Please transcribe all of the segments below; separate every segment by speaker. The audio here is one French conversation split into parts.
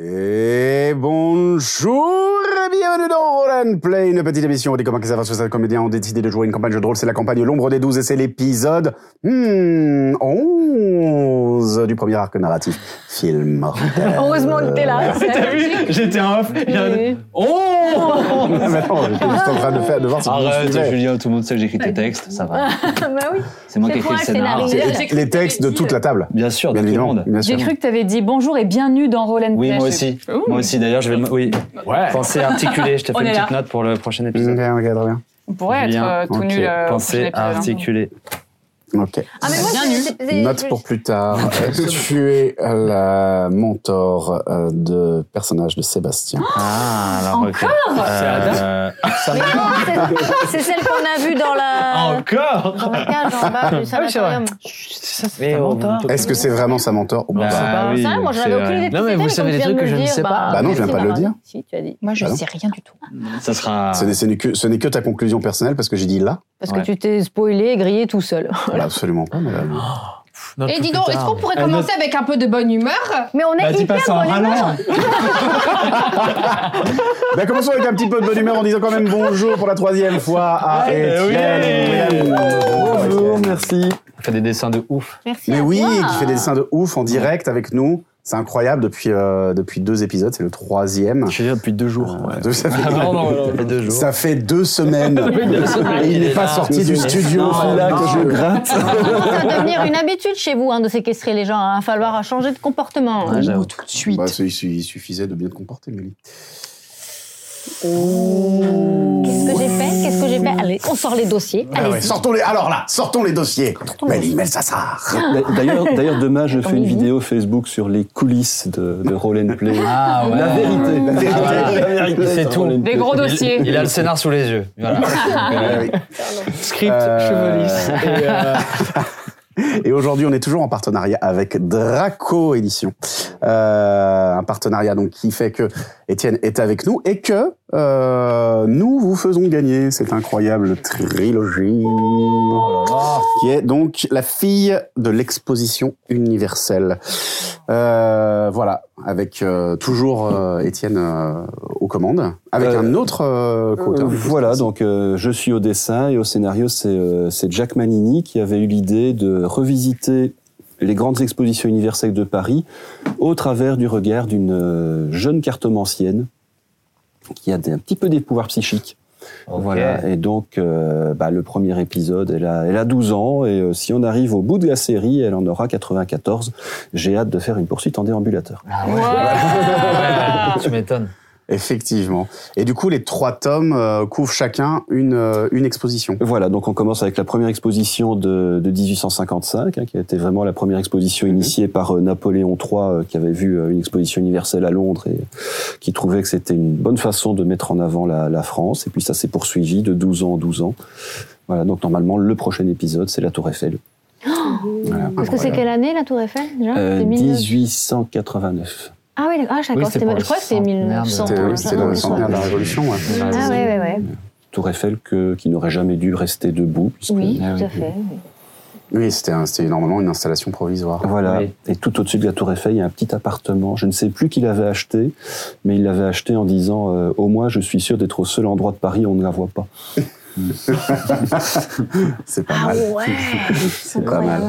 Speaker 1: Et bonjour et bienvenue dans Roll and Play, une petite émission où des copains qui savent sur comédiens ont décidé de jouer une campagne de drôle. C'est la campagne L'ombre des 12 et c'est l'épisode hmm, 11 du premier arc narratif. Film. mortel.
Speaker 2: Heureusement que t'es là.
Speaker 3: Ouais, T'as vu J'étais un off. j'ai un-
Speaker 2: Oui.
Speaker 3: Oh
Speaker 1: Ah, mais non, j'étais juste en train de, faire, de voir si tu me
Speaker 3: Arrête,
Speaker 1: suivais.
Speaker 3: Julien, tout le monde sait que j'écris tes textes, ça va.
Speaker 2: bah oui.
Speaker 3: C'est moi qui ai
Speaker 4: C'est
Speaker 3: écrit
Speaker 4: toi
Speaker 3: le
Speaker 4: le
Speaker 3: scénario.
Speaker 4: scénariste.
Speaker 1: Les-
Speaker 4: J'ai cru
Speaker 1: Les
Speaker 4: que
Speaker 1: textes de
Speaker 4: t'avais
Speaker 1: toute
Speaker 4: dit,
Speaker 1: la table.
Speaker 3: Bien sûr, de
Speaker 1: Bien
Speaker 3: tout le
Speaker 1: évidemment.
Speaker 3: monde.
Speaker 1: Bien
Speaker 2: J'ai
Speaker 1: sûr.
Speaker 2: cru que t'avais dit bonjour et bienvenue dans Roland
Speaker 4: Bah,
Speaker 3: Oui, moi aussi. Moi aussi, d'ailleurs, je vais m- oui, penser à articuler. Je t'ai fait
Speaker 4: On
Speaker 3: une
Speaker 4: est
Speaker 3: petite
Speaker 4: là.
Speaker 3: note pour le prochain
Speaker 1: Mmh, Ok, ok,
Speaker 3: épisode.
Speaker 1: très bien.
Speaker 4: On pourrait être
Speaker 3: Julien,
Speaker 4: euh, tout
Speaker 1: ok.
Speaker 4: nul. euh, au prochain
Speaker 3: Penser
Speaker 4: épisode,
Speaker 3: à
Speaker 4: hein.
Speaker 3: articuler.
Speaker 1: Ok.
Speaker 2: Ah, mais moi,
Speaker 4: Bien
Speaker 2: c'est-
Speaker 4: nu.
Speaker 2: c'est- c'est-
Speaker 1: Note pour plus tard. Euh, tu es euh, la mentor euh, de personnage de Sébastien.
Speaker 3: Ah, alors ok. Euh,
Speaker 2: Mais non, c'est- C'est celle qu'on a vue dans la.
Speaker 3: Ah, Encore
Speaker 2: Dans la cage en bas du sanatorium.
Speaker 3: Mais on peut-
Speaker 1: Est-ce que c'est vraiment sa mentor ou pas
Speaker 3: Bah oui,
Speaker 2: ça, moi j'en
Speaker 3: c'est,
Speaker 2: avais aucune
Speaker 3: euh,
Speaker 2: idée. de
Speaker 5: Non,
Speaker 2: qui
Speaker 5: mais
Speaker 2: c'était,
Speaker 5: vous savez
Speaker 2: quand
Speaker 5: des
Speaker 2: tu viens
Speaker 5: trucs
Speaker 2: de
Speaker 5: que
Speaker 2: me
Speaker 5: je ne
Speaker 2: dire,
Speaker 5: sais pas.
Speaker 1: Bah non, je viens
Speaker 2: merci,
Speaker 1: pas de le
Speaker 2: Marin.
Speaker 1: dire.
Speaker 2: Si, tu as dit.
Speaker 4: Moi, je
Speaker 1: Ah non.
Speaker 4: sais rien du tout.
Speaker 3: Ça sera.
Speaker 1: Ce n'est- ce n'est que, ce n'est que ta conclusion personnelle parce que j'ai dit là.
Speaker 2: Parce
Speaker 3: Ouais.
Speaker 2: que tu t'es spoilé et grillé tout seul.
Speaker 1: Voilà, absolument pas, madame.
Speaker 6: Et dis donc, est-ce qu'on pourrait commencer avec un peu de bonne humeur
Speaker 2: Mais on est
Speaker 3: Bah, dis pas
Speaker 2: hyper
Speaker 3: ça en
Speaker 2: bonne humeur.
Speaker 3: râlant.
Speaker 1: Ben, commençons avec un petit peu de bonne humeur en disant quand même bonjour pour la troisième fois à
Speaker 3: Ouais,
Speaker 1: Étienne.
Speaker 3: oui.
Speaker 1: Bonjour, merci.
Speaker 3: On fait des dessins de ouf.
Speaker 2: Merci.
Speaker 1: Mais
Speaker 2: à
Speaker 1: oui,
Speaker 2: toi.
Speaker 1: qui fait des dessins de ouf en direct avec nous. C'est incroyable depuis, euh, depuis deux épisodes, c'est le troisième.
Speaker 5: Je suis là depuis deux jours. ouais.
Speaker 1: Donc, ça, fait,
Speaker 3: Ah, non, non, non.
Speaker 5: Ça fait deux jours.
Speaker 1: ça fait deux semaines. Il n'est pas sorti du studio.
Speaker 5: Non,
Speaker 1: là que je
Speaker 5: gratte.
Speaker 2: Ça commence à devenir une habitude chez vous hein, de séquestrer les gens. Il va falloir changer de comportement.
Speaker 3: Ah,
Speaker 5: Ouais, j'avoue.
Speaker 4: tout de suite.
Speaker 1: Bah, c'est- il su- il suffisait de bien te comporter, Mélie. Oh.
Speaker 2: Qu'est-ce que j'ai fait Qu'est-ce que j'ai fait Allez, on sort les dossiers.
Speaker 1: Ah
Speaker 2: Allez,
Speaker 1: ouais, sortons les, alors là, sortons les dossiers.
Speaker 2: les
Speaker 1: Mélie Melsassar.
Speaker 7: D'ailleurs, d'ailleurs, demain, je fais
Speaker 2: Attends,
Speaker 7: une
Speaker 2: Lily.
Speaker 7: vidéo Facebook sur les coulisses de, de Roll and Play.
Speaker 3: Ah ouais.
Speaker 7: La vérité, la vérité,
Speaker 3: Ah ouais.
Speaker 7: la vérité.
Speaker 3: C'est
Speaker 7: sur
Speaker 3: tout.
Speaker 7: Roll and
Speaker 4: Des
Speaker 7: Play.
Speaker 4: gros
Speaker 3: Il-
Speaker 4: dossiers.
Speaker 3: Il, a le scénar sous les yeux. Voilà.
Speaker 1: Ah
Speaker 3: Donc,
Speaker 1: oui.
Speaker 3: Script ah,
Speaker 1: Euh,
Speaker 3: chevelisse. Et, euh,
Speaker 1: Et aujourd'hui, on est toujours en partenariat avec Draco Édition. Euh, un partenariat donc qui fait que Étienne est avec nous et que euh, nous vous faisons gagner cette incroyable trilogie qui est donc la fille de l'exposition universelle. Euh, voilà, avec euh, toujours euh, Étienne euh, aux commandes, avec
Speaker 7: Euh,
Speaker 1: un autre euh,
Speaker 7: Euh,
Speaker 1: co-auteur.
Speaker 7: voilà, donc euh, je suis au dessin et au scénario, c'est euh, c'est Jack Manini qui avait eu l'idée de revisiter les grandes expositions universelles de Paris au travers du regard d'une euh, jeune cartomancienne qui a des- un petit peu des pouvoirs psychiques. Voilà. Et donc, euh, bah, le premier épisode, elle a, elle a 12 ans. Et euh, si on arrive au bout de la série, elle en aura 94. J'ai hâte de faire une poursuite en déambulateur.
Speaker 3: Ouais, tu m'étonnes.
Speaker 1: Effectivement. Et du coup, les trois tomes euh, couvrent chacun une, euh, une exposition.
Speaker 7: Voilà. Donc, on commence avec la première exposition de, de 1855, hein, qui a été vraiment la première exposition
Speaker 2: Mhm.
Speaker 7: initiée par euh, Napoléon III, euh, qui avait vu euh, une exposition universelle à Londres et euh, qui trouvait que c'était une bonne façon de mettre en avant la, la France. Et puis, ça s'est poursuivi de 12 ans en 12 ans. Voilà. Donc, normalement, le prochain épisode, c'est la Tour Eiffel. Voilà.
Speaker 2: Parce que c'est quelle année la Tour Eiffel déjà
Speaker 7: Euh,
Speaker 2: Ah, C'est 1900.
Speaker 7: 1889.
Speaker 2: Ah oui, ah,
Speaker 3: Oui,
Speaker 2: d'accord.
Speaker 3: c'est
Speaker 2: c'était-
Speaker 3: pour le
Speaker 2: je crois que c'est
Speaker 3: centenaire de-
Speaker 2: 1900.
Speaker 1: C'était
Speaker 3: Ah,
Speaker 1: c'était dans le
Speaker 3: oui,
Speaker 2: hein.
Speaker 1: centenaire de la
Speaker 3: oui.
Speaker 1: Révolution. Ouais.
Speaker 2: Ah oui, oui, oui.
Speaker 7: Tour Eiffel que- qui n'aurait jamais dû rester debout. puisque-
Speaker 2: Oui,
Speaker 3: Ah oui.
Speaker 2: tout à fait.
Speaker 1: Oui, c'était un- c'était normalement une installation provisoire.
Speaker 7: Voilà.
Speaker 3: Oui.
Speaker 7: Et tout au-dessus de la Tour Eiffel, il y a un petit appartement. Je ne sais plus qui l'avait acheté, mais il l'avait acheté en disant euh, Au moins, je suis sûr d'être au seul endroit de Paris où on ne la voit pas.
Speaker 1: C'est pas
Speaker 2: Ah
Speaker 1: mal.
Speaker 2: ouais
Speaker 1: C'est pas mal.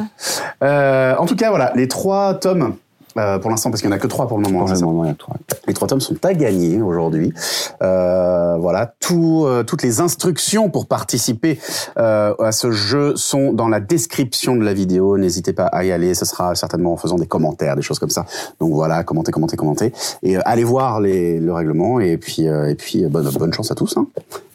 Speaker 1: Euh, en tout cas, voilà, les trois tomes. euh, pour l'instant, parce qu'il n'y en a que trois pour le moment. hein,
Speaker 7: Pour le
Speaker 1: c'est ça
Speaker 7: moment, il y a trois.
Speaker 1: Les trois tomes sont à gagner aujourd'hui. Euh, voilà, tout, euh, toutes les instructions pour participer euh, à ce jeu sont dans la description de la vidéo. N'hésitez pas à y aller. Ce sera certainement en faisant des commentaires, des choses comme ça. Donc voilà, commentez, commentez, commentez. Et euh, allez voir les, le règlement. Et puis, euh, et puis euh, bonne, bonne chance à tous hein,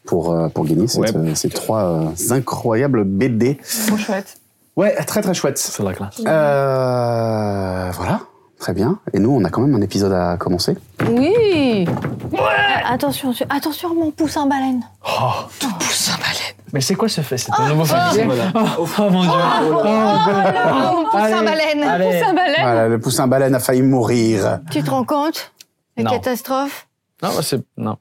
Speaker 1: pour, euh, pour gagner cette,
Speaker 3: Ouais.
Speaker 1: euh, ces trois euh, incroyables BD.
Speaker 4: Trop chouette.
Speaker 1: Ouais, très très chouette.
Speaker 5: C'est la classe.
Speaker 1: Euh, voilà, très bien. Et nous, on a quand même un épisode à commencer.
Speaker 2: Oui Ah, Attention, tu- attention à mon poussin baleine.
Speaker 5: Mais c'est quoi ce fait C'est un nouveau fait.
Speaker 3: Oh, mon dieu.
Speaker 6: Oh, pousse un baleine
Speaker 3: Allez.
Speaker 1: Voilà, le poussin baleine a failli mourir.
Speaker 2: Tu te rends compte La
Speaker 5: Non.
Speaker 2: catastrophe
Speaker 5: Non, bah, c'est. Non.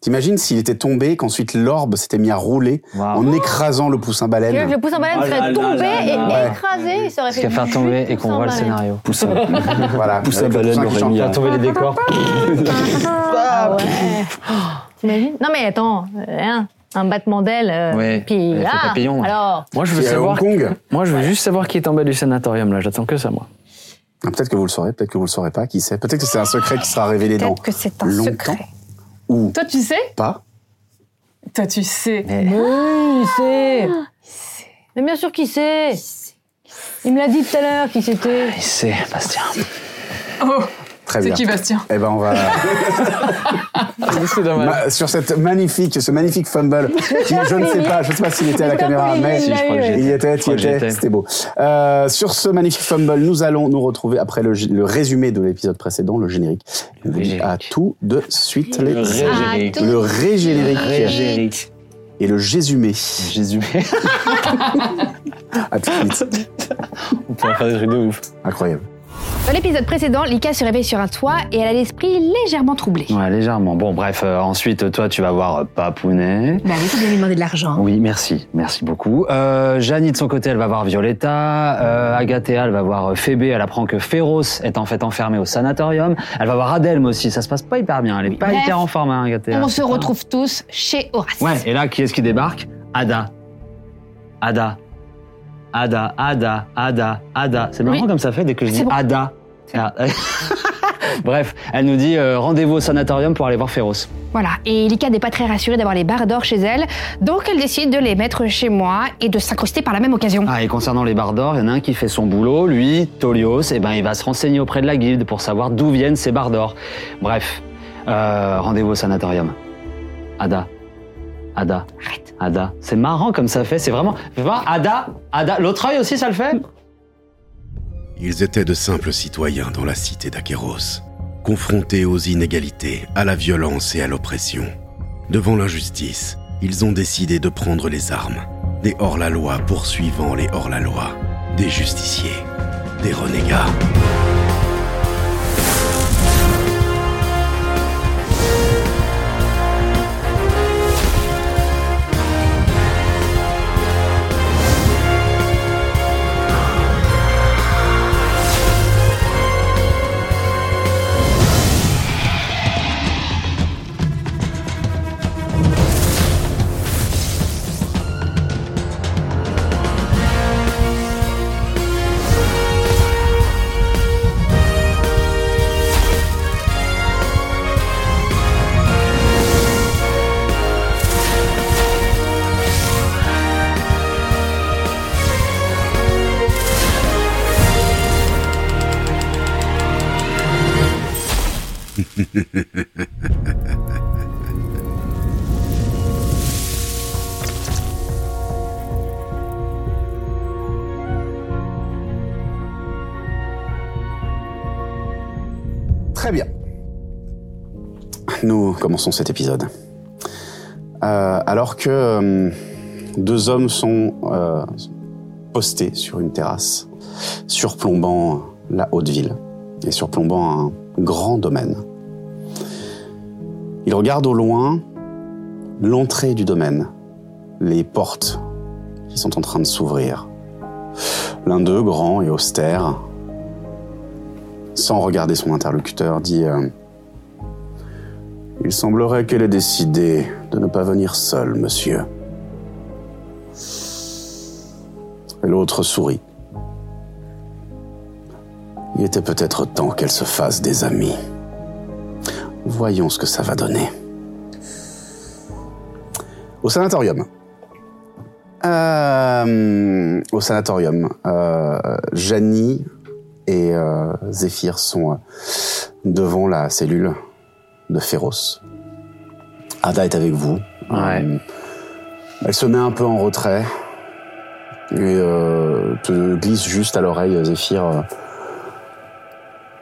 Speaker 1: T'imagines s'il était tombé, qu'ensuite l'orbe s'était mis à rouler en écrasant le poussin
Speaker 2: Que
Speaker 1: baleine.
Speaker 2: le poussin
Speaker 6: Oh
Speaker 2: baleine
Speaker 3: Ah là
Speaker 2: serait
Speaker 3: là
Speaker 2: tombé
Speaker 3: là
Speaker 2: et
Speaker 3: là.
Speaker 2: écrasé, il serait fait.
Speaker 3: Jusqu'à faire
Speaker 2: du
Speaker 3: tomber
Speaker 2: jus de
Speaker 3: et qu'on
Speaker 2: poussin
Speaker 3: voit le
Speaker 2: baleine.
Speaker 3: scénario.
Speaker 7: Poussin,
Speaker 1: Voilà.
Speaker 7: poussin
Speaker 1: avec le
Speaker 7: baleine
Speaker 1: poussin qui
Speaker 7: aurait
Speaker 1: chante.
Speaker 7: mis
Speaker 3: Faire
Speaker 7: à...
Speaker 3: tomber les décors.
Speaker 2: Ah ouais. T'imagines Non mais attends, euh, hein, un battement d'aile, euh,
Speaker 3: Ouais,
Speaker 2: puis
Speaker 3: elle fait
Speaker 2: ah,
Speaker 3: papillon.
Speaker 2: alors,
Speaker 8: Moi, je veux
Speaker 1: Qui est à Hong
Speaker 8: savoir.
Speaker 1: Kong.
Speaker 8: Moi, je veux juste savoir qui est en bas du sanatorium, là. J'attends que ça, moi.
Speaker 1: Ah, Peut-être que vous le saurez, peut-être que vous le saurez pas, qui sait. Peut-être que c'est un secret qui sera révélé dans
Speaker 9: Peut-être que c'est un
Speaker 1: longtemps
Speaker 9: secret.
Speaker 1: ou
Speaker 4: Toi, tu sais
Speaker 1: pas.
Speaker 4: Toi, tu sais.
Speaker 2: oui, c'est... Mais bien sûr qui c'est Il me l'a dit tout à l'heure qui c'était.
Speaker 8: Il sait, Bastien.
Speaker 4: Oh,
Speaker 1: Très
Speaker 4: c'est
Speaker 1: bien.
Speaker 4: qui, Bastien
Speaker 1: Eh ben on va
Speaker 8: C'est dommage.
Speaker 1: ma- sur cette magnifique, ce magnifique fumble. qui, je ne sais pas, je ne sais pas s'il était à la caméra, mais
Speaker 8: Si, je crois que j'ai-
Speaker 1: Il y était, tu y
Speaker 8: crois que j'y
Speaker 1: étais,
Speaker 8: étais.
Speaker 1: c'était beau. Euh, sur ce magnifique fumble, nous allons nous retrouver après le, gé- le résumé de l'épisode précédent, le générique. On vous dit à
Speaker 3: générique.
Speaker 1: tout de suite les
Speaker 6: Ah,
Speaker 3: Régéric.
Speaker 1: le régénérique
Speaker 3: Régéric.
Speaker 1: et le jésumé.
Speaker 3: Jésus.
Speaker 1: À tout de suite.
Speaker 3: On pourrait faire des trucs de ouf.
Speaker 1: Incroyable.
Speaker 6: Dans l'épisode précédent, Lika se réveille sur un toit et elle a l'esprit légèrement troublé.
Speaker 3: Ouais, légèrement. Bon, bref, euh, ensuite, toi, tu vas voir euh, Papounet.
Speaker 9: Bah oui, faut bien lui demander de l'argent.
Speaker 3: Oui, merci, merci beaucoup. Euh, Janie, de son côté, elle va voir Violetta. Euh, Agathea, elle va voir euh, Phébé. Elle apprend que Féroce est en fait enfermée au sanatorium. Elle va voir Adelme aussi. Ça se passe pas hyper bien. Elle est pas
Speaker 6: Bref,
Speaker 3: hyper en forme, hein, Agathea.
Speaker 6: On se retrouve tous chez Horace.
Speaker 3: Ouais, et là, qui est-ce qui débarque Ada. Ada. Ada, Ada, Ada, Ada. C'est marrant
Speaker 6: Oui.
Speaker 3: comme ça fait dès que je dis
Speaker 6: C'est bon.
Speaker 3: Ada. Ah. Bref, elle nous dit euh, rendez-vous au sanatorium pour aller voir Féroce.
Speaker 6: Voilà, et Lika n'est pas très rassurée d'avoir les barres d'or chez elle, donc elle décide de les mettre chez moi et de s'incruster par la même occasion.
Speaker 3: Ah, et concernant les barres d'or, il y en a un qui fait son boulot, lui, Tolios, et ben il va se renseigner auprès de la guilde pour savoir d'où viennent ces barres d'or. Bref, euh, rendez-vous au sanatorium. Ada. Ada.
Speaker 6: Arrête.
Speaker 3: Ada. C'est marrant comme ça fait, c'est vraiment. Fais voir, Ada, Ada. L'autre œil aussi, ça le fait
Speaker 10: Ils étaient de simples citoyens dans la cité d'Aqueros, confrontés aux inégalités, à la violence et à l'oppression. Devant l'injustice, ils ont décidé de prendre les armes, des hors-la-loi poursuivant les hors-la-loi, des justiciers, des renégats.
Speaker 1: Très bien. Nous commençons cet épisode. Euh, alors que euh, deux hommes sont euh, postés sur une terrasse, surplombant euh, la haute ville et surplombant un grand domaine. Ils regardent au loin l'entrée du domaine, les portes qui sont en train de s'ouvrir. L'un d'eux, grand et austère, sans regarder son interlocuteur, dit euh, Il semblerait qu'elle ait décidé de ne pas venir seule, monsieur. Et l'autre sourit. Il était peut-être temps qu'elle se fasse des amis. Voyons ce que ça va donner. Au sanatorium. Euh, au sanatorium, euh, Janie et euh, Zéphyr sont euh, devant la cellule de Féroce. Ada est avec vous.
Speaker 3: Ouais.
Speaker 1: Euh, elle se met un peu en retrait et euh, te glisse juste à l'oreille, Zéphyr. euh,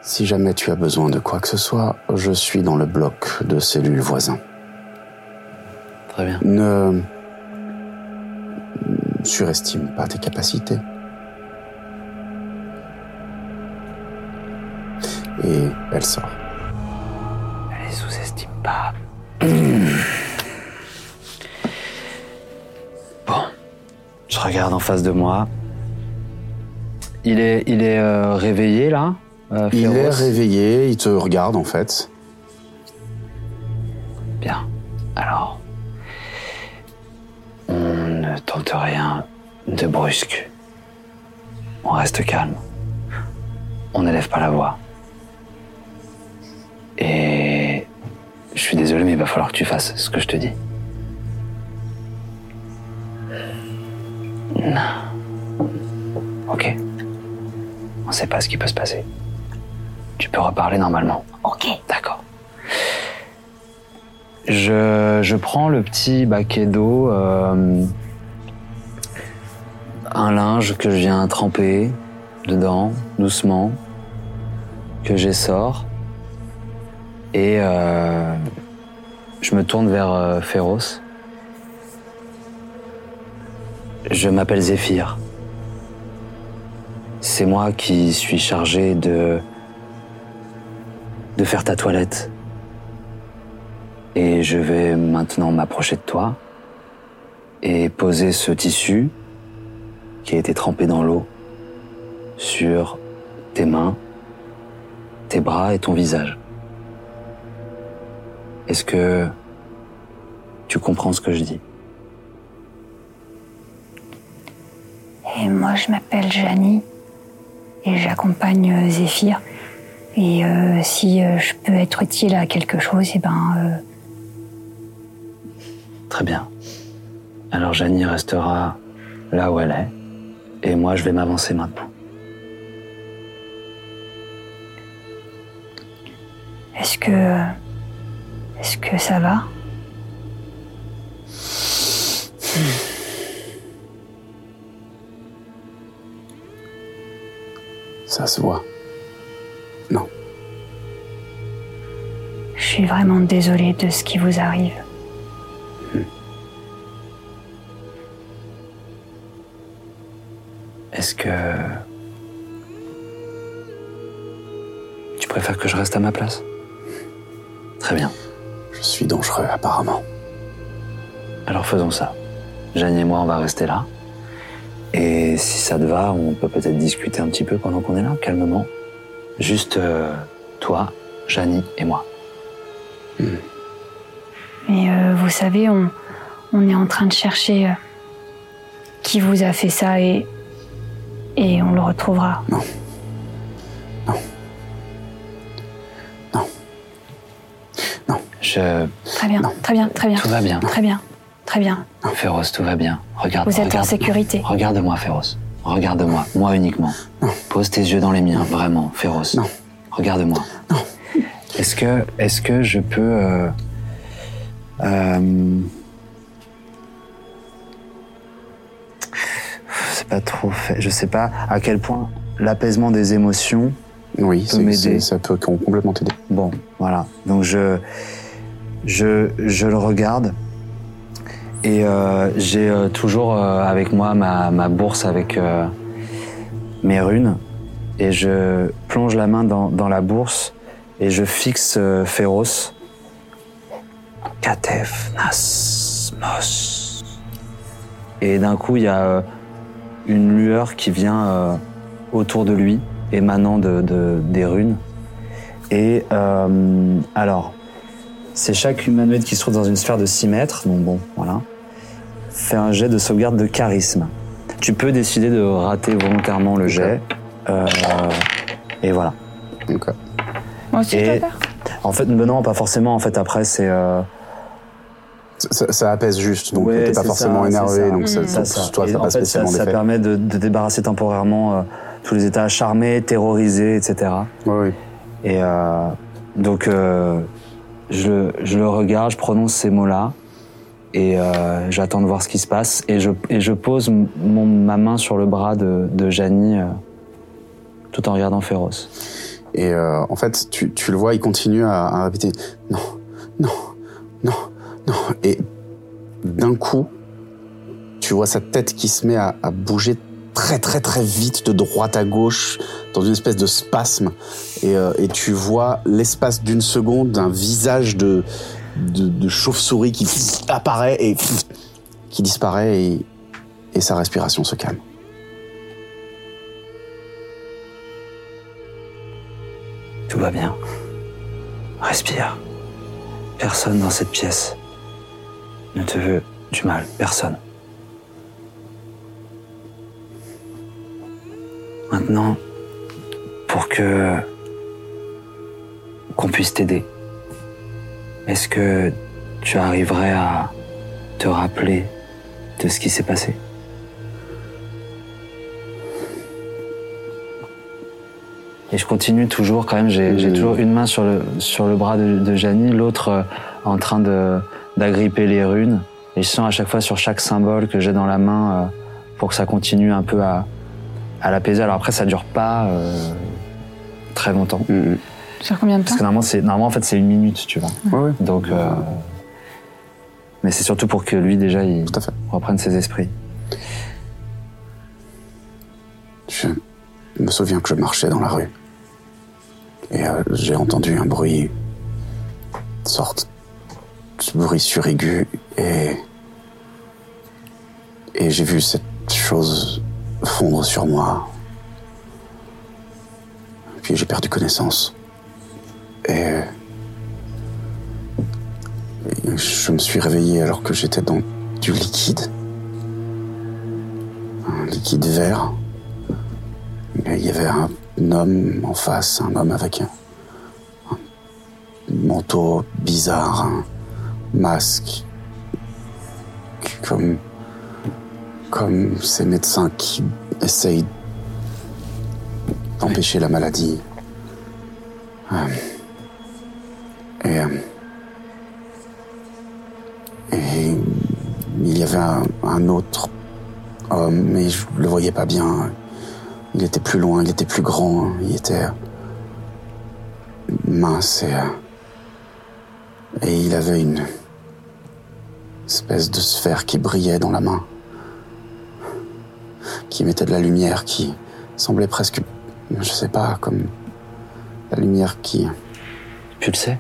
Speaker 1: si jamais tu as besoin de quoi que ce soit, je suis dans le bloc de cellules voisins.
Speaker 3: Très bien.
Speaker 1: Ne surestime pas tes capacités. Et elle sort.
Speaker 3: Ne les sous-estime pas.
Speaker 7: regarde en face de moi. Il est, il est euh, réveillé là euh,
Speaker 1: Il est
Speaker 7: Féroce
Speaker 1: réveillé, il te regarde en fait.
Speaker 7: Bien. Alors, on ne tente rien de brusque. On reste calme. On n'élève pas la voix. Et je suis désolé, mais il va falloir que tu fasses ce que je te dis. Ok. On ne sait pas ce qui peut se passer. Tu peux reparler normalement. Ok. D'accord. Je, je prends le petit baquet d'eau, euh, un linge que je viens tremper dedans, doucement, que j'essore, et euh, je me tourne vers euh, Féroce. Je m'appelle Zéphyr. C'est moi qui suis chargé de. de faire ta toilette. Et je vais maintenant m'approcher de toi et poser ce tissu qui a été trempé dans l'eau sur tes mains, tes bras et ton visage. Est-ce que tu comprends ce que je dis
Speaker 4: Et moi, je m'appelle Janie et j'accompagne euh, Zéphyr. Et euh, si euh, je peux être utile à quelque chose, eh ben, euh,
Speaker 7: Très bien. Alors Janie restera là où elle est et moi je vais m'avancer maintenant.
Speaker 4: est-ce que, est-ce que ça va
Speaker 1: Ça se voit. Non.
Speaker 4: Je suis vraiment désolée de ce qui vous arrive.
Speaker 7: Est-ce que tu préfères que je reste à ma place Très bien.
Speaker 1: Je suis dangereux apparemment.
Speaker 7: Alors faisons ça. Jeanne et moi, on va rester là. Et si ça te va, on peut peut-être discuter un petit peu pendant qu'on est là, calmement. Juste euh, toi, Jeannie et moi.
Speaker 4: Mais euh, vous savez, on, on est en train de chercher euh, qui vous a fait ça et, et on le retrouvera.
Speaker 7: Je...
Speaker 4: Très bien, très bien, très bien.
Speaker 7: Tout va bien.
Speaker 4: Très bien, très bien.
Speaker 7: Féroce, tout va bien. Regarde,
Speaker 4: Vous êtes en
Speaker 7: regarde-
Speaker 4: sécurité.
Speaker 7: Regarde-moi, Féroce. Regarde-moi, moi uniquement. Pose tes yeux dans les miens, vraiment, Féroce. Regarde-moi. Est-ce que, est-ce que je peux euh, euh, c'est pas trop fait. Je sais pas à quel point l'apaisement des émotions
Speaker 1: Oui,
Speaker 7: peut
Speaker 1: c'est-
Speaker 7: m'aider.
Speaker 1: c'est- ça peut com- complètement t'aider.
Speaker 7: Bon, voilà. Donc je, je, je le regarde et euh, j'ai euh, toujours euh, avec moi ma, ma bourse avec euh, mes runes et je plonge la main dans, dans la bourse et je fixe euh, Féroce. Katef Nasmos. Et d'un coup, il y a euh, une lueur qui vient euh, autour de lui, émanant de- de, des runes. Et euh, alors, c'est chaque humanoïde qui se trouve dans une sphère de 6 mètres, donc bon, voilà, fait un jet de sauvegarde de charisme. Tu peux décider de rater volontairement le jet. euh, et voilà.
Speaker 1: euh,
Speaker 2: Moi aussi, je dois
Speaker 7: Et-
Speaker 2: faire
Speaker 7: En fait, non, non, pas forcément. En fait, après, c'est. euh,
Speaker 1: Ça, ça- ça apaise juste, donc
Speaker 7: Ouais,
Speaker 1: t'es pas
Speaker 7: c'est
Speaker 1: forcément
Speaker 7: ça, c'est
Speaker 1: énervé, donc ça,
Speaker 7: C'est
Speaker 1: ça, toi,
Speaker 7: Et
Speaker 1: ça
Speaker 7: en
Speaker 1: pas
Speaker 7: fait, ça,
Speaker 1: spécialement
Speaker 7: ça
Speaker 1: d'effet.
Speaker 7: permet de, de débarrasser temporairement euh, tous les états charmés, terrorisés, etc.
Speaker 1: Oui,
Speaker 7: Et euh, donc, euh, je, je le regarde, je prononce ces mots-là, et euh, j'attends de voir ce qui se passe. Et je, et je pose m- mon, ma main sur le bras de, de Janie, euh, tout en regardant Féroce.
Speaker 1: Et euh, en fait, tu, tu le vois, il continue à, à répéter non, non, non, non. Et d'un coup, tu vois sa tête qui se met à, à bouger très très très vite de droite à gauche dans une espèce de spasme. Et, euh, et tu vois l'espace d'une seconde un visage de, de, de chauve-souris qui apparaît et qui disparaît et et sa respiration se calme.
Speaker 7: Tout va bien. Respire. Personne dans cette pièce ne te veut du mal. Personne. Maintenant, pour que qu'on puisse t'aider, est-ce que tu arriverais à te rappeler de ce qui s'est passé Et je continue toujours quand même, j'ai j'ai toujours une main sur le, sur le bras de, de Janie, l'autre euh, en train de- d'agripper les runes. Et je sens à chaque fois sur chaque symbole que j'ai dans la main euh, pour que ça continue un peu à, à l'apaiser. Alors après, ça dure pas euh, très longtemps.
Speaker 2: Ça fait combien de temps
Speaker 7: Parce que normalement, c'est normalement en fait c'est une minute, tu vois. Donc, euh, mais c'est surtout pour que lui déjà il reprenne ses esprits.
Speaker 1: Je me souviens que je marchais dans la rue. Et euh, j'ai entendu un bruit. Une sorte de bruit suraigu. Et. Et j'ai vu cette chose fondre sur moi. Puis j'ai perdu connaissance. Et. euh, et Je me suis réveillé alors que j'étais dans du liquide. Un liquide vert. Et il y avait un homme en face, un homme avec un, un manteau bizarre, un masque, qui- comme, comme ces médecins qui essayent d'empêcher la maladie. Euh, et, euh, et il y avait un, un autre homme, mais je le voyais pas bien. Il était plus loin, il était plus grand, il était mince et, euh, et il avait une espèce de sphère qui brillait dans la main, qui mettait de la lumière, qui semblait presque, je sais pas, comme la lumière qui... oh,
Speaker 7: Pulsait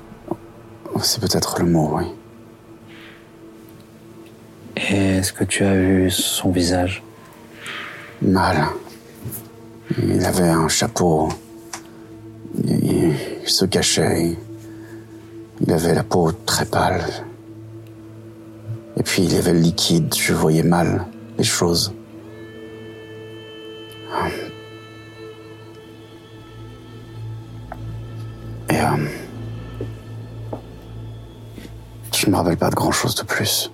Speaker 1: C'est peut-être le mot, oui.
Speaker 7: Et est-ce que tu as vu son visage
Speaker 1: Mal. Il avait un chapeau. Il, il se cachait. Il, il avait la peau très pâle. Et puis il y avait le liquide. Je voyais mal les choses. Et euh, je me rappelle pas de grand chose de plus.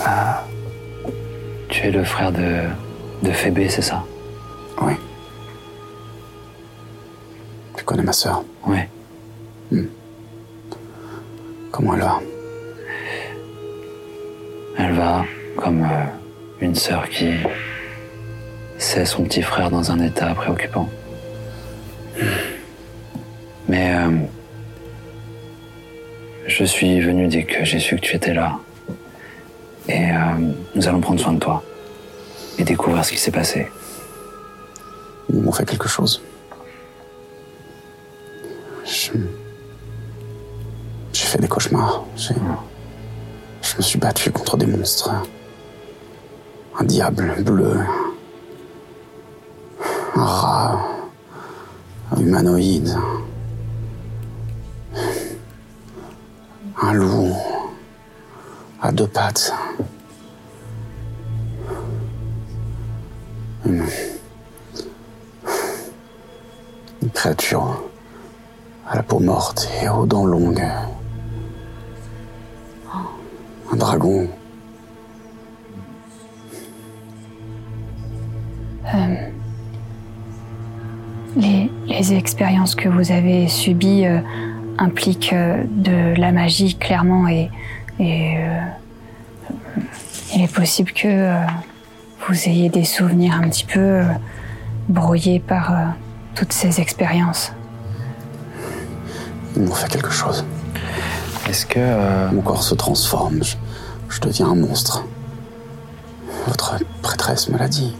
Speaker 7: Ah, tu es le frère de de Phébé, c'est ça
Speaker 1: Oui. Tu connais ma sœur
Speaker 7: Oui.
Speaker 1: Comment elle va
Speaker 7: Elle va comme euh, une sœur qui sait son petit frère dans un état préoccupant. Mais euh, je suis venu dès que j'ai su que tu étais là. Et euh, nous allons prendre soin de toi et découvrir ce qui s'est passé.
Speaker 1: Ils m'ont fait quelque chose. Je- J'ai fait des cauchemars. J'ai- Je me suis battu contre des monstres. Un diable bleu. Un rat. Un humanoïde. Un loup. À deux pattes. Une- une créature à la peau morte et aux dents longues. Un dragon.
Speaker 4: Euh, les, les expériences que vous avez subies euh, impliquent euh, de la magie, clairement, et, et, euh, il est possible que euh, vous ayez des souvenirs un petit peu euh, brouillés par euh, toutes ces expériences.
Speaker 1: Ils m'ont fait quelque chose.
Speaker 7: Est-ce que. euh,
Speaker 1: Mon corps se transforme. Je, je deviens un monstre. Votre prêtresse me l'a dit.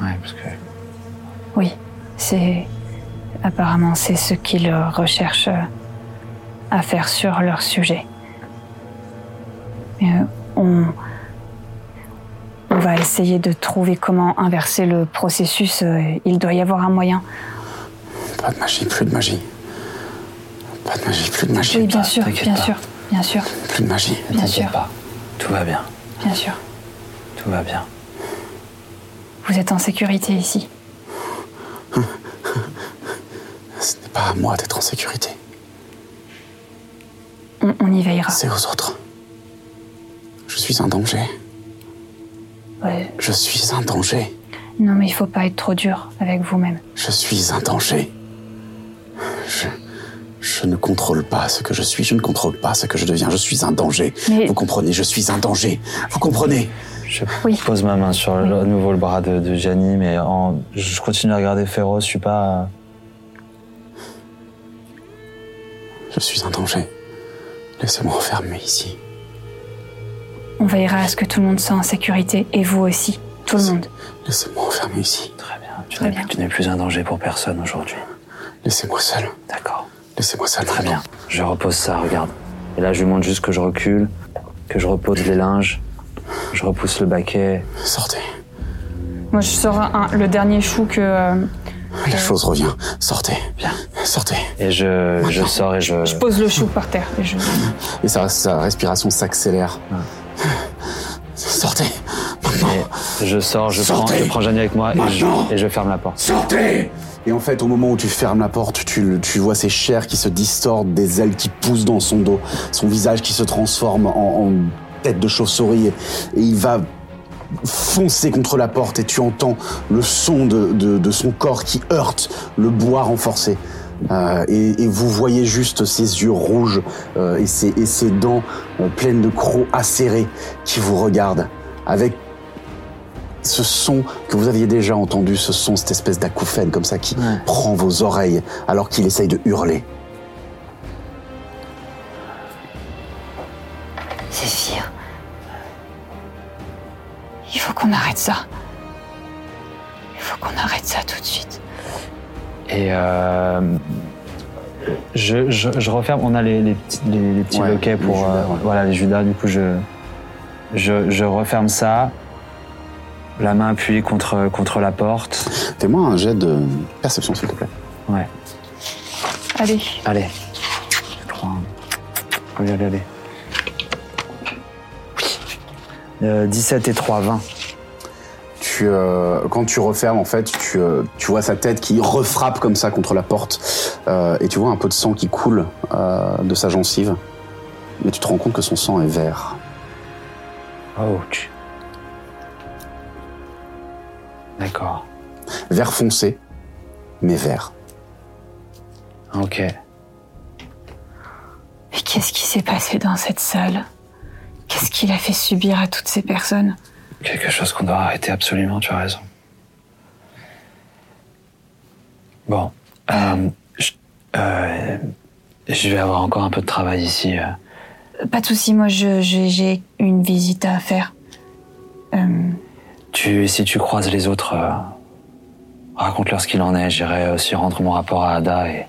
Speaker 7: Ouais, parce que.
Speaker 4: Oui, c'est apparemment c'est ce qu'il recherche euh,
Speaker 6: à faire sur leur sujet. Mais, euh, on, on va essayer de trouver comment inverser le processus. euh, Il doit y avoir un moyen.
Speaker 1: Pas de magie, plus de magie. Pas de magie, plus de magie.
Speaker 6: oui, bien sûr,
Speaker 1: t'inquiète
Speaker 6: bien
Speaker 1: pas.
Speaker 6: sûr, bien sûr,
Speaker 1: Plus de magie.
Speaker 6: Bien sûr.
Speaker 1: pas.
Speaker 11: Tout va bien,
Speaker 6: bien sûr.
Speaker 11: tout va bien.
Speaker 6: Vous êtes en sécurité ici.
Speaker 1: Ce n'est pas à moi d'être en sécurité.
Speaker 6: On, on y veillera.
Speaker 1: C'est aux autres. Je suis un danger.
Speaker 6: Ouais.
Speaker 1: Je suis un danger.
Speaker 6: Non, mais il faut pas être trop dur avec vous-même.
Speaker 1: Je suis un danger. Je, je ne contrôle pas ce que je suis, je ne contrôle pas ce que je deviens, je suis un danger.
Speaker 6: Mais-
Speaker 1: Vous comprenez, je suis un danger. Vous comprenez
Speaker 7: Je pose ma main sur le- à nouveau le bras de, de Gianni, mais en- je continue à regarder Féroce, je suis pas... euh,
Speaker 1: Je suis un danger. Laissez-moi enfermer ici.
Speaker 6: On veillera à ce que tout le monde soit en sécurité et vous aussi, tout le monde.
Speaker 1: Laissez-moi enfermer ici.
Speaker 7: Très bien.
Speaker 6: Très n'es- bien.
Speaker 7: Tu n'es plus un danger pour personne aujourd'hui.
Speaker 1: Laissez-moi seul.
Speaker 7: D'accord.
Speaker 1: Laissez-moi seul.
Speaker 7: Très bien. Je repose ça, regarde. Et là, je lui montre juste que je recule, que je repose les linges, je repousse le baquet.
Speaker 1: Sortez.
Speaker 6: Moi, je sors un- le dernier chou que. euh,
Speaker 1: La chose revient. Sortez. Sortez.
Speaker 7: Et je, je sors et je...
Speaker 6: je pose le chou par terre et je.
Speaker 1: Et sa, sa respiration s'accélère. Sortez.
Speaker 7: Et je sors, je prends,
Speaker 1: Sortez
Speaker 7: je prends Gianni avec moi et je,
Speaker 1: Maintenant.
Speaker 7: et je ferme la porte.
Speaker 1: Sortez Et en fait, au moment où tu fermes la porte, tu, le- tu vois ses chairs qui se distordent, des ailes qui poussent dans son dos, son visage qui se transforme en, en tête de chauve-souris, et, et il va foncer contre la porte, et tu entends le son de, de- de son corps qui heurte le bois renforcé. Euh, et, et vous voyez juste ses yeux rouges euh, et, ses, et ses dents euh, pleines de crocs acérés qui vous regardent avec ce son que vous aviez déjà entendu, ce son, cette espèce d'acouphène comme ça qui prend vos oreilles alors qu'il essaye de hurler.
Speaker 6: Zéphyr. Il faut qu'on arrête ça. Il faut qu'on arrête ça tout de suite.
Speaker 7: Et euh, je, je, je referme. On a les, les petits, les, les petits loquets pour euh, voilà les Judas. Du coup, je, je je referme ça. La main appuyée contre contre la porte.
Speaker 1: Fais-moi un jet de perception, s'il te plaît.
Speaker 7: Ouais.
Speaker 6: Allez.
Speaker 7: Allez. Je prends. Allez, allez, allez. Euh, 17 et 3, 20.
Speaker 1: Tu, euh, quand tu refermes, en fait, tu, euh, tu vois sa tête qui refrappe comme ça contre la porte euh, et tu vois un peu de sang qui coule euh, de sa gencive. Mais tu te rends compte que son sang est vert.
Speaker 7: Ouch. D'accord.
Speaker 1: Vert foncé, mais vert.
Speaker 7: Ok.
Speaker 6: Mais qu'est-ce qui s'est passé dans cette salle Qu'est-ce qu'il a fait subir à toutes ces personnes
Speaker 7: Quelque chose qu'on doit arrêter absolument, tu as raison. Bon. euh, je, euh, je vais avoir encore un peu de travail ici. euh.
Speaker 6: Euh, Pas de souci, moi je- je- j'ai une visite à faire. Euh,
Speaker 7: Tu, si tu croises les autres, euh, raconte-leur ce qu'il en est. J'irai aussi rendre mon rapport à Ada et,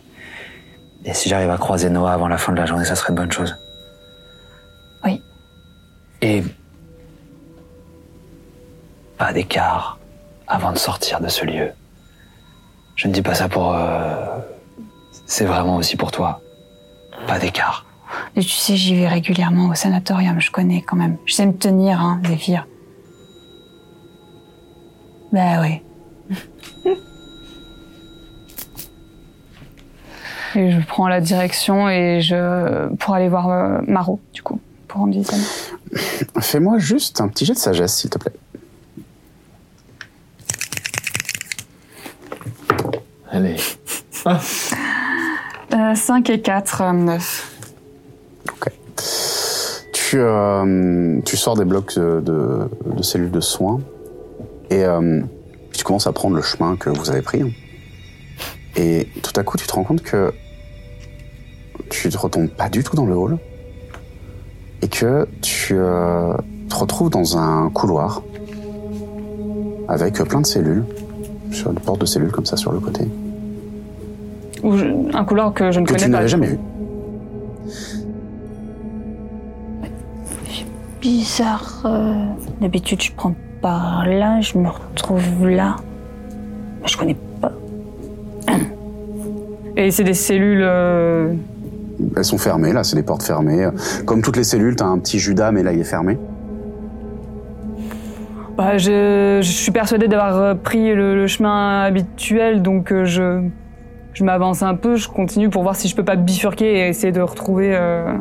Speaker 7: et si j'arrive à croiser Noah avant la fin de la journée, ça serait une bonne chose.
Speaker 6: Oui.
Speaker 7: Et pas d'écart avant de sortir de ce lieu. Je ne dis pas ça pour. euh, C'est vraiment aussi pour toi. Pas d'écart.
Speaker 6: et tu sais, j'y vais régulièrement au sanatorium, je connais quand même. Je sais me tenir, hein, Zéphyr. Bah oui. et je prends la direction et je pour aller voir euh, Maro, du coup, pour rendre visite. à Maro.
Speaker 1: Fais-moi juste un petit jet de sagesse, s'il te plaît.
Speaker 7: Allez.
Speaker 6: Euh, 5 et 4, 9.
Speaker 1: Tu, euh, tu sors des blocs de, de- de cellules de soins et euh, tu commences à prendre le chemin que vous avez pris. Et tout à coup, tu te rends compte que tu ne retombes pas du tout dans le hall et que tu euh, te retrouves dans un couloir avec plein de cellules, sur une porte de cellules comme ça sur le côté
Speaker 6: Ou je- un couloir que je ne
Speaker 1: que
Speaker 6: connais
Speaker 1: tu
Speaker 6: pas.
Speaker 1: n'avais jamais vu.
Speaker 6: bizarre. euh, D'habitude, je prends par là, je me retrouve là. Je connais pas.
Speaker 4: Et c'est des cellules. euh,
Speaker 1: Elles sont fermées, là, c'est des portes fermées. Comme toutes les cellules, t'as un petit Judas, mais là, il est fermé.
Speaker 4: bah, je, je suis persuadée d'avoir euh, pris le, le chemin habituel, donc euh, je, je m'avance un peu, je continue pour voir si je peux pas bifurquer et essayer de retrouver. euh,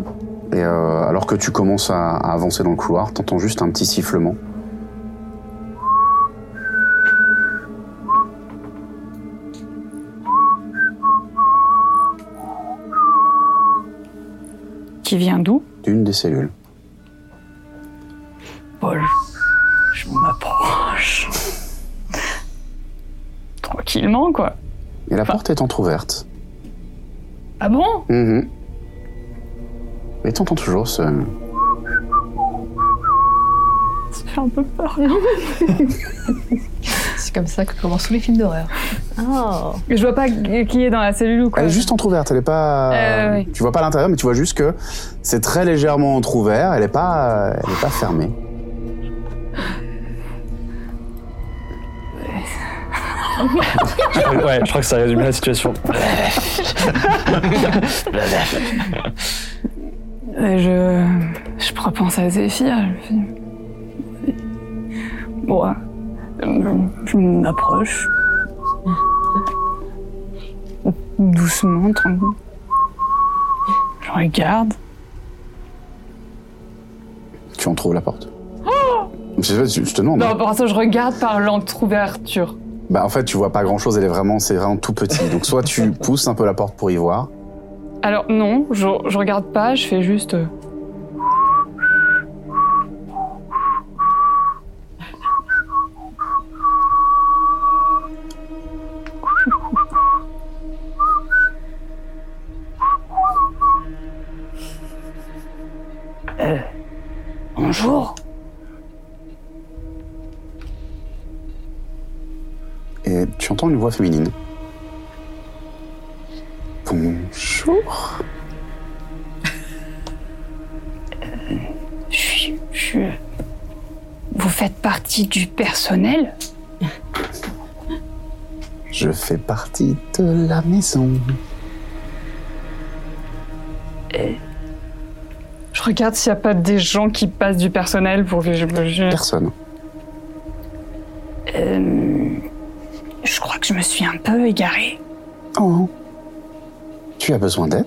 Speaker 1: Et euh, alors que tu commences à, à avancer dans le couloir, t'entends juste un petit sifflement.
Speaker 4: Qui vient d'où
Speaker 1: D'une des cellules.
Speaker 4: Paul. Je m'approche. Tranquillement, quoi.
Speaker 1: Et la porte est entr'ouverte.
Speaker 4: Ah bon
Speaker 1: Mhm. Et t'entends toujours ce...
Speaker 4: Ça fait un peu peur.
Speaker 12: C'est comme ça que commencent tous les films d'horreur.
Speaker 2: Oh,
Speaker 4: Je vois pas qui est dans la cellule ou quoi.
Speaker 1: Elle est Euh, juste entrouverte, elle est pas...
Speaker 4: Euh, oui.
Speaker 1: Tu vois pas l'intérieur, mais tu vois juste que c'est très légèrement entrouvert, elle est pas, elle est pas fermée.
Speaker 7: ouais, je crois que ça résume la situation.
Speaker 4: Et je. Je prends pense à Zéphir. Je me dis- Bon, hein. je m'approche. Doucement, tranquille. Je regarde.
Speaker 1: Tu entrouves la porte. Je, sais pas, je- je te demande.
Speaker 4: Oh Non, pour ça, je regarde par l'entrouverture.
Speaker 1: Bah en fait, tu vois pas grand-chose, elle est vraiment, c'est vraiment tout petit. Donc soit tu pousses un peu la porte pour y voir.
Speaker 4: Alors, non, je, je regarde pas, je fais juste. euh,
Speaker 6: Euh, bonjour.
Speaker 1: Et tu entends une voix féminine. Bonjour.
Speaker 6: Je suis. euh. Je... Vous faites partie du personnel
Speaker 1: Je fais partie de la maison.
Speaker 4: Je regarde s'il n'y a pas des gens qui passent du personnel pour que je. je-
Speaker 1: Personne.
Speaker 6: Euh, Je crois que je me suis un peu égarée.
Speaker 1: Oh. Tu as besoin d'aide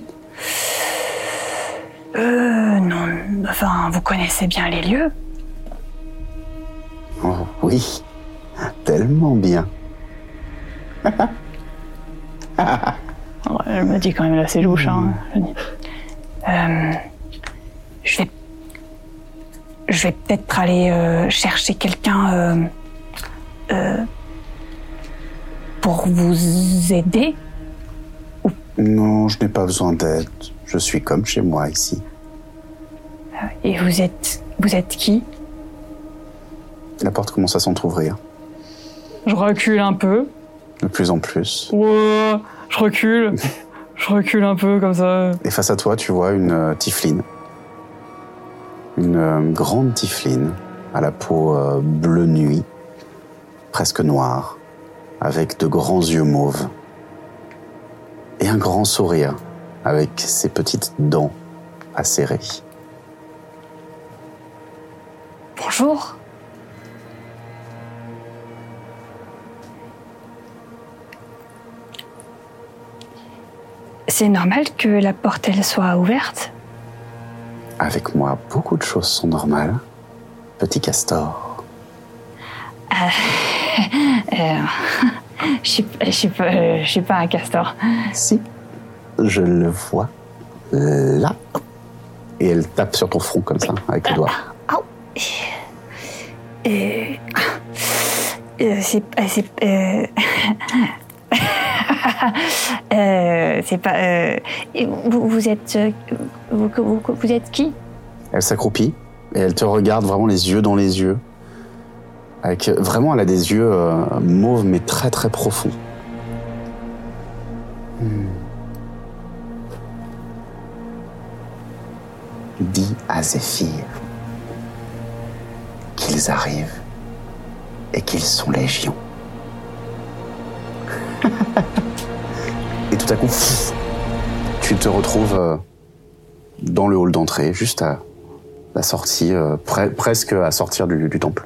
Speaker 6: Euh, non. Enfin, vous connaissez bien les lieux.
Speaker 1: Oh oui. Tellement bien.
Speaker 6: Ouais, elle me dit quand même là, c'est louche. Hein. Je dis. Euh, je vais, je vais peut-être aller euh, chercher quelqu'un euh, euh, pour vous aider.
Speaker 1: Non, je n'ai pas besoin d'aide. Je suis comme chez moi ici.
Speaker 6: Et vous êtes, vous êtes qui
Speaker 1: La porte commence à s'entrouvrir.
Speaker 4: Je recule un peu.
Speaker 1: De plus en plus.
Speaker 4: Ouah, je recule. je recule un peu comme ça.
Speaker 1: Et face à toi, tu vois une euh, tiefling. Une euh, grande tiefline à la peau euh, bleu nuit, presque noire, avec de grands yeux mauves. Et un grand sourire, avec ses petites dents acérées.
Speaker 6: Bonjour. C'est normal que la porte elle soit ouverte.
Speaker 1: Avec moi, beaucoup de choses sont normales. Petit castor.
Speaker 6: Euh, euh, je suis, je suis pas, euh, je suis pas un castor.
Speaker 1: Si. Je le vois là. Et elle tape sur ton front comme ça, avec le doigt.
Speaker 6: Euh, euh, c'est, euh, c'est, euh, euh, c'est pas. euh, et vous, vous êtes, euh, vous, vous- vous êtes qui
Speaker 1: Elle s'accroupit et elle te regarde vraiment les yeux dans les yeux. Avec, vraiment, elle a des yeux euh, mauves mais très très profonds. Hmm. Dis à Zéphyr
Speaker 13: qu'ils arrivent et qu'ils sont légion.
Speaker 1: Et tout à coup, tu te retrouves euh, dans le hall d'entrée, juste à la sortie, euh, pre- presque à sortir du, du temple.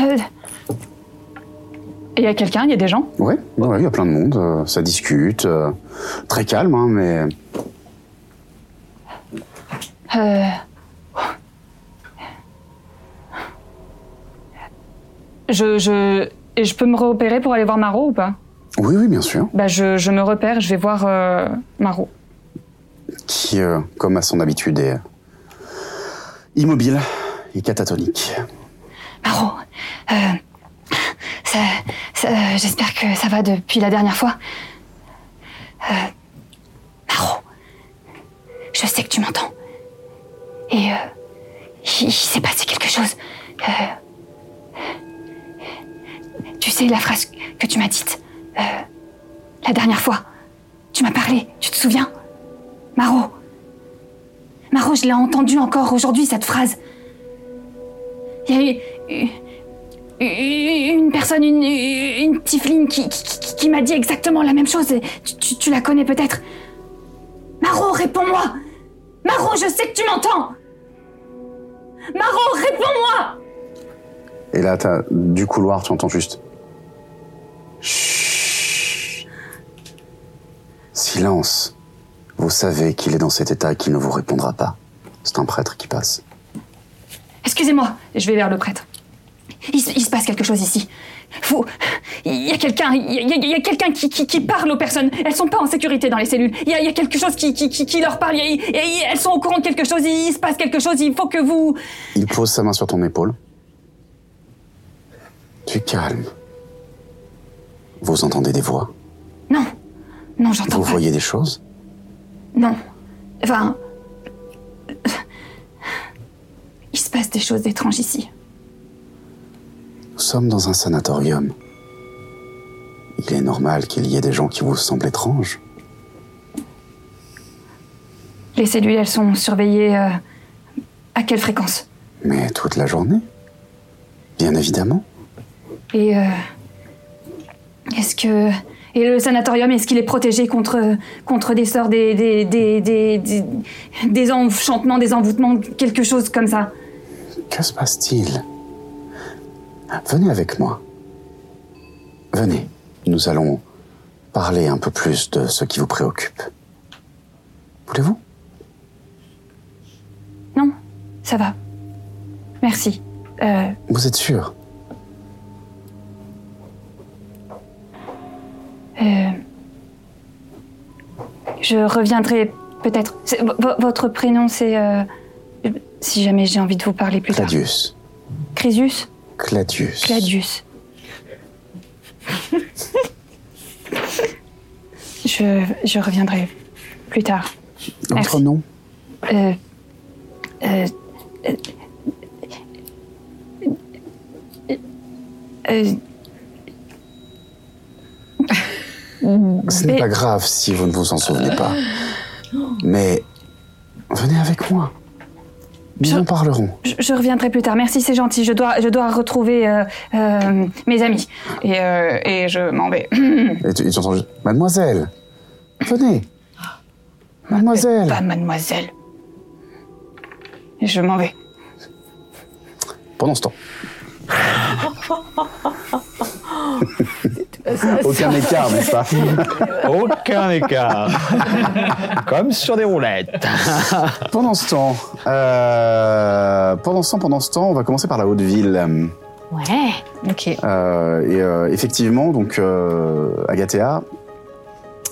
Speaker 14: Euh, Il y a quelqu'un, il y a des gens.
Speaker 1: Ouais, ouais, ouais, il y a plein de monde, euh, ça discute, euh, très calme, hein, mais
Speaker 15: Euh,
Speaker 14: Je, je... Et je peux me repérer pour aller voir Maro ou pas
Speaker 1: oui, oui, bien sûr,
Speaker 14: Bah je, je me repère, je vais voir euh, Maro.
Speaker 1: qui, euh, comme à son habitude, est immobile et catatonique.
Speaker 4: Maro, euh, ça- ça- j'espère que ça va depuis la dernière fois. Euh, Maro, je sais que tu m'entends. Et euh, il, il s'est passé quelque chose. Euh, tu sais la phrase que tu m'as dite euh, la dernière fois. Tu m'as parlé, tu te souviens Maro. Maro, je l'ai entendue encore aujourd'hui, cette phrase. Il y a eu- eu- eu- une personne, une, une tiefling qui, qui, qui- qui m'a dit exactement la même chose. Tu, tu- tu la connais peut-être Maro, réponds-moi Maro, je sais que tu m'entends Maro, réponds-moi
Speaker 1: Et là, t'as- du couloir, tu entends juste. Chut. Silence. Vous savez qu'il est dans cet état et qu'il ne vous répondra pas. C'est un prêtre qui passe.
Speaker 4: Excusez-moi, je vais vers le prêtre. Il, se- il se passe quelque chose ici. Vous, il y a quelqu'un, il y a, il y a quelqu'un qui, qui- qui parle aux personnes. Elles sont pas en sécurité dans les cellules. Il y a, il y a quelque chose qui, qui- qui- qui leur parle. Il y a- il y a- elles sont au courant de quelque chose. Il, il se passe quelque chose. Il faut que vous.
Speaker 1: Il pose sa main sur ton épaule. Tu calmes. Vous entendez des voix.
Speaker 4: Non, non, j'entends
Speaker 1: Vous
Speaker 4: pas.
Speaker 1: voyez des choses.
Speaker 4: Non. Enfin. Il se passe des choses étranges ici.
Speaker 1: Nous sommes dans un sanatorium. Il est normal qu'il y ait des gens qui vous semblent étranges.
Speaker 4: Les cellules, elles sont surveillées euh, à quelle fréquence
Speaker 1: Mais toute la journée. Bien évidemment.
Speaker 4: Et. euh, est-ce que. Et le sanatorium, est-ce qu'il est protégé contre, contre des sorts, des, des, des, des, des, des enchantements, des envoûtements, quelque chose comme ça
Speaker 1: Que se passe-t-il Venez avec moi. Venez, nous allons parler un peu plus de ce qui vous préoccupe. Voulez-vous
Speaker 4: Non Ça va. Merci. Euh,
Speaker 1: Vous êtes sûr
Speaker 4: euh, je reviendrai peut-être. C'est- vo- vo- votre prénom, c'est. euh, si jamais j'ai envie de vous parler plus tard.
Speaker 1: Cladius.
Speaker 4: Crésus
Speaker 1: Cladius.
Speaker 4: Cladius. je, je reviendrai plus tard.
Speaker 1: Votre nom
Speaker 4: Euh, euh, euh, euh,
Speaker 1: Ce
Speaker 4: euh,
Speaker 1: n'est pas grave si vous ne vous en souvenez pas. Mais venez avec moi. Nous en parlerons.
Speaker 4: je, je reviendrai plus tard. Merci, c'est gentil. Je dois, je dois retrouver euh, euh, mes amis. Et, euh, et je m'en vais.
Speaker 1: Et tu, et tu entends juste, Mademoiselle, venez. Mademoiselle.
Speaker 14: Pas mademoiselle. Et je m'en vais.
Speaker 1: Pendant ce temps.
Speaker 16: Aucun écart, n'est-ce
Speaker 1: pas
Speaker 17: Aucun écart. Comme sur des roulettes.
Speaker 1: Pendant ce temps, euh, pendant ce temps, pendant ce temps, on va commencer par la haute ville.
Speaker 16: Ouais. Ok.
Speaker 1: Euh, et euh, effectivement, donc euh, Agathea,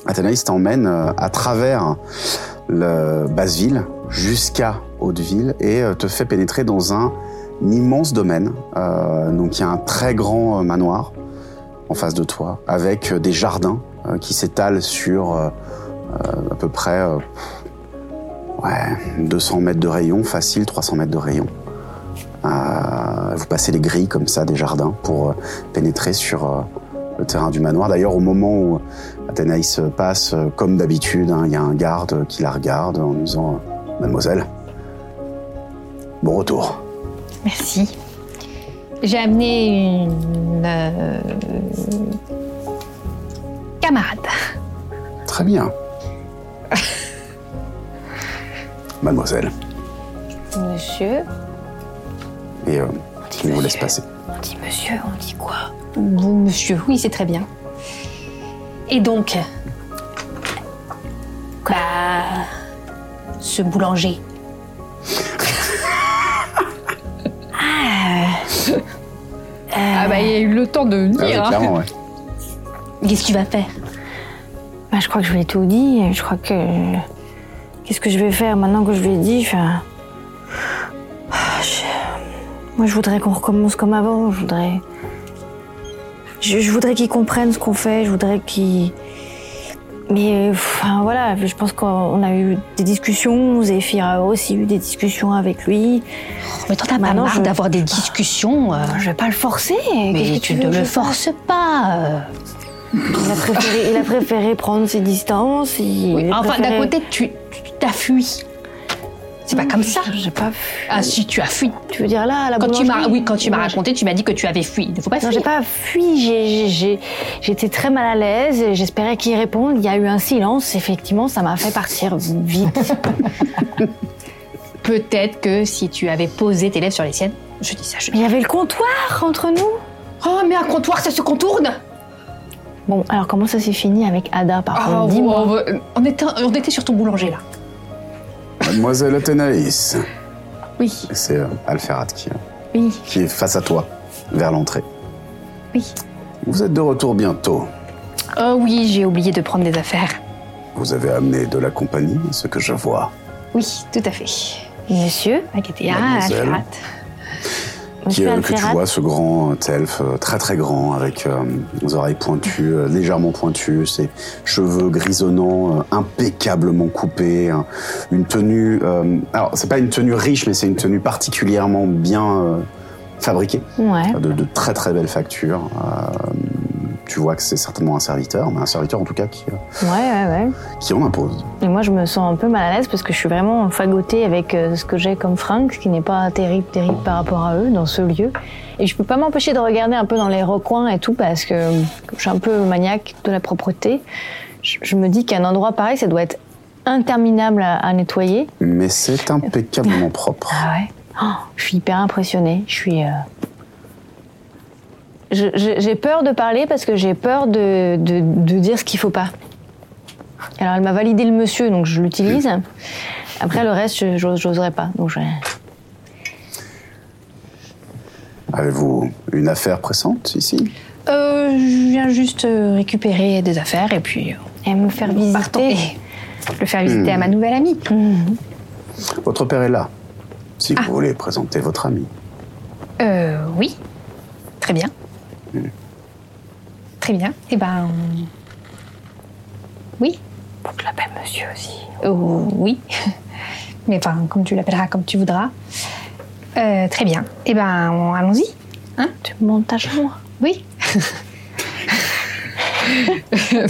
Speaker 1: Athénaïs t'emmène euh, à travers la basse ville jusqu'à Haute-Ville et euh, te fait pénétrer dans un immense domaine. Euh, donc il y a un très grand euh, manoir en face de toi avec euh, des jardins euh, qui s'étalent sur euh, euh, à peu près euh, ouais, 200 mètres de rayon, facile 300 mètres de rayon. Euh, vous passez les grilles comme ça des jardins pour euh, pénétrer sur euh, le terrain du manoir. D'ailleurs, au moment où euh, Athénaïs passe, euh, comme d'habitude, hein, il y a un garde qui la regarde en nous disant euh, Mademoiselle, bon retour.
Speaker 15: Merci. J'ai amené une euh, camarade.
Speaker 1: Très bien. Mademoiselle.
Speaker 16: Monsieur.
Speaker 1: Et euh, il vous laisse passer.
Speaker 15: On dit monsieur, on dit quoi Vous, monsieur, oui, c'est très bien. Et donc Bah. Ce boulanger. ah, euh,
Speaker 18: Ah bah il y a eu le temps de venir.
Speaker 1: Ah oui,
Speaker 18: hein.
Speaker 1: clairement, ouais.
Speaker 15: Qu'est-ce que tu vas faire
Speaker 2: Bah, je crois que je lui ai tout dit. Je crois que. Qu'est-ce que je vais faire maintenant que je lui ai dit Enfin, je- Moi, je voudrais qu'on recommence comme avant. Je voudrais. Je, je voudrais qu'ils comprennent ce qu'on fait. Je voudrais qu'ils. Mais euh, enfin voilà, je pense qu'on on a eu des discussions. Zéphir a aussi eu des discussions avec lui.
Speaker 15: Oh,
Speaker 2: Ah,
Speaker 15: Mais toi, t'as pas marre d'avoir des discussions. euh
Speaker 2: Je vais pas le forcer.
Speaker 15: Mais tu ne le forces pas. euh.
Speaker 2: Il a préféré, il a préféré prendre ses distances. Il
Speaker 15: Oui, euh,
Speaker 2: a
Speaker 15: enfin,
Speaker 2: préféré-
Speaker 15: d'un côté, tu tu t'as fui. C'est pas comme ça.
Speaker 2: J'ai pas fui.
Speaker 15: Ah si, tu as fui.
Speaker 2: Tu veux dire là, à la
Speaker 15: quand tu m'as,
Speaker 2: boulangerie
Speaker 15: Oui, quand tu m'as
Speaker 2: Ouais.
Speaker 15: raconté, tu m'as dit que tu avais fui. Il ne faut pas
Speaker 2: Non,
Speaker 15: fuir.
Speaker 2: j'ai pas fui, j'ai- j'ai- j'ai- j'étais très mal à l'aise, et j'espérais qu'ils répondent. Il y a eu un silence, effectivement, ça m'a fait partir vite.
Speaker 15: Peut-être que si tu avais posé tes lèvres sur les siennes, je dis ça. Je...
Speaker 2: Mais il y avait le comptoir entre nous.
Speaker 15: Oh, mais un comptoir, ça se contourne
Speaker 2: Bon, alors comment ça s'est fini avec Ada,
Speaker 15: Ah,
Speaker 2: par
Speaker 15: Oh,
Speaker 2: contre Dis-moi.
Speaker 15: on, veut- on était, on était sur ton boulanger là.
Speaker 1: Mademoiselle Athénaïs.
Speaker 15: Oui.
Speaker 1: C'est euh, Alferat qui, euh,
Speaker 15: Oui.
Speaker 1: qui est face à toi, vers l'entrée.
Speaker 15: Oui.
Speaker 1: Vous êtes de retour bientôt.
Speaker 15: Oh oui, j'ai oublié de prendre des affaires.
Speaker 1: Vous avez amené de la compagnie, ce que je vois.
Speaker 15: Oui, tout à fait.
Speaker 2: Monsieur
Speaker 15: Akatea,
Speaker 1: Mademoiselle.
Speaker 15: Alferat.
Speaker 1: qui,
Speaker 2: Monsieur
Speaker 1: euh, que tu
Speaker 2: Alferat.
Speaker 1: vois, ce grand euh, elfe euh, très très grand, avec euh, des oreilles pointues, euh, légèrement pointues, ses cheveux grisonnants, euh, impeccablement coupés, hein, une tenue. euh, alors, c'est pas une tenue riche, mais c'est une tenue particulièrement bien euh, fabriquée,
Speaker 2: Ouais.
Speaker 1: Ah, de, de très très belle facture. Euh, tu vois que c'est certainement un serviteur, mais un serviteur en tout cas qui, euh,
Speaker 2: Ouais, ouais, ouais.
Speaker 1: qui en impose.
Speaker 2: Et moi, je me sens un peu mal à l'aise parce que je suis vraiment fagotée avec euh, ce que j'ai comme fringue, ce qui n'est pas terrible, terrible par rapport à eux dans ce lieu. Et je peux pas m'empêcher de regarder un peu dans les recoins et tout parce que comme je suis un peu maniaque de la propreté. Je, je me dis qu'un endroit pareil, ça doit être interminable à, à nettoyer.
Speaker 1: Mais c'est impeccablement propre.
Speaker 2: Ah ouais. Oh, je suis hyper impressionnée. Je suis. euh, je- je- J'ai peur de parler parce que j'ai peur de, de- de dire ce qu'il faut pas. Alors elle m'a validé le monsieur, donc je l'utilise. Après le reste, je- j'ose- j'oserais pas. Donc je-
Speaker 1: Avez-vous une affaire pressante ici
Speaker 15: Euh, je viens juste euh, récupérer des affaires et puis.
Speaker 2: Et me faire visiter.
Speaker 15: le faire visiter
Speaker 1: Hmm.
Speaker 15: à ma nouvelle amie.
Speaker 1: Votre père est là. Si
Speaker 2: Ah.
Speaker 1: vous voulez présenter votre ami.
Speaker 15: Euh, oui. Très bien. Très bien. Eh ben. Oui. Faut que je l'appelle monsieur aussi. Oh, oui. Mais enfin, comme tu l'appelleras, comme tu voudras. Euh, très bien. Eh ben, on- allons-y. Hein
Speaker 2: Tu montes à moi
Speaker 15: Oui.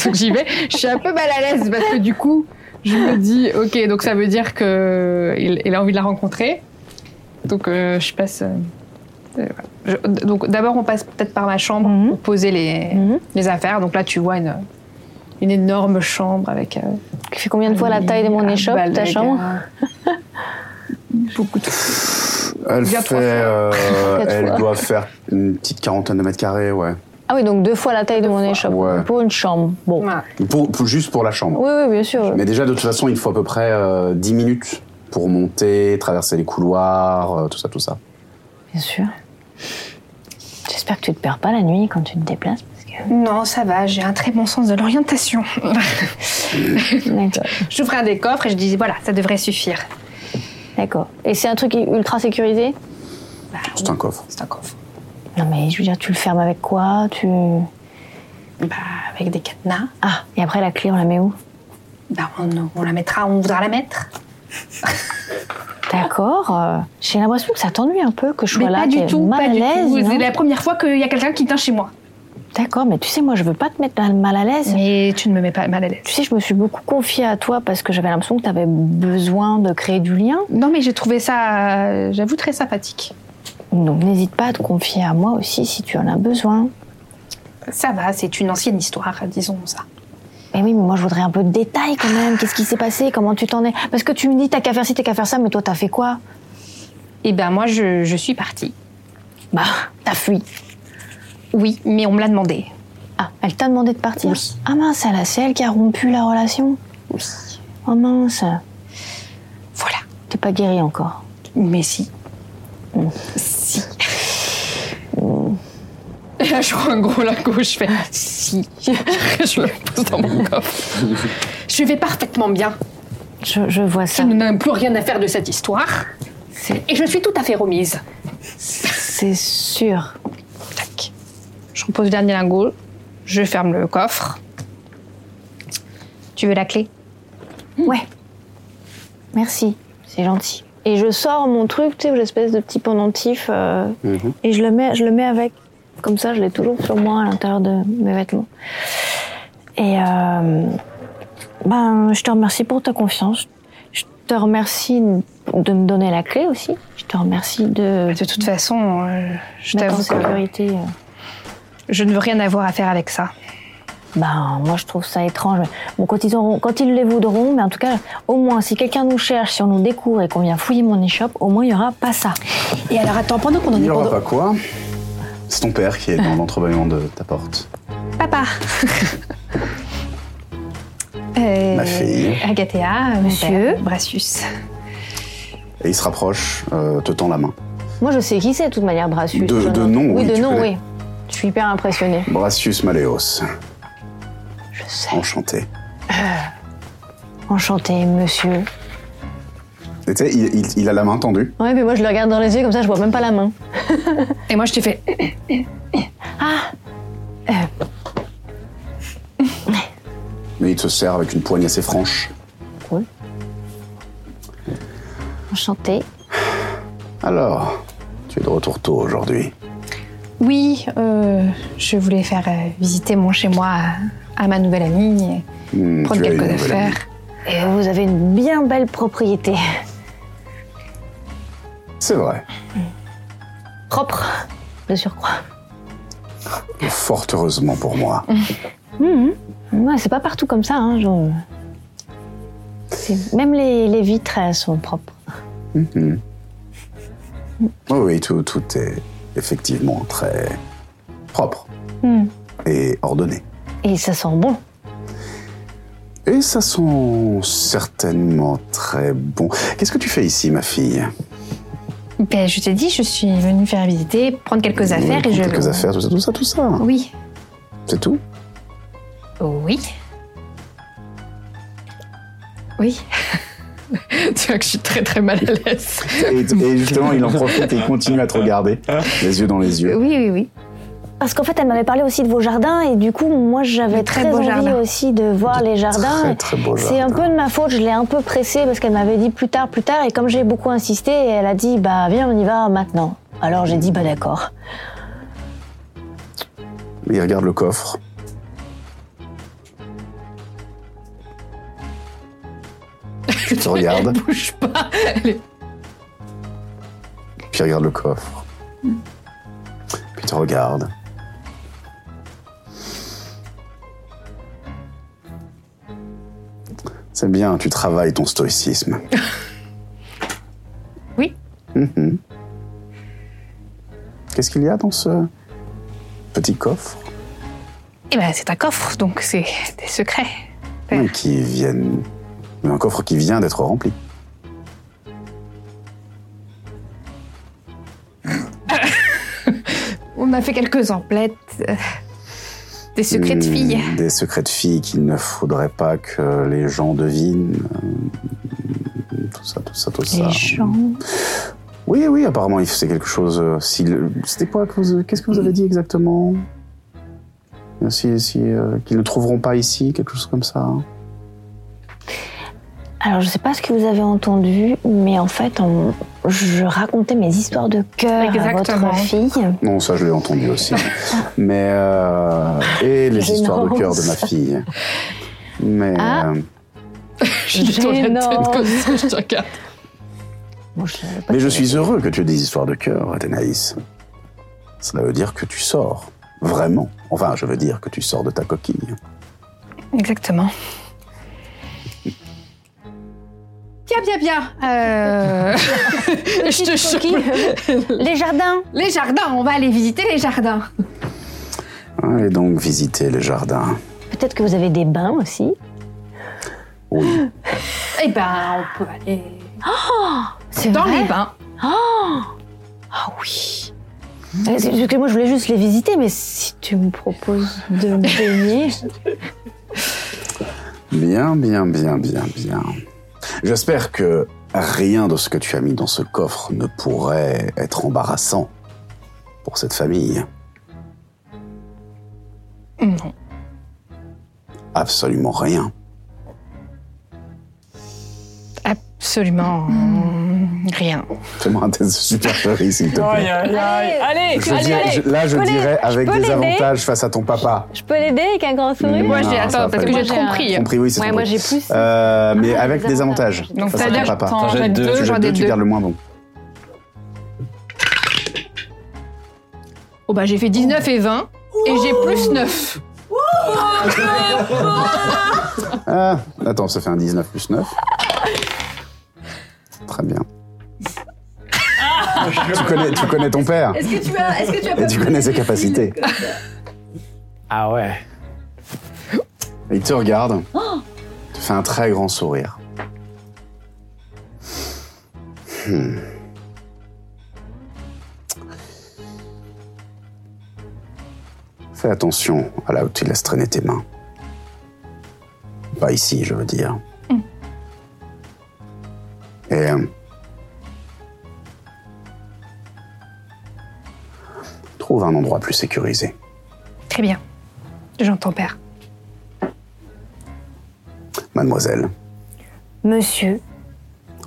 Speaker 18: donc j'y vais. Je suis un peu mal à l'aise parce que du coup, je me dis, ok, donc ça veut dire que il, il a envie de la rencontrer. Donc euh, je passe. euh, euh, voilà. Je- donc d'abord, on passe peut-être par ma chambre
Speaker 2: Mhm.
Speaker 18: pour poser les, les affaires. Donc là, tu vois une, une énorme chambre avec. euh,
Speaker 2: Qui fait combien de fois la taille de mon échoppe, ta chambre
Speaker 18: Beaucoup de.
Speaker 1: Elle
Speaker 2: Il y a
Speaker 1: fait,
Speaker 2: trois fois.
Speaker 1: euh,
Speaker 2: Quatre
Speaker 1: elle
Speaker 2: fois.
Speaker 1: doit faire une petite quarantaine de mètres carrés, ouais.
Speaker 2: Ah oui, donc deux fois la taille de mon échoppe
Speaker 1: Ouais.
Speaker 2: pour une chambre. Bon.
Speaker 1: Pour, pour- juste pour la chambre.
Speaker 2: Oui, oui, bien sûr.
Speaker 1: Mais déjà, de toute façon, il faut à peu près euh, 10 minutes pour monter, traverser les couloirs, euh, tout ça, tout ça.
Speaker 2: Bien sûr. J'espère que tu te perds pas la nuit quand tu te déplaces.
Speaker 15: Non, ça va, j'ai un très bon sens de l'orientation. J'ouvre un des coffres et je dis voilà, ça devrait suffire.
Speaker 2: D'accord. Et c'est un truc ultra sécurisé
Speaker 18: Bah,
Speaker 1: C'est un coffre.
Speaker 15: C'est un coffre.
Speaker 2: Non mais je veux dire, tu le fermes avec quoi Tu
Speaker 15: Bah, avec des cadenas.
Speaker 2: Ah, et après la clé, on la met où
Speaker 15: Bah, on, on la mettra, on voudra la mettre.
Speaker 2: D'accord. euh, J'ai l'impression que ça t'ennuie un peu que je sois
Speaker 15: Mais
Speaker 2: là,
Speaker 15: pas du
Speaker 2: t'es
Speaker 15: tout,
Speaker 2: mal
Speaker 15: pas
Speaker 2: à
Speaker 15: du
Speaker 2: l'aise.
Speaker 15: tout.
Speaker 2: non
Speaker 15: C'est la première fois qu'il y a quelqu'un qui vient chez moi.
Speaker 2: D'accord, mais tu sais, moi, je veux pas te mettre mal à l'aise.
Speaker 15: Mais tu ne me mets pas mal à l'aise.
Speaker 2: Tu sais, je me suis beaucoup confiée à toi parce que j'avais l'impression que tu avais besoin de créer du lien.
Speaker 15: Non, mais j'ai trouvé ça, euh, j'avoue, très sympathique.
Speaker 2: Donc, n'hésite pas à te confier à moi aussi si tu en as besoin.
Speaker 15: Ça va, c'est une ancienne histoire, disons ça.
Speaker 2: Mais Eh oui, mais moi je voudrais un peu de détails quand même. Qu'est-ce qui s'est passé Comment tu t'en es Parce que tu me dis t'as qu'à faire ci, t'as qu'à faire ça, mais toi t'as fait quoi
Speaker 15: Eh ben moi je, je suis partie.
Speaker 2: Bah, t'as fui.
Speaker 15: Oui, mais on me l'a demandé.
Speaker 2: Ah, elle t'a demandé de partir Ah mince, elle a- c'est elle qui a rompu la relation Oui. Oh mince.
Speaker 15: Voilà.
Speaker 2: T'es pas guérie encore.
Speaker 15: Mais si. Mm. Si. Mm.
Speaker 18: Et là, je prends un gros lingot, je fais si. je le pose dans mon coffre. Je vais parfaitement bien.
Speaker 2: Je, vois ça.
Speaker 18: Je n'ai plus rien à faire de cette histoire. Et je suis tout à fait remise.
Speaker 2: C'est sûr.
Speaker 15: Tac. Je repose le dernier lingot. Je ferme le coffre. Tu veux la clé
Speaker 2: Ouais. Merci, c'est gentil. Et je sors mon truc, tu sais, l'espèce de petit pendentif, euh, et je le mets, je le mets avec. Comme ça, je l'ai toujours sur moi à l'intérieur de mes vêtements. Et euh, ben, je te remercie pour ta confiance. Je te remercie de me donner la clé aussi. Je te remercie de.
Speaker 15: De toute façon, euh, je
Speaker 2: Mettre en
Speaker 15: t'avoue que
Speaker 2: sécurité, euh.
Speaker 15: je ne veux rien avoir à faire avec ça.
Speaker 2: Ben, moi, je trouve ça étrange. mais Bon, quand ils auront, quand ils les voudront, mais en tout cas, au moins, si quelqu'un nous cherche, si on nous découvre et qu'on vient fouiller mon échoppe, au moins, il n'y aura pas ça.
Speaker 15: Et alors, attends, pendant qu'on
Speaker 1: Il n'y aura pas quoi C'est ton père qui est dans l'entrebâillement de ta porte.
Speaker 15: Papa Euh,
Speaker 1: Ma fille.
Speaker 15: Agathea, monsieur. Brassus.
Speaker 1: Et il se rapproche, euh, te tend la main.
Speaker 2: Moi, je sais qui c'est, de toute manière, Brassus.
Speaker 1: De-
Speaker 2: Je-
Speaker 1: de nom, oui,
Speaker 2: de
Speaker 1: tu
Speaker 2: nom,
Speaker 1: connais.
Speaker 2: oui. Je suis hyper impressionnée.
Speaker 1: Brassius Maleos.
Speaker 2: Je sais.
Speaker 1: Enchanté.
Speaker 2: Enchanté, monsieur.
Speaker 1: Et tu sais, il, il- il a la main tendue.
Speaker 2: Ouais, mais moi, je le regarde dans les yeux, comme ça, je vois même pas la main.
Speaker 15: Et moi, je t'ai fait.
Speaker 2: Ah
Speaker 1: Mais il te serre avec une poigne assez franche.
Speaker 2: Enchanté.
Speaker 1: Alors, tu es de retour tôt aujourd'hui.
Speaker 15: Oui, euh, je voulais faire euh, visiter mon chez-moi à, à ma nouvelle amie.
Speaker 1: Hmm,
Speaker 15: Prendre
Speaker 1: tu as une
Speaker 15: quelques
Speaker 1: nouvelle amie.
Speaker 15: affaires.
Speaker 2: Et vous avez une bien belle propriété.
Speaker 1: C'est vrai.
Speaker 2: Propre, de surcroît.
Speaker 1: Fort heureusement pour moi.
Speaker 2: Hum, hum. Ouais, c'est pas partout comme ça, hein. genre. C'est- Même les, les vitres, elles sont propres.
Speaker 1: Mhm. Oui, Oh oui, tout, tout est effectivement très propre
Speaker 2: Hum.
Speaker 1: et ordonné.
Speaker 2: Et ça sent bon.
Speaker 1: Et ça sent certainement très bon. Qu'est-ce que tu fais ici, ma fille
Speaker 15: Ben, je t'ai dit, je suis venue faire visiter, prendre quelques affaires et
Speaker 1: prendre
Speaker 15: je.
Speaker 1: quelques affaires, tout ça, tout ça, tout ça.
Speaker 15: Oui,
Speaker 1: C'est tout
Speaker 15: oui. Oui.
Speaker 18: tu vois que je suis très très mal à l'aise.
Speaker 1: et, et justement, il en profite et il continue à te regarder, les yeux dans les yeux.
Speaker 2: Oui, oui, oui. Parce qu'en fait, elle m'avait parlé aussi de vos jardins et du coup, moi, j'avais très,
Speaker 15: beaux
Speaker 2: envie
Speaker 15: jardins.
Speaker 2: aussi de voir les jardins.
Speaker 1: très, très beaux
Speaker 2: C'est un peu de ma faute, je l'ai un peu pressée parce qu'elle m'avait dit plus tard, plus tard. Et comme j'ai beaucoup insisté, elle a dit, bah viens, on y va maintenant. Alors j'ai dit, bah d'accord.
Speaker 1: Il regarde le coffre. Il te regarde.
Speaker 18: Elle bouge pas. Elle est-
Speaker 1: Puis il regarde le coffre. Puis tu regardes. C'est bien, tu travailles ton stoïcisme.
Speaker 15: Oui.
Speaker 1: Mhm. Qu'est-ce qu'il y a dans ce petit coffre
Speaker 15: Eh ben, c'est un coffre, donc c'est des secrets.
Speaker 1: Oui, qui viennent... Un coffre qui vient d'être rempli.
Speaker 15: On a fait quelques emplettes. euh, des secrets de
Speaker 1: Hmm,
Speaker 15: filles.
Speaker 1: Des secrets de filles qu'il ne faudrait pas que les gens devinent. euh, Tout ça, tout ça, tout ça.
Speaker 15: Les gens.
Speaker 1: Oui, oui, apparemment, il faisait quelque chose. euh, s'il- C'était quoi que vous- Qu'est-ce que vous avez dit exactement Euh, hein. Si, si, euh, qu'ils ne trouveront pas ici, quelque chose comme ça.
Speaker 2: Alors, je sais pas ce que vous avez entendu, mais en fait, on- je racontais mes histoires de cœur à
Speaker 1: Exactement.
Speaker 2: votre fille.
Speaker 1: Non, ça je l'ai entendu aussi. Mais euh, et les
Speaker 2: Gênant,
Speaker 1: histoires de cœur de ma
Speaker 2: ça.
Speaker 1: fille. Mais
Speaker 2: Ah.
Speaker 1: euh,
Speaker 18: Je détourne la tête comme ça, je te regarde.
Speaker 1: mais je suis heureux que tu aies des histoires de cœur, Athénaïs. Cela veut dire que tu sors vraiment. Enfin, je veux dire que tu sors de ta coquille.
Speaker 15: Exactement.
Speaker 18: Bien, bien, bien. Euh... je te choque.
Speaker 15: Les jardins.
Speaker 18: Les jardins, on va aller visiter les jardins.
Speaker 1: Allez donc visiter les jardins.
Speaker 2: Peut-être que vous avez des bains aussi.
Speaker 18: Eh ben, on peut aller.
Speaker 2: C'est
Speaker 18: Dans
Speaker 2: vrai
Speaker 18: les bains.
Speaker 2: Ah oui. Moi, je voulais Euh, juste les visiter, mais si tu me proposes de me baigner.
Speaker 1: Bien, bien, bien, bien, bien. J'espère que rien de ce que tu as mis dans ce coffre ne pourrait être embarrassant pour cette famille.
Speaker 15: Non.
Speaker 1: Absolument rien.
Speaker 15: Absolument
Speaker 18: Hmm.
Speaker 15: rien.
Speaker 1: Fais-moi un test de supercherie, s'il te plaît.
Speaker 16: Allez,
Speaker 1: Je dirais- je- là, je
Speaker 16: peux l'aider,
Speaker 1: dirais avec
Speaker 16: peux
Speaker 1: des
Speaker 16: l'aider
Speaker 1: avantages face à ton papa.
Speaker 16: Je peux l'aider avec un grand sourire
Speaker 1: Non, ça va pas être- Compris, oui, c'est
Speaker 16: Ouais,
Speaker 1: compris.
Speaker 16: moi j'ai plus.
Speaker 1: Euh,
Speaker 6: Ah,
Speaker 1: mais avec des avantages.
Speaker 16: Donc,
Speaker 1: face à
Speaker 16: c'est-à-dire
Speaker 1: ton papa.
Speaker 16: que t'en jettes deux,
Speaker 1: Tu
Speaker 16: j'en
Speaker 1: jettes deux,
Speaker 16: jette
Speaker 1: tu
Speaker 16: deux.
Speaker 1: gardes le moins bon.
Speaker 18: Oh bah j'ai fait 19 et 20 et j'ai plus 9.
Speaker 1: Ah, attends, ça fait un 19 plus 9. Très bien. tu, connais, tu connais ton père.
Speaker 6: Ah. Est-ce que tu as. Est-ce que tu as
Speaker 1: Et tu connais ses capacités. Ah ouais. Il te regarde,
Speaker 6: Oh
Speaker 1: te fait un très grand sourire. Hmm. Fais attention à là où tu laisses traîner tes mains. Pas ici, je veux dire.
Speaker 6: Mm.
Speaker 1: Et euh, trouve un endroit plus sécurisé.
Speaker 15: Très bien. J'entends père.
Speaker 1: Mademoiselle
Speaker 2: Monsieur,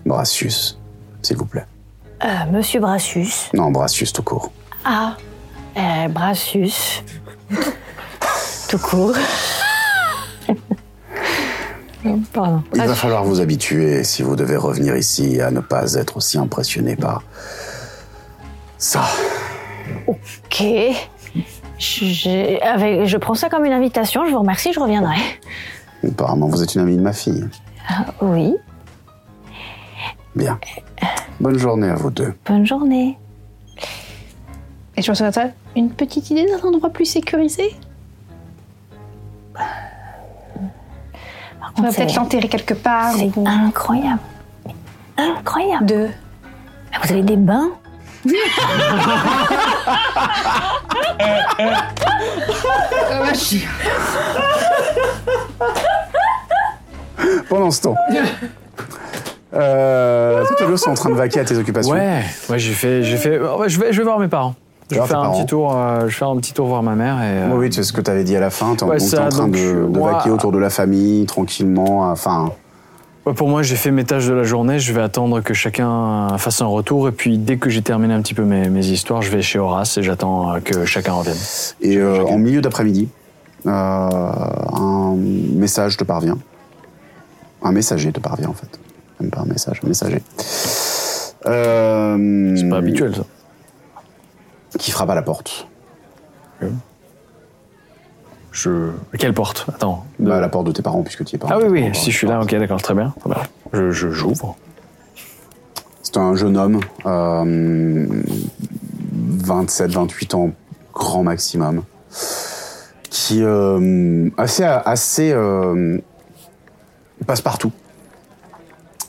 Speaker 1: Brassius, s'il vous plaît.
Speaker 2: euh, Monsieur Brassus.
Speaker 1: Non, Brassius tout court.
Speaker 2: Ah, euh, Brassus. tout court. Pardon.
Speaker 1: Il va falloir vous habituer, si vous devez revenir ici, à ne pas être aussi impressionné par ça.
Speaker 2: Ok. Je, je- avec- je prends ça comme une invitation. Je vous remercie, je reviendrai.
Speaker 1: Apparemment, vous êtes une amie de ma fille.
Speaker 2: Ah, oui.
Speaker 1: Bien. Bonne journée à vous deux.
Speaker 2: Bonne journée.
Speaker 15: Et je reçois toi une petite idée d'un endroit plus sécurisé On va
Speaker 2: c'est-
Speaker 15: peut-être l'enterrer quelque part.
Speaker 2: C'est incroyable. Incroyable. Deux. Vous avez des bains
Speaker 1: Pendant ce temps, euh, tout le monde sont en train de vaquer à tes occupations.
Speaker 17: Ouais, ouais j'ai fait, j'ai fait. oh, ouais, je vais, je vais voir mes parents. Je vais
Speaker 1: voir
Speaker 17: faire
Speaker 1: tes
Speaker 17: un
Speaker 1: parents.
Speaker 17: petit tour. euh, je vais faire un petit tour voir ma mère et. euh,
Speaker 1: Oui, oui, c'est ce que tu avais dit à la fin. T'es en-
Speaker 17: Ouais,
Speaker 1: donc t'es
Speaker 17: ça,
Speaker 1: en train
Speaker 17: donc,
Speaker 1: de, de
Speaker 17: moi-
Speaker 1: vaquer autour de la famille, tranquillement, enfin...
Speaker 17: ouais, pour moi, j'ai fait mes tâches de la journée. Je vais attendre que chacun euh, fasse un retour et puis dès que j'ai terminé un petit peu mes, mes histoires, je vais chez Horace et j'attends euh, que chacun revienne.
Speaker 1: Et euh, en milieu d'après-midi, euh, un message te parvient. Un messager te parvient, en fait. Même pas un message, un messager. C'est pas habituel,
Speaker 17: ça.
Speaker 1: Qui frappe à la porte.
Speaker 17: Je. Quelle porte Attends.
Speaker 1: Bah, la porte de tes parents, puisque tu y es pas.
Speaker 17: Ah oui, oui. Si je suis là, ok, d'accord, très bien. Voilà. Je, je- j'ouvre.
Speaker 1: C'est un jeune homme, euh, 27-28 ans, grand maximum, qui euh, assez assez euh, passe partout,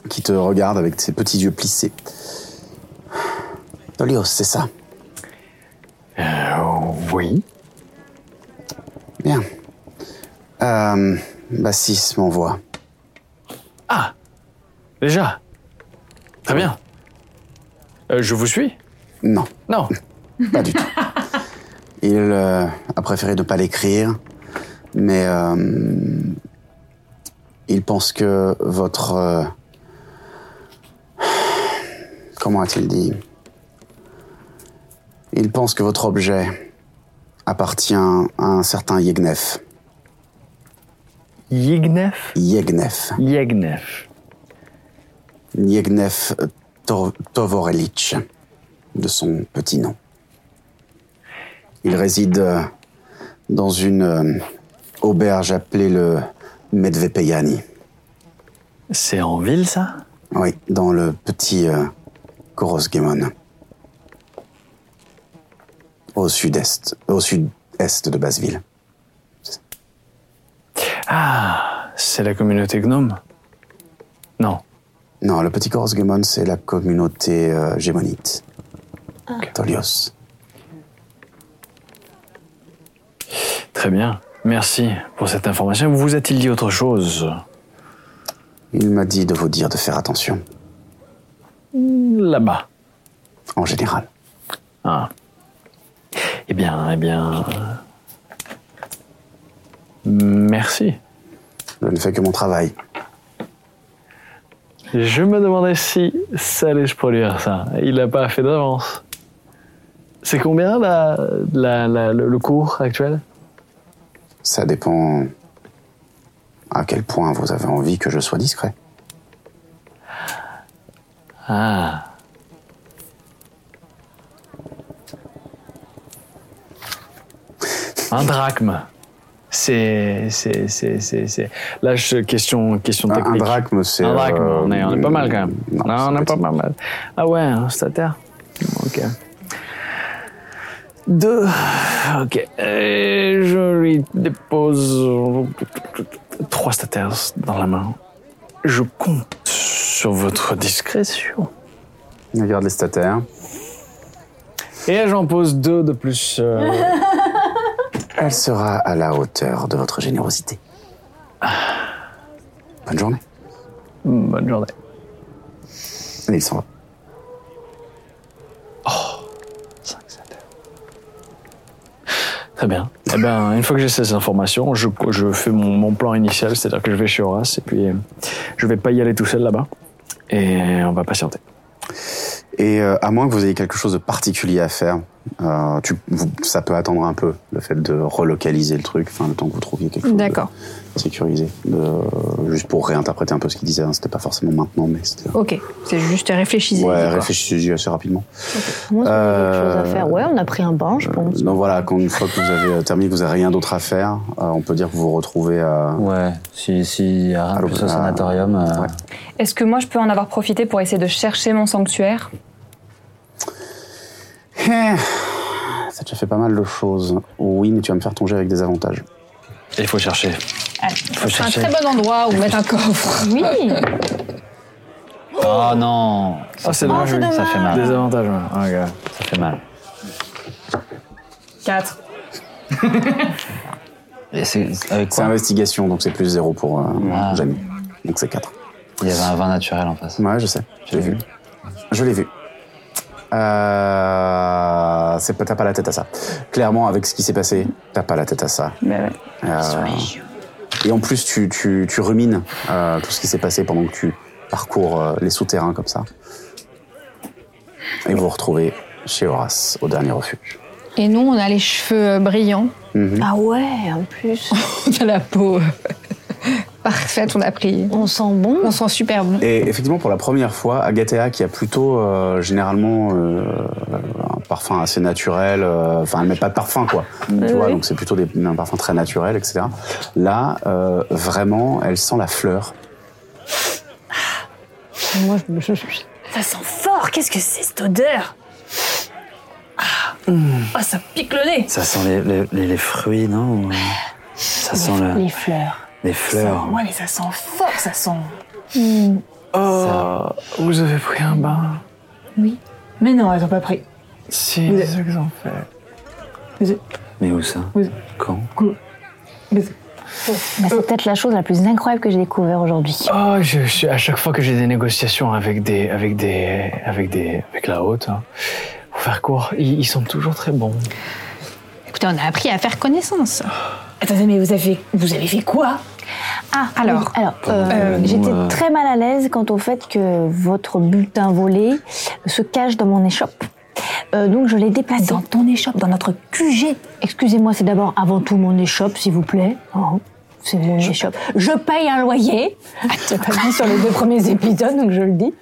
Speaker 1: qui te regarde avec ses petits yeux plissés. Tolios, c'est ça.
Speaker 17: oui.
Speaker 1: Bien. Euh, Bassis m'envoie.
Speaker 17: Ah Déjà Très bien. Euh, je vous suis
Speaker 1: Non.
Speaker 17: Non.
Speaker 1: Pas du tout. Il euh, a préféré ne pas l'écrire, mais euh, Il pense que votre... euh, Comment a-t-il dit Il pense que votre objet appartient à un certain Yegnef.
Speaker 7: Yignef
Speaker 1: Yegnef.
Speaker 7: Yegnef.
Speaker 1: Yegnef Tor- Tovorelic, de son petit nom. Il réside euh, dans une euh, auberge appelée le Medvepeyani.
Speaker 7: C'est en ville, ça
Speaker 1: Oui, dans le petit euh, Korosgemon. Au sud-est, au sud-est de Basseville.
Speaker 7: Ah, c'est la communauté gnome. Non.
Speaker 1: Non, le petit Korosgemon, c'est la communauté euh, gémonite.
Speaker 7: Ah.
Speaker 1: Tolios.
Speaker 7: Très bien. Merci pour cette information. Vous a-t-il dit autre chose
Speaker 1: Il m'a dit de vous dire de faire attention.
Speaker 7: Là-bas.
Speaker 1: En général.
Speaker 7: Ah. Eh bien, eh bien. Merci.
Speaker 1: Je ne fais que mon travail.
Speaker 7: Je me demandais si ça allait se produire, ça. Il n'a pas fait d'avance. C'est combien la, la- la- le, le cours actuel
Speaker 1: Ça dépend à quel point vous avez envie que je sois discret.
Speaker 7: Ah. Un drachme. C'est. c'est- c'est- c'est- c'est- Là, je- question, question
Speaker 1: Un- un
Speaker 7: technique.
Speaker 1: drachme, c'est,
Speaker 7: Un drachme,
Speaker 1: euh,
Speaker 7: Ah on, est, on est pas mal quand même.
Speaker 1: non,
Speaker 7: Non, on
Speaker 1: c'est
Speaker 7: est pas mal. Ah ouais, un stataire. Ok. Deux. Ok. Et je lui dépose trois stataires dans la main. Je compte sur votre discrétion.
Speaker 1: Il Regarde les stataires.
Speaker 7: Et j'en pose deux de plus. euh,
Speaker 1: Elle sera à la hauteur de votre générosité. Bonne journée.
Speaker 7: Bonne journée.
Speaker 1: Et il s'en va.
Speaker 7: Très bien. Eh ben, une fois que j'ai ces informations, je, je fais mon, mon plan initial, c'est-à-dire que je vais chez Horace et puis euh, je vais pas y aller tout seul là-bas. Et on va patienter.
Speaker 1: Et euh, à moins que vous ayez quelque chose de particulier à faire, euh, tu- vous- ça peut attendre un peu le fait de relocaliser le truc, enfin le temps que vous trouviez quelque chose
Speaker 15: D'accord.
Speaker 1: de sécurisé, de- juste pour réinterpréter un peu ce qu'il disait. hein, C'était pas forcément maintenant, mais c'était.
Speaker 15: Ok, c'est juste réfléchissez.
Speaker 1: Ouais, réfléchissez-y assez rapidement.
Speaker 2: Moi, ça me dit quelque chose à
Speaker 1: Euh,
Speaker 2: faire. Ouais, on a pris un bain, je
Speaker 16: euh,
Speaker 2: pense.
Speaker 1: Donc voilà, quand une fois que vous avez euh, terminé, que vous n'avez rien d'autre à faire, euh, on peut dire que vous vous retrouvez euh, à.
Speaker 19: Ouais, si, si, à
Speaker 1: Allô,
Speaker 19: plus au
Speaker 1: à-
Speaker 19: sanatorium. euh,
Speaker 4: Est-ce que moi je peux en avoir profité pour essayer de chercher mon sanctuaire
Speaker 1: Eh, Ça te fait pas mal de choses. Oui, mais tu vas me faire ton jet avec des avantages.
Speaker 7: Il faut chercher.
Speaker 15: C'est un très bon endroit où mettre un coffre.
Speaker 2: Oui.
Speaker 19: Oh non
Speaker 7: Ah, c'est
Speaker 19: fait
Speaker 7: dommage,
Speaker 19: mal.
Speaker 7: oui.
Speaker 19: Ça fait mal.
Speaker 7: Des avantages, ouais. Ah, Ouais, ouais.
Speaker 19: Ça fait mal.
Speaker 4: 4.
Speaker 19: Et c'est avec
Speaker 1: C'est
Speaker 19: quoi
Speaker 1: investigation, donc c'est plus 0 pour euh,
Speaker 19: Ah.
Speaker 1: Jamie. Donc c'est 4.
Speaker 19: Il y avait un vin naturel en face.
Speaker 1: Ouais, je sais. Je l'ai vu. Je l'ai vu. Euh, c'est pas- T'as pas la tête à ça. Clairement, avec ce qui s'est passé, t'as pas la tête à ça. Euh, et en plus, tu, tu, tu rumines euh, tout ce qui s'est passé pendant que tu parcours euh, les souterrains comme ça. Et vous vous retrouvez chez Horace, au dernier refuge.
Speaker 20: Et nous, on a les cheveux euh, brillants.
Speaker 1: Mhm.
Speaker 20: Ah ouais, en plus. on a la peau euh, parfaite, on a pris.
Speaker 2: On sent bon.
Speaker 20: On sent super bon.
Speaker 1: Et effectivement, pour la première fois, Agathea, qui a plutôt euh, généralement euh, un parfum assez naturel, euh, enfin, elle met pas de parfum, quoi.
Speaker 21: Oui,
Speaker 1: Tu vois,
Speaker 21: oui.
Speaker 1: donc c'est plutôt des, un parfum très naturel, etc. Là, euh, vraiment, elle sent la fleur.
Speaker 22: Moi, je, je-
Speaker 6: Ça sent fort, qu'est-ce que c'est cette odeur Ah, Oh, ça pique le nez
Speaker 19: Ça sent les, les, les- les fruits, non ou- Ça sent le-
Speaker 6: Les fleurs.
Speaker 19: les fleurs.
Speaker 6: Ouais, mais ça sent fort, ça sent.
Speaker 2: Mm.
Speaker 7: Oh, vous avez pris un bain
Speaker 6: Oui. Mais non, elles ont pas pris.
Speaker 7: Si,
Speaker 6: Vous
Speaker 7: c'est
Speaker 6: êtes-
Speaker 7: ce qu'ils ont fait.
Speaker 6: Vous êtes-
Speaker 19: Mais où ça
Speaker 6: vous êtes-
Speaker 19: Quand
Speaker 2: Bah, c'est peut-être la chose la plus incroyable que j'ai découvert aujourd'hui.
Speaker 7: Oh, je, je- à chaque fois que j'ai des négociations avec des, avec des, avec des, avec la haute, hein, pour faire court, ils, ils sont toujours très bons.
Speaker 15: Écoutez, on a appris à faire connaissance.
Speaker 6: Attendez, mais vous avez, vous avez fait quoi
Speaker 2: Ah,
Speaker 15: Alors.
Speaker 2: oui, alors euh,
Speaker 15: Euh,
Speaker 2: j'étais
Speaker 15: euh,
Speaker 2: très mal à l'aise quant au fait que votre bulletin volé se cache dans mon échoppe. Euh, donc je l'ai déplacé. Dans ton échoppe, dans notre QG. Excusez-moi, c'est d'abord avant tout mon échoppe, s'il vous plaît. Oh, c'est mon échoppe. Je paye un loyer. tu n'as pas dit sur les deux premiers épisodes, donc je le dis.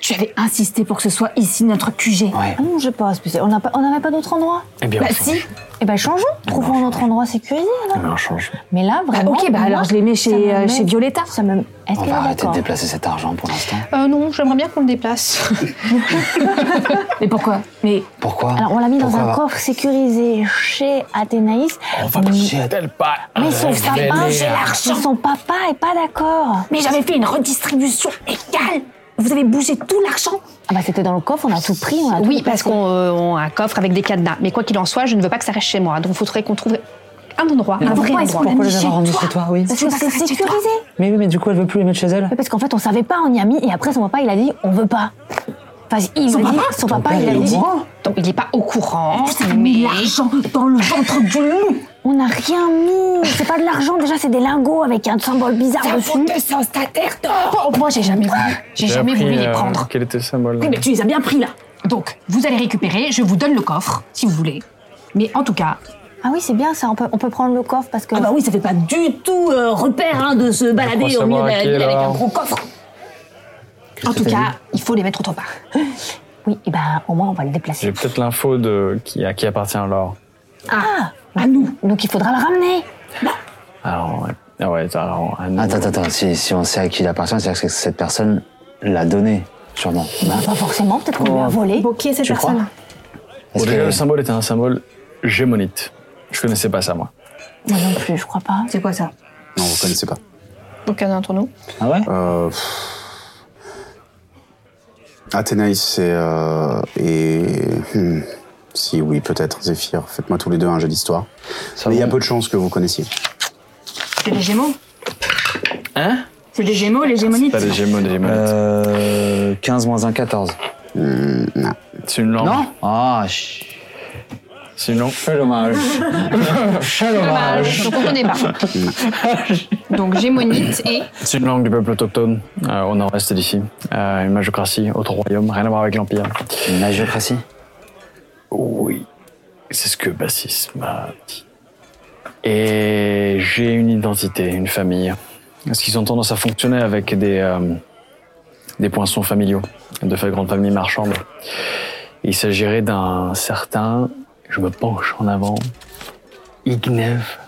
Speaker 2: Tu avais insisté pour que ce soit ici notre QG. Ah non, je pense. On n'a pas- on n'avait pas d'autre endroit.
Speaker 7: Eh bien, on
Speaker 2: bah,
Speaker 7: change.
Speaker 2: si. Eh ben changeons. Trouvons un autre endroit sécurisé. alors.
Speaker 7: Mais on change.
Speaker 2: Mais là, vraiment.
Speaker 15: ok, bah
Speaker 2: moi,
Speaker 15: alors,
Speaker 2: je les mets chez,
Speaker 15: euh, chez
Speaker 2: Violetta. Ça me... Est-ce
Speaker 23: On
Speaker 2: qu'elle est
Speaker 23: va arrêter de
Speaker 2: d'accord
Speaker 23: déplacer cet argent pour l'instant.
Speaker 15: Euh, non, j'aimerais bien qu'on le déplace.
Speaker 2: Mais pourquoi Mais
Speaker 23: Pourquoi
Speaker 2: alors on l'a mis dans
Speaker 23: Pourquoi
Speaker 2: un
Speaker 23: va-
Speaker 2: coffre sécurisé chez Athénaïs.
Speaker 23: On va toucher à tel pas.
Speaker 2: Mais son sapin,
Speaker 23: Révéler à-
Speaker 2: son papa est pas d'accord.
Speaker 4: Mais j'avais fait une redistribution égale. Vous avez bougé tout l'argent.
Speaker 2: Ah bah c'était dans le coffre, on a tout pris, on
Speaker 4: Ah,
Speaker 2: a
Speaker 15: Oui, parce qu'on euh, on a un coffre avec des cadenas. Mais quoi qu'il en soit, je ne veux pas que ça reste chez moi. Donc, il faudrait qu'on trouve un endroit, un vrai
Speaker 2: pourquoi est-ce
Speaker 15: endroit.
Speaker 2: qu'on l'a mis chez toi
Speaker 24: oui.
Speaker 2: Parce que c'est sécurisé.
Speaker 24: Mais oui, mais du coup, elle veut plus les mettre chez elle.
Speaker 2: Mais parce qu'en fait on savait pas, on y a mis et après son papa il a dit on veut pas. Enfin, il
Speaker 15: Son
Speaker 2: a dit,
Speaker 15: papa
Speaker 2: son papa
Speaker 15: père
Speaker 2: il
Speaker 15: est
Speaker 2: a
Speaker 15: au
Speaker 2: dit.
Speaker 15: courant Donc, il n'est pas au courant.
Speaker 2: Vous avez mis l'argent dans le ventre du loup. On n'a rien mis. C'est pas de l'argent déjà, c'est des lingots avec un symbole bizarre dessus.
Speaker 4: Oh,
Speaker 15: Moi, j'ai jamais voulu. J'ai jamais voulu les prendre.
Speaker 7: euh, Quel était le symbole
Speaker 15: Oui, mais tu les as bien pris là. Donc, vous allez récupérer. Je vous donne le coffre, si vous voulez. Mais en tout cas.
Speaker 2: Ah oui, c'est bien ça, on peut, on peut prendre le coffre parce que.
Speaker 4: Ah bah oui, ça fait pas du tout euh, repère hein, de se balader au milieu
Speaker 2: savoir
Speaker 4: de
Speaker 2: à
Speaker 4: la
Speaker 2: qui,
Speaker 4: ville avec
Speaker 2: là
Speaker 4: un gros coffre.
Speaker 15: En tout
Speaker 7: t'as
Speaker 15: cas, il faut les mettre autre part.
Speaker 2: Oui, et ben au moins on va le déplacer.
Speaker 7: J'ai peut-être l'info de qui, à qui appartient l'or.
Speaker 2: Ah, à nous. Donc il faudra le ramener.
Speaker 7: Alors, ouais. Ah ouais, alors, un
Speaker 23: Attends, attends, attends. Si, si on sait à qui il appartient, c'est-à-dire que cette personne l'a donné, sûrement.
Speaker 2: Bah, pas forcément, peut-être qu'on lui a volé. Ok, cette
Speaker 7: Tu personne. crois Bon, déjà, le symbole était un symbole gémonite. Je connaissais pas ça, moi.
Speaker 2: Moi non plus, je crois pas.
Speaker 15: C'est quoi ça
Speaker 1: Non, vous connaissez pas. Euh,
Speaker 25: Aucun d'entre nous.
Speaker 23: Ah ouais
Speaker 1: Athénaïs c'est... euh, et. hmm, si oui, peut-être, Zéphyr. Faites-moi tous les deux un jeu d'histoire. Mais il y a peu de chances que vous connaissiez.
Speaker 4: C'est les Gémeaux.
Speaker 7: Hein
Speaker 4: C'est les Gémeaux, les Gémonites.
Speaker 7: gémeaux, des gémonites.
Speaker 23: Euh, 15 moins 1, 14.
Speaker 1: non.
Speaker 7: C'est une langue.
Speaker 23: Non Ah, ch...
Speaker 7: C'est une langue.
Speaker 23: Quel dommage. Quel dommage.
Speaker 15: Donc, on connaît pas. Donc, gémonite et.
Speaker 7: C'est une langue du peuple autochtone euh, au nord-est d'ici. Euh, une magiocratie, autre royaume, rien à voir avec l'Empire.
Speaker 23: Une magiocratie
Speaker 7: Oui. C'est ce que Bassis m'a dit. Et j'ai une identité, une famille. Parce qu'ils ont tendance à fonctionner avec des, euh, des poinçons familiaux, de fa- grandes familles marchandes. Il s'agirait d'un certain, je me penche en avant, Ignef.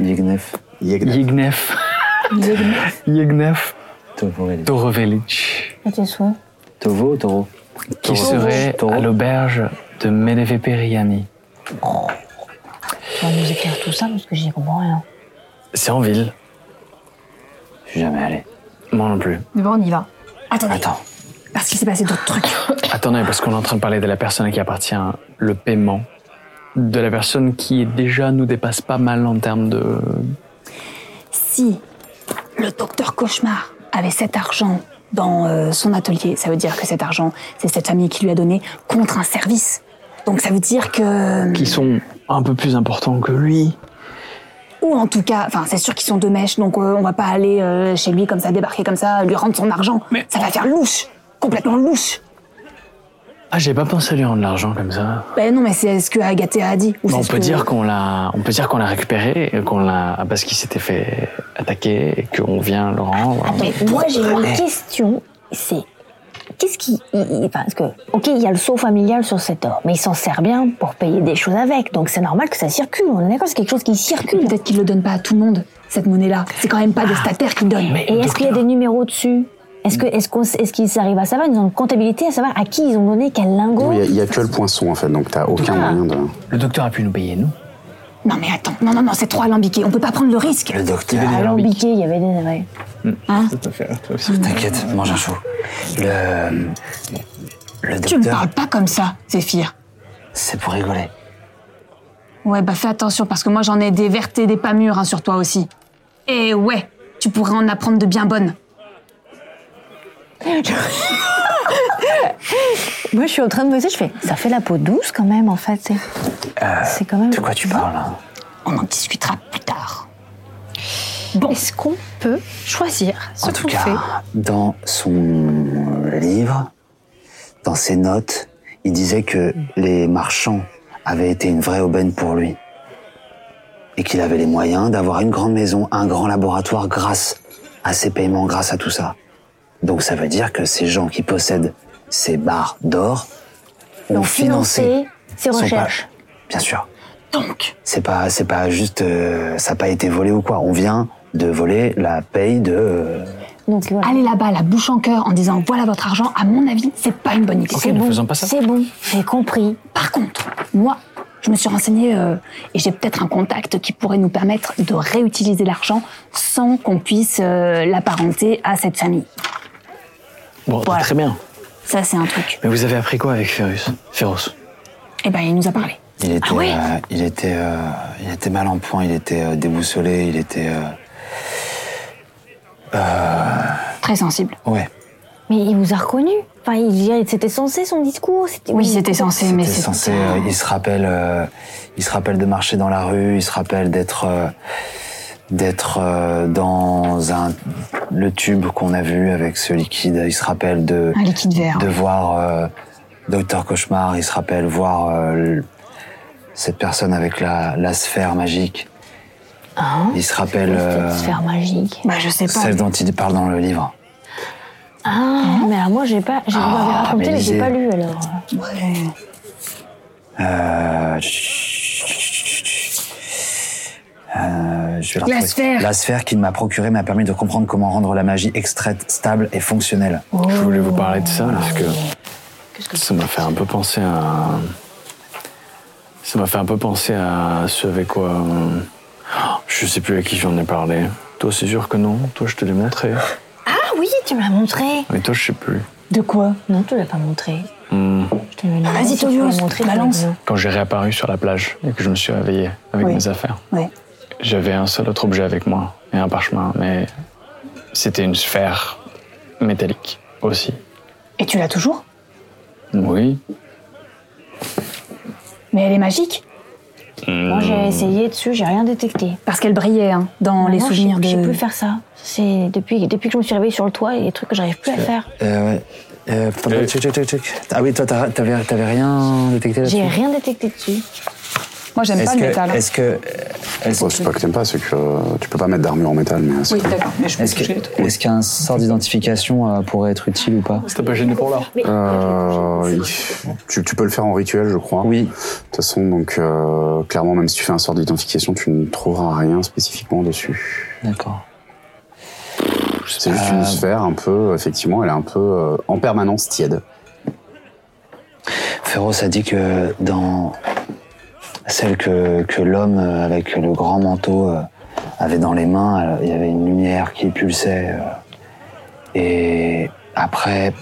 Speaker 23: Yegnef.
Speaker 7: Yegnef. Yegnef. Yegnef. Torovelic.
Speaker 2: À tes souhaits.
Speaker 23: Tovo, Toro.
Speaker 7: qui serait à l'auberge de Medeveperiani.
Speaker 2: On va nous écrire tout ça parce que j'y comprends rien.
Speaker 7: C'est en ville.
Speaker 23: Je suis jamais allé.
Speaker 7: Moi non plus.
Speaker 4: Mais bon, on y va. Attendez.
Speaker 23: Attends.
Speaker 4: Parce qu'il s'est passé d'autres trucs.
Speaker 7: Attendez, parce qu'on est en train de parler de la personne à qui appartient le paiement, de la personne qui déjà nous dépasse pas mal en termes de...
Speaker 6: Si le docteur Cauchemar avait cet argent dans euh, son atelier, ça veut dire que cet argent, c'est cette famille qui lui a donné contre un service. Donc ça veut dire que...
Speaker 7: qui sont un peu plus importants que lui.
Speaker 6: Ou en tout cas, enfin c'est sûr qu'ils sont de mèche, donc euh, on va pas aller euh, chez lui comme ça, débarquer comme ça, lui rendre son argent. Ça va faire louche, complètement louche.
Speaker 7: Ah, j'ai pas pensé à lui rendre l'argent comme ça.
Speaker 6: Ben non, mais c'est ce que Agathe a dit. ou
Speaker 7: Mais
Speaker 6: c'est
Speaker 7: on
Speaker 6: ce
Speaker 7: peut
Speaker 6: que-
Speaker 7: dire qu'on l'a, on peut dire qu'on l'a récupéré, et qu'on l'a parce qu'il s'était fait attaquer et qu'on vient le rendre.
Speaker 2: Mais moi j'ai une question, c'est qu'est-ce qui, il- il- enfin, parce que, ok, il y a le saut familial sur cet or, mais il s'en sert bien pour payer des choses avec, donc c'est normal que ça circule. On est d'accord, c'est quelque chose qui circule. Ah.
Speaker 6: Peut-être qu'il le donne pas à tout le monde, cette monnaie-là. C'est quand même pas des stataires qui le donnent.
Speaker 2: Et est-ce qu'il y a des numéros dessus Est-ce que, est-ce qu'on, est-ce qu'ils arrivent à savoir Ils ont une comptabilité à savoir à qui ils ont donné quel lingot.
Speaker 1: Non, Il n'y a, que le poinçon, en fait, donc t'as aucun
Speaker 6: Ah.
Speaker 1: moyen de.
Speaker 7: Le docteur a pu nous payer, nous
Speaker 6: Non mais attends, non, non, non, c'est trop alambiqué, on peut pas prendre le risque. Le
Speaker 23: docteur.
Speaker 7: Ah,
Speaker 2: Alambiqué, il y avait des ouais.
Speaker 6: Hein
Speaker 23: T'inquiète, mange un chou. Le. Le
Speaker 6: Tu me
Speaker 23: docteur.
Speaker 6: parles pas comme ça, Zéphir.
Speaker 23: C'est pour rigoler.
Speaker 6: Ouais, bah fais attention parce que moi j'en ai des vertes et des pas mûres hein, sur toi aussi. Et ouais, tu pourrais en apprendre de bien bonnes.
Speaker 2: Moi, je suis en train de me dire, je fais, ça fait la peau douce quand même, en fait. C'est,
Speaker 7: Euh,
Speaker 2: c'est quand même.
Speaker 23: De quoi tu parles hein
Speaker 6: On en discutera plus tard.
Speaker 2: Bon. Est-ce qu'on
Speaker 15: peut choisir ce
Speaker 7: En tout
Speaker 15: trophée.
Speaker 7: cas, dans son livre, dans ses notes, il disait que les marchands avaient été une vraie aubaine pour lui. Et qu'il avait les moyens d'avoir une grande maison, un grand laboratoire grâce à ses paiements, grâce à tout ça. Donc ça veut dire que ces gens qui possèdent ces barres d'or ont
Speaker 2: Ont
Speaker 7: financé
Speaker 2: financé ses
Speaker 7: son
Speaker 2: recherches.
Speaker 7: page. Bien sûr. Donc C'est pas, c'est pas juste. euh, ça n'a pas été volé ou quoi. On vient de voler la paye de. euh,
Speaker 4: Donc, Allez là-bas, la bouche en cœur, en disant voilà votre argent, à mon avis, c'est pas une bonne idée.
Speaker 7: Ok, C'est ne bon, faisons pas ça.
Speaker 4: C'est bon, j'ai compris. Par contre, moi, je me suis renseignée euh, et j'ai peut-être un contact qui pourrait nous permettre de réutiliser l'argent sans qu'on puisse euh, l'apparenter à cette famille.
Speaker 3: Bon,
Speaker 4: Voilà.
Speaker 3: très bien.
Speaker 4: Ça, c'est un truc.
Speaker 3: Mais vous avez appris quoi avec Ferus Féroce
Speaker 4: Eh ben, il nous a parlé.
Speaker 7: Il était,
Speaker 4: Ah ouais
Speaker 7: euh, il était, euh, il était mal en point. Il était euh, déboussolé. Il était. euh, euh,
Speaker 4: Très sensible.
Speaker 7: ouais.
Speaker 2: Mais il vous a reconnu. Enfin, il, c'était censé son discours. c'était-
Speaker 4: Oui, c'était censé, mais
Speaker 7: C'était
Speaker 4: c'est hein.
Speaker 7: censé. euh, il se rappelle. euh, il se rappelle de marcher dans la rue. Il se rappelle d'être. euh, d'être euh, dans un le tube qu'on a vu avec ce liquide. Il se rappelle de.
Speaker 4: un liquide vert.
Speaker 7: de voir euh, Docteur Cauchemar, il se rappelle voir euh, le- cette personne avec la, la sphère magique.
Speaker 4: Ah.
Speaker 7: il se rappelle euh,
Speaker 2: Sphère magique.
Speaker 4: Bah, je sais pas.
Speaker 7: celle dont il parle dans le livre.
Speaker 2: Ah, mais alors moi, j'ai pas. J'ai
Speaker 7: Ah,
Speaker 2: vous m'avez raconté,
Speaker 7: mais
Speaker 2: mais j'ai
Speaker 7: lisez.
Speaker 2: pas lu alors.
Speaker 7: Euh, chut, chut, chut, chut, chut. Euh, je vais
Speaker 6: La
Speaker 7: retrouver.
Speaker 6: sphère.
Speaker 7: La sphère qu'il m'a procurée m'a permis de comprendre comment rendre la magie extraite, stable et fonctionnelle.
Speaker 3: Je voulais vous parler de ça
Speaker 2: Oh.
Speaker 3: parce que ça m'a fait un peu penser à. Ça m'a fait un peu penser à ce avec quoi. euh, Je sais plus à qui j'en ai parlé. Toi, c'est sûr que non. Toi, je te l'ai montré.
Speaker 2: Ah oui, tu me l'as montré.
Speaker 3: Mais toi, je sais plus.
Speaker 2: De quoi Non, tu l'as pas montré.
Speaker 3: Hmm.
Speaker 6: Vas-y, Tolios, balance.
Speaker 3: Quand j'ai réapparu sur la plage et que je me suis réveillé avec
Speaker 6: Oui.
Speaker 3: mes affaires,
Speaker 6: Ouais.
Speaker 3: j'avais un seul autre objet avec moi et un parchemin, mais c'était une sphère métallique aussi.
Speaker 4: Et tu l'as toujours
Speaker 3: Oui.
Speaker 4: Mais elle est magique.
Speaker 7: Euh,
Speaker 2: Moi, j'ai
Speaker 3: Hmm.
Speaker 2: essayé dessus, j'ai rien détecté.
Speaker 4: Parce qu'elle brillait hein, dans les
Speaker 2: Moi, je-
Speaker 4: souvenirs
Speaker 2: Bah, Je sais
Speaker 4: de.
Speaker 2: plus faire ça. C'est depuis, depuis que je me suis réveillée sur le toit, il y a des trucs que j'arrive plus à faire.
Speaker 7: Euh, ouais. Euh, attends, tchic, tchic, tchic, tchic. Ah oui, toi, t'as- t'avais t'avais rien détecté là-dessus
Speaker 2: J'ai rien détecté dessus.
Speaker 4: Moi,
Speaker 1: j'aime
Speaker 7: Est-ce
Speaker 1: pas le
Speaker 7: que-
Speaker 1: métal, hein.
Speaker 7: Est-ce que.
Speaker 1: Bon, c'est pas que t'aimes pas, c'est que euh, tu peux pas mettre d'armure en métal. Mais c'est pas-
Speaker 7: Est-ce que- est-ce qu'un sort d'identification euh, pourrait être utile ou pas
Speaker 3: C'était pas gêné pour l'art.
Speaker 1: Euh, il- tu, tu peux le faire en rituel, je crois. Oui. De toute façon, donc euh, clairement, même si tu fais un sort d'identification, tu ne trouveras rien spécifiquement dessus.
Speaker 7: D'accord.
Speaker 1: C'est juste
Speaker 7: Euh,
Speaker 1: une sphère un peu, effectivement, elle est un peu euh, en permanence tiède.
Speaker 7: Féroce a dit que dans celle que, que l'homme euh, avec le grand manteau euh, avait dans les mains, elle- il y avait une lumière qui pulsait. euh, et après,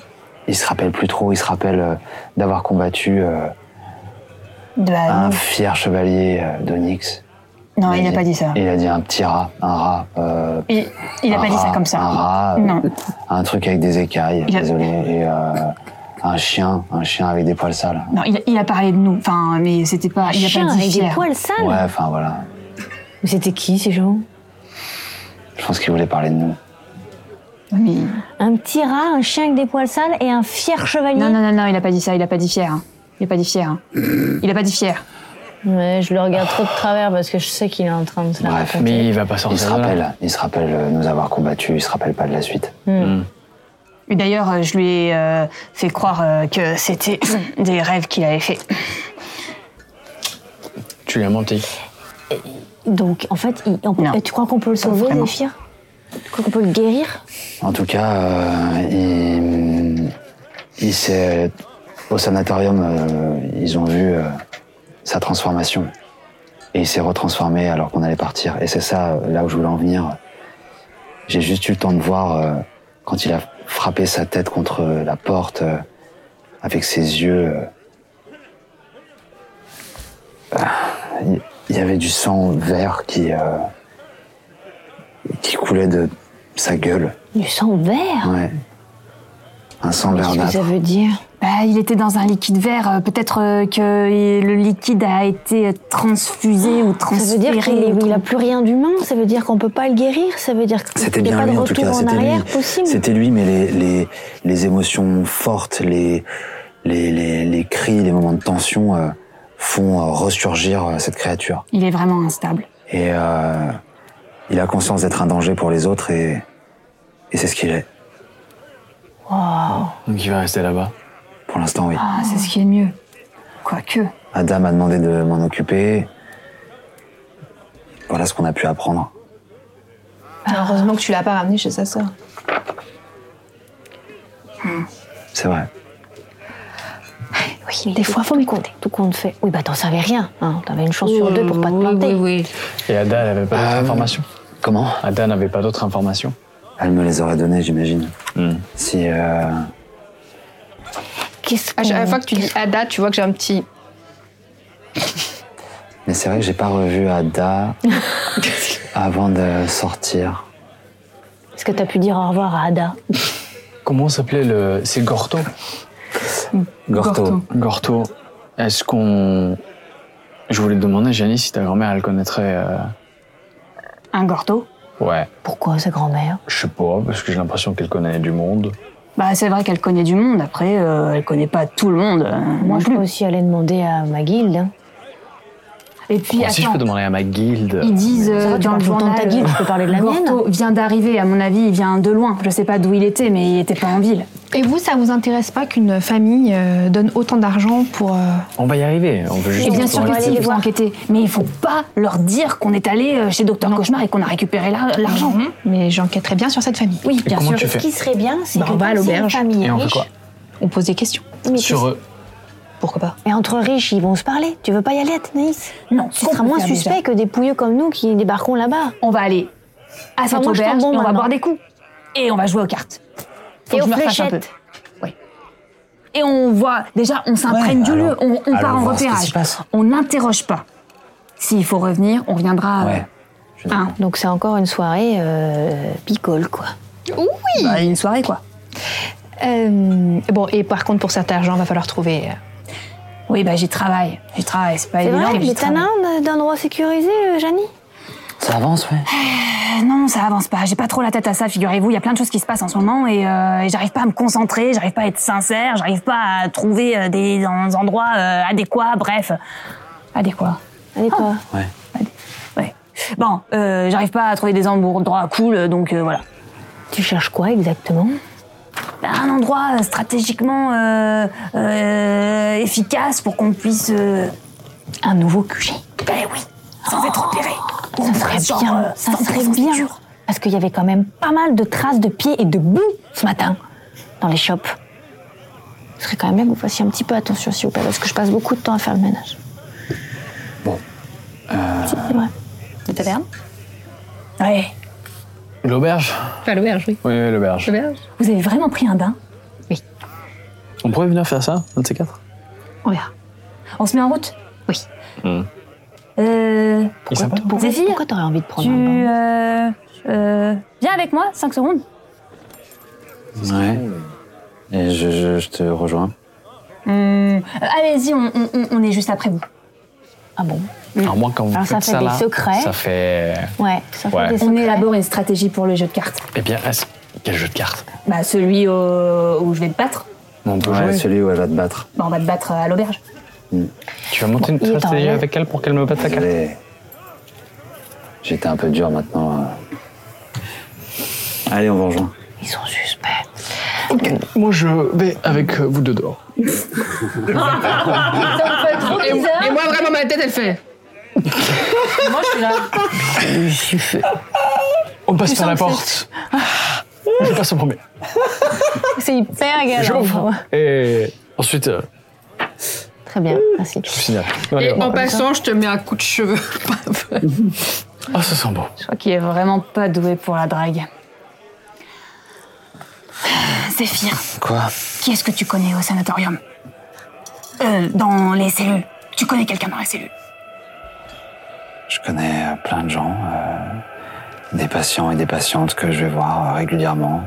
Speaker 7: il se rappelle plus trop, il se rappelle euh, d'avoir combattu euh,
Speaker 4: de la-
Speaker 7: un fier chevalier euh, d'Onyx.
Speaker 4: Non, il n'a pas dit ça.
Speaker 7: Il a dit un petit rat, un rat. euh,
Speaker 4: Il, il a
Speaker 7: un
Speaker 4: pas dit ça
Speaker 7: rat,
Speaker 4: comme ça.
Speaker 7: Un rat, euh,
Speaker 4: Non.
Speaker 7: un truc avec des écailles,
Speaker 4: Il a-
Speaker 7: désolé, et euh, un chien, un chien avec des poils sales.
Speaker 4: Non, il, il a parlé de nous. Enfin, mais c'était pas. Il a
Speaker 2: Chien
Speaker 4: pas dit
Speaker 2: avec des
Speaker 4: fier.
Speaker 2: poils sales.
Speaker 7: Ouais, enfin voilà.
Speaker 2: Mais c'était qui ces gens
Speaker 7: Je pense qu'il voulait parler de nous.
Speaker 2: Un petit rat, un chien avec des poils sales et un fier chevalier.
Speaker 15: Hmm.
Speaker 4: Non, non, non, non, il a pas dit ça. Il a pas dit fier. hein. Il a pas dit fier. hein. Il a pas dit fier.
Speaker 2: Ouais, je le regarde trop de travers parce que je sais qu'il est en train de se la
Speaker 7: Ah. Bref,
Speaker 2: raconter.
Speaker 3: mais il va pas sortir
Speaker 7: Il se
Speaker 3: de là.
Speaker 7: rappelle, il se rappelle euh, nous avoir combattus, il se rappelle pas de la suite.
Speaker 4: Et D'ailleurs, euh, je lui ai euh, fait croire euh, que c'était des rêves qu'il avait fait.
Speaker 3: Tu lui as menti.
Speaker 2: Donc, en fait, il- on- euh, tu crois qu'on peut le sauver, Zéphyr Tu crois qu'on peut le guérir
Speaker 7: En tout cas, euh, il, il s'est- au sanatorium, euh, ils ont vu euh, sa transformation. Et il s'est retransformé alors qu'on allait partir. Et c'est ça, euh, là où je voulais en venir. J'ai juste eu le temps de voir euh, quand il a frappé sa tête contre la porte, euh, avec ses yeux. euh, ah, il- il y avait du sang vert qui, euh, qui coulait de sa gueule.
Speaker 2: Du sang vert
Speaker 7: Ouais. Un sang verdâtre.
Speaker 4: veut dire bah, Il était dans un liquide vert. euh, Peut-être euh, que le liquide a été transfusé ou
Speaker 2: Ça
Speaker 4: transféré.
Speaker 2: veut dire qu'il n'a plus rien d'humain, ça veut dire qu'on peut pas le guérir, ça veut dire
Speaker 7: C'était
Speaker 2: qu'il n'y a
Speaker 7: bien
Speaker 2: pas
Speaker 7: lui
Speaker 2: de
Speaker 7: en tout
Speaker 2: retour
Speaker 7: cas,
Speaker 2: en
Speaker 7: c'était lui.
Speaker 2: arrière possible.
Speaker 7: C'était lui, mais les, les, les émotions fortes, les, les, les, les cris, les moments de tension euh, font euh, ressurgir euh, cette créature.
Speaker 4: Il est vraiment instable.
Speaker 7: Et euh, il a conscience d'être un danger pour les autres et, et c'est ce qu'il est.
Speaker 3: Donc il va rester là-bas.
Speaker 7: Pour l'instant, oui.
Speaker 4: Ah,
Speaker 2: Oh.
Speaker 4: c'est ce qui est mieux. Quoique.
Speaker 7: Adam m'a demandé de m'en occuper. Voilà ce qu'on a pu apprendre.
Speaker 15: Ah, Heureusement que tu l'as pas ramené chez sa sœur.
Speaker 7: C'est vrai.
Speaker 2: Oui, des fois, faut me compter. Tout compte fait. Oui, bah t'en savais rien. Hein. T'avais une chance sur deux pour pas te planter. Oui, oui.
Speaker 3: Et Ada, elle n'avait pas
Speaker 7: Euh,
Speaker 3: d'autres informations
Speaker 7: Comment
Speaker 3: Ada n'avait pas d'autres informations.
Speaker 7: Elle me les aurait données, j'imagine.
Speaker 3: Hmm.
Speaker 7: Si. euh,
Speaker 18: Ah,
Speaker 15: à chaque fois que tu dis Ada, tu vois que j'ai un petit.
Speaker 7: Mais c'est vrai que j'ai pas revu Ada avant de sortir.
Speaker 2: Est-ce que t'as pu dire au revoir à Ada
Speaker 3: Comment s'appelait le. C'est Gorto
Speaker 7: Gorto.
Speaker 3: Gorto. Est-ce qu'on. Je voulais te demander, Janice, si ta grand-mère, elle connaîtrait. euh,
Speaker 4: Un gordo
Speaker 3: Ouais,
Speaker 2: Pourquoi sa grand-mère
Speaker 3: je sais pas, parce que j'ai l'impression qu'elle connaît du monde.
Speaker 4: Bah, c'est vrai qu'elle connaît du monde. Après, euh, elle connaît pas tout le monde. euh,
Speaker 2: Moi, je peux aussi aller demander à ma guilde. hein.
Speaker 4: Et puis,
Speaker 3: Moi aussi, je
Speaker 4: attends.
Speaker 3: peux demander à ma guilde.
Speaker 4: Ils disent euh,
Speaker 2: Ça va, tu
Speaker 4: dans
Speaker 2: parles
Speaker 4: le
Speaker 2: tout le temps de ta
Speaker 4: journal.
Speaker 2: guilde, je peux parler de la mienne.
Speaker 4: Gorto vient d'arriver. À mon avis, il vient de loin. Je sais pas d'où il était, mais il était pas en ville.
Speaker 15: Et vous, ça vous intéresse pas qu'une famille euh, donne autant d'argent pour. euh,
Speaker 3: On va y arriver, on veut juste.
Speaker 4: Et bien sûr
Speaker 3: qu'on
Speaker 4: que si,
Speaker 3: reste-
Speaker 4: il faut enquêter. Mais il faut pas leur dire qu'on est allé euh, chez Docteur Cauchemar et qu'on a récupéré la- l'argent.
Speaker 26: Mhm.
Speaker 15: Mais j'enquêterai bien sur cette famille.
Speaker 2: Oui,
Speaker 3: Et bien comment sûr. tu fais
Speaker 2: Ce qui serait bien, c'est
Speaker 15: Bah,
Speaker 2: que
Speaker 15: on va à
Speaker 2: comme c'est une
Speaker 15: l'auberge.
Speaker 2: famille
Speaker 3: Et on fait
Speaker 2: riche-
Speaker 3: quoi
Speaker 15: On pose des questions.
Speaker 2: mais
Speaker 3: Sur
Speaker 2: qu'est-ce-
Speaker 7: euh,
Speaker 3: eux.
Speaker 15: Pourquoi pas
Speaker 2: mais entre riches, ils vont se parler. Tu veux pas y aller, Athénaïs
Speaker 4: Non,
Speaker 2: Ce sera moins suspect que des pouilleux comme nous qui débarquons là-bas.
Speaker 4: On va aller à cette
Speaker 2: moi, je
Speaker 4: auberge
Speaker 2: tombe bon
Speaker 4: et on va
Speaker 2: maintenant.
Speaker 4: boire des coups. Et on va jouer aux cartes. Faut
Speaker 2: Et
Speaker 4: que
Speaker 2: aux
Speaker 4: je me refasse un peu.
Speaker 2: fléchettes.
Speaker 4: Et on voit, déjà, on s'imprègne
Speaker 26: Ouais,
Speaker 4: du
Speaker 26: alors,
Speaker 4: lieu, on, on
Speaker 26: allons
Speaker 4: part en
Speaker 26: voir ce qui
Speaker 4: repérage.
Speaker 26: s'y passe.
Speaker 4: On n'interroge pas. S'il faut revenir, on reviendra. euh, hein.
Speaker 2: Donc c'est encore une soirée euh, picole, quoi.
Speaker 15: Oui
Speaker 4: Bah, une soirée, quoi.
Speaker 15: Euh, bon, et par contre, pour certains argent, va falloir trouver. euh,
Speaker 4: Oui, bah j'y travaille. J'y travaille, c'est pas
Speaker 2: C'est
Speaker 4: évident.
Speaker 2: vrai,
Speaker 4: mais j'y
Speaker 2: mais t'en as
Speaker 4: travaille.
Speaker 2: un d'endroit sécurisé, euh, Janie
Speaker 7: Ça avance, ouais.
Speaker 4: Euh, Non, ça avance pas. J'ai pas trop la tête à ça, figurez-vous. Il y a plein de choses qui se passent en ce moment et, euh, et j'arrive pas à me concentrer, j'arrive pas à être sincère, j'arrive pas à trouver euh, des, en- endroits euh, adéquats, bref. Adéquats.
Speaker 2: Allez,
Speaker 15: Ah.
Speaker 2: toi.
Speaker 4: Ouais. Bon, euh, j'arrive pas à trouver des endroits cool, donc euh, voilà.
Speaker 2: Tu cherches quoi exactement
Speaker 4: Un endroit euh, stratégiquement euh, euh, efficace pour qu'on puisse. euh,
Speaker 2: Un nouveau QG.
Speaker 4: Ben oui, sans être repéré.
Speaker 2: Ça serait
Speaker 4: genre, euh,
Speaker 2: bien, ça
Speaker 4: sans
Speaker 2: serait
Speaker 4: être
Speaker 2: bien.
Speaker 4: sûr.
Speaker 2: Parce qu'il y avait quand même pas mal de traces de pieds et de boue ce matin dans les shops. Ce serait quand même bien que vous fassiez un petit peu attention, s'il vous plaît, parce que je passe beaucoup de temps à faire le ménage. Bon. C'est vrai.
Speaker 15: De taverne
Speaker 4: Ouais.
Speaker 3: L'auberge
Speaker 15: Pas l'auberge, oui.
Speaker 3: Oui, oui, l'auberge.
Speaker 15: L'auberge
Speaker 4: Vous avez vraiment pris un bain
Speaker 3: On pourrait venir faire ça, un de ces quatre
Speaker 4: On verra. On se met en route Oui.
Speaker 3: Hmm.
Speaker 4: Euh.
Speaker 3: Il s'appelle
Speaker 2: Pourquoi,
Speaker 4: Zéphyr,
Speaker 2: pourquoi t'aurais envie de prendre
Speaker 4: tu.
Speaker 2: un bain
Speaker 4: euh, euh, viens avec moi, 5 secondes.
Speaker 7: Ouais. Et je, je- je te rejoins.
Speaker 4: Hmm, euh, Allez-y, on, on- on- on est juste après vous.
Speaker 2: Ah bon
Speaker 3: Alors, moi, quand vous
Speaker 2: Alors, ça
Speaker 3: faites
Speaker 2: fait
Speaker 3: ça,
Speaker 2: des
Speaker 3: là,
Speaker 2: secrets.
Speaker 3: Ça fait.
Speaker 2: Ouais, ça fait
Speaker 3: Ouais.
Speaker 2: des
Speaker 4: On
Speaker 2: secrets.
Speaker 4: élabore une stratégie pour le jeu de cartes.
Speaker 3: Eh bien, est-ce- quel jeu de cartes
Speaker 4: Bah, celui au- où je vais te battre.
Speaker 7: On peut
Speaker 3: jouer.
Speaker 7: celui où elle va te battre.
Speaker 4: Bah, on va te battre à l'auberge.
Speaker 3: Tu vas monter
Speaker 2: il est hein.
Speaker 3: une
Speaker 2: en
Speaker 3: stratégie
Speaker 2: l'air.
Speaker 3: avec elle pour qu'elle me batte la carte
Speaker 7: Désolé. J'étais un peu dur maintenant. euh. Allez, on vous rejoint.
Speaker 2: Ils sont suspects.
Speaker 3: Moi, je vais
Speaker 7: euh,
Speaker 3: avec vous deux dehors.
Speaker 15: et, et moi, vraiment, ma tête, elle fait. moi, je suis là.
Speaker 3: On passe par la porte. Je passe en premier.
Speaker 16: C'est hyper
Speaker 3: J'ouvre. Et ensuite, euh,
Speaker 2: Très bien, merci.
Speaker 3: je vous signale. Non, allez,
Speaker 18: Et en
Speaker 3: hop.
Speaker 18: passant, je te mets un coup de cheveux.
Speaker 3: Ah, ça sent bon.
Speaker 4: Je crois qu'il est vraiment pas doué pour la drague. Zéphyr,
Speaker 7: Quoi
Speaker 4: qui est-ce que tu connais au sanatorium Euh, dans les cellules. Tu connais quelqu'un dans la cellule
Speaker 7: Je connais euh, plein de gens, euh, des patients et des patientes que je vais voir euh, régulièrement,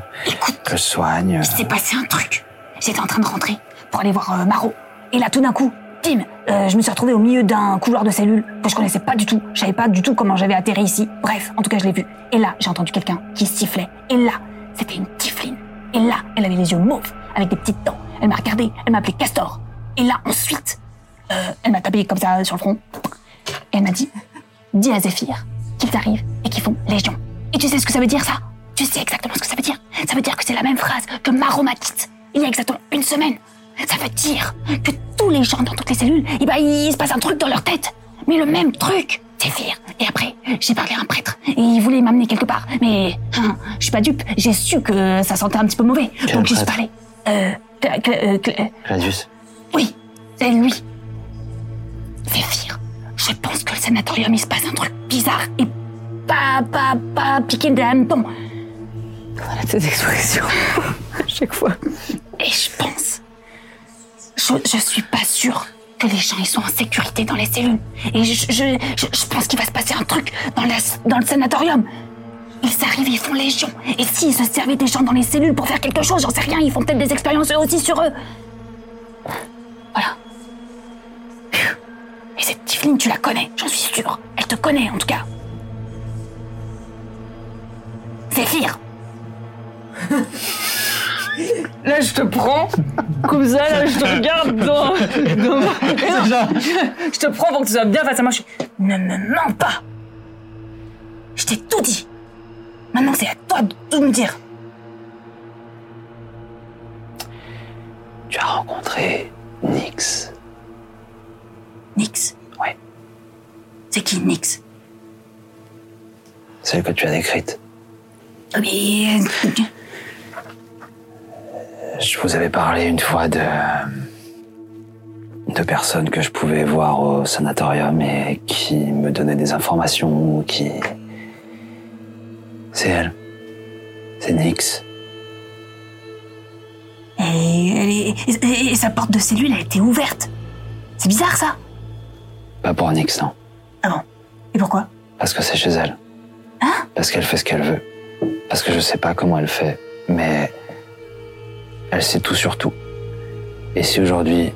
Speaker 7: que je soigne.
Speaker 4: Il s'est passé un truc.
Speaker 6: J'étais en train de rentrer pour aller voir euh, Maro. Et là, tout d'un coup, bim, euh, je me suis retrouvée au milieu d'un couloir de cellules que je connaissais pas du tout. Je savais pas du tout comment j'avais atterri ici. Bref, en tout cas, je l'ai vu. Et là, j'ai entendu quelqu'un qui sifflait. Et là, c'était une tifline. Et là, elle avait les yeux mauves, avec des petites dents. Elle m'a regardée, elle m'a appelé Castor. Et là, ensuite, euh, elle m'a tapé comme ça sur le front. Et elle m'a dit Dis à Zéphyr qu'ils arrivent et qu'ils font Légion. Et tu sais ce que ça veut dire, ça Tu sais exactement ce que ça veut dire Ça veut dire que c'est la même phrase que Maro m'a dite il y a exactement une semaine. Ça veut dire que tous les gens dans toutes les cellules, eh ben, il se passe un truc dans leur tête. Mais le même truc Zéphyr. Et après, j'ai parlé à un prêtre et il voulait m'amener quelque part. Mais hein, je suis pas dupe, j'ai su que ça sentait un petit peu mauvais.
Speaker 27: Quel
Speaker 6: donc j'ai
Speaker 27: prêtre
Speaker 6: parlé. Euh, Cla- Cla- euh, Cla-
Speaker 27: Gladius.
Speaker 6: oui, c'est lui. Zéphyr, je pense que le sanatorium, il se passe un truc bizarre et pas, pas, pas piqué de hanneton. Voilà tes expressions, chaque fois. Et je pense. Je, je suis pas sûre que les gens ils sont en sécurité dans les cellules. Et je, je, je, je pense qu'il va se passer un truc dans, la, dans le sanatorium. Ils arrivent, ils font légion. Et s'ils se servaient des gens dans les cellules pour faire quelque chose, j'en sais rien, ils font peut-être des expériences eux aussi sur eux. Voilà. Et cette Tifline, tu la connais, j'en suis sûre. Elle te connaît en tout cas. Zéphyr
Speaker 4: Là, je te prends comme ça, là, je te regarde dans. dans- Et non,
Speaker 6: Je te prends pour que tu sois bien face à moi. Je... Ne me mens pas. Je t'ai tout dit. Maintenant, c'est à toi de tout me dire.
Speaker 7: Tu as rencontré Nix.
Speaker 6: Nix
Speaker 7: Ouais.
Speaker 6: C'est qui Nix
Speaker 7: Celle que tu as décrite.
Speaker 6: Euh, Mais.
Speaker 7: Je vous avais parlé une fois de. de personnes que je pouvais voir au sanatorium et qui me donnaient des informations ou qui. C'est elle. C'est Nix.
Speaker 6: Et, elle est- et- et sa porte de cellule, elle était ouverte. C'est bizarre ça.
Speaker 7: Pas pour Nix, non.
Speaker 6: Et pourquoi
Speaker 7: Parce que c'est chez elle. Parce qu'elle fait ce qu'elle veut. Parce que je sais pas comment elle fait, mais elle sait tout sur tout. Et si aujourd'hui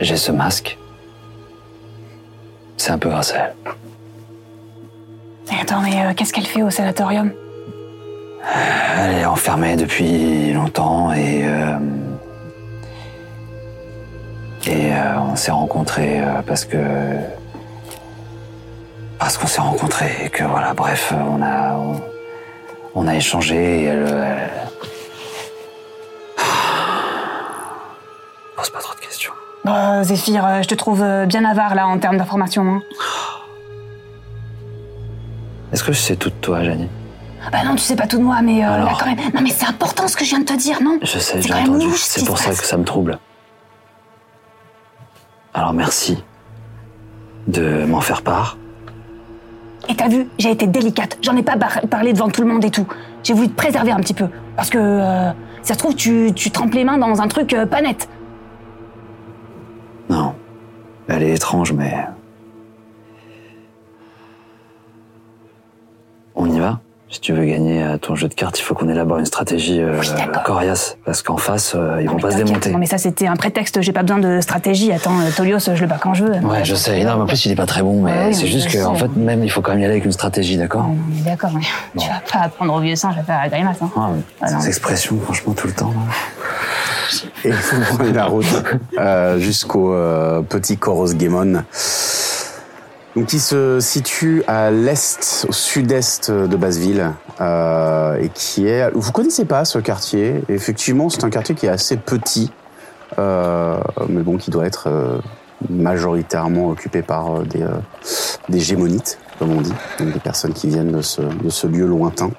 Speaker 7: j'ai ce masque, c'est un peu grâce à elle.
Speaker 6: Mais attends, mais euh, qu'est-ce qu'elle fait au sanatorium
Speaker 7: Elle est enfermée depuis longtemps et. euh, et euh, on s'est rencontrés euh, parce que. Parce qu'on s'est rencontrés et que voilà, bref, on a. On, on a échangé et elle. elle... Pose pas trop de questions.
Speaker 6: Bah, Zéphyr, euh, je te trouve euh, bien avare là en termes d'informations. hein.
Speaker 7: Est-ce que je sais tout de toi, Janie
Speaker 6: Bah non, tu sais pas tout de moi, mais euh, là, quand même. Non, mais c'est important ce que je viens de te dire, non
Speaker 7: Je sais,
Speaker 6: C'est
Speaker 7: j'ai
Speaker 6: quand même
Speaker 7: entendu.
Speaker 6: louche, ce
Speaker 7: C'est
Speaker 6: qui
Speaker 7: pour
Speaker 6: se
Speaker 7: ça
Speaker 6: passe.
Speaker 7: que ça me trouble. Alors merci de m'en faire part.
Speaker 6: Et t'as vu, j'ai été délicate. J'en ai pas bar- parlé devant tout le monde et tout. J'ai voulu te préserver un petit peu. Parce que, euh, si ça se trouve, tu, tu trempes les mains dans un truc euh, pas net.
Speaker 7: Non. Elle est étrange, mais. On y va Si tu veux gagner euh, ton jeu de cartes, il faut qu'on élabore une stratégie euh, coriace. Parce qu'en face, euh, ils vont pas se démonter.
Speaker 6: Ah, Non, mais ça, c'était un prétexte. J'ai pas besoin de stratégie. Attends, euh, Tolios, je le bats quand je veux.
Speaker 7: Ouais, je sais. Non, mais en plus, il est pas très bon, mais
Speaker 6: Ouais, Ah oui,
Speaker 7: c'est juste
Speaker 6: je
Speaker 7: que, en
Speaker 6: sais.
Speaker 7: fait, même, il faut quand même y aller avec une stratégie, d'accord
Speaker 6: On est d'accord, mais tu vas pas apprendre au vieux singe à faire la grimace. Hein.
Speaker 7: Ah, mais
Speaker 6: Ah, non.
Speaker 7: Ces expressions, franchement, tout le temps.
Speaker 1: Et vous prenez la route euh, jusqu'au euh, petit Coros Gaemon. Donc, qui se situe à l'est, au sud-est de Basseville, euh, et qui est. Vous connaissez pas ce quartier. Effectivement, c'est un quartier qui est assez petit, euh, mais bon, qui doit être euh, majoritairement occupé par euh, des, euh, des gémonites, comme on dit, donc des personnes qui viennent de ce, de ce lieu lointain.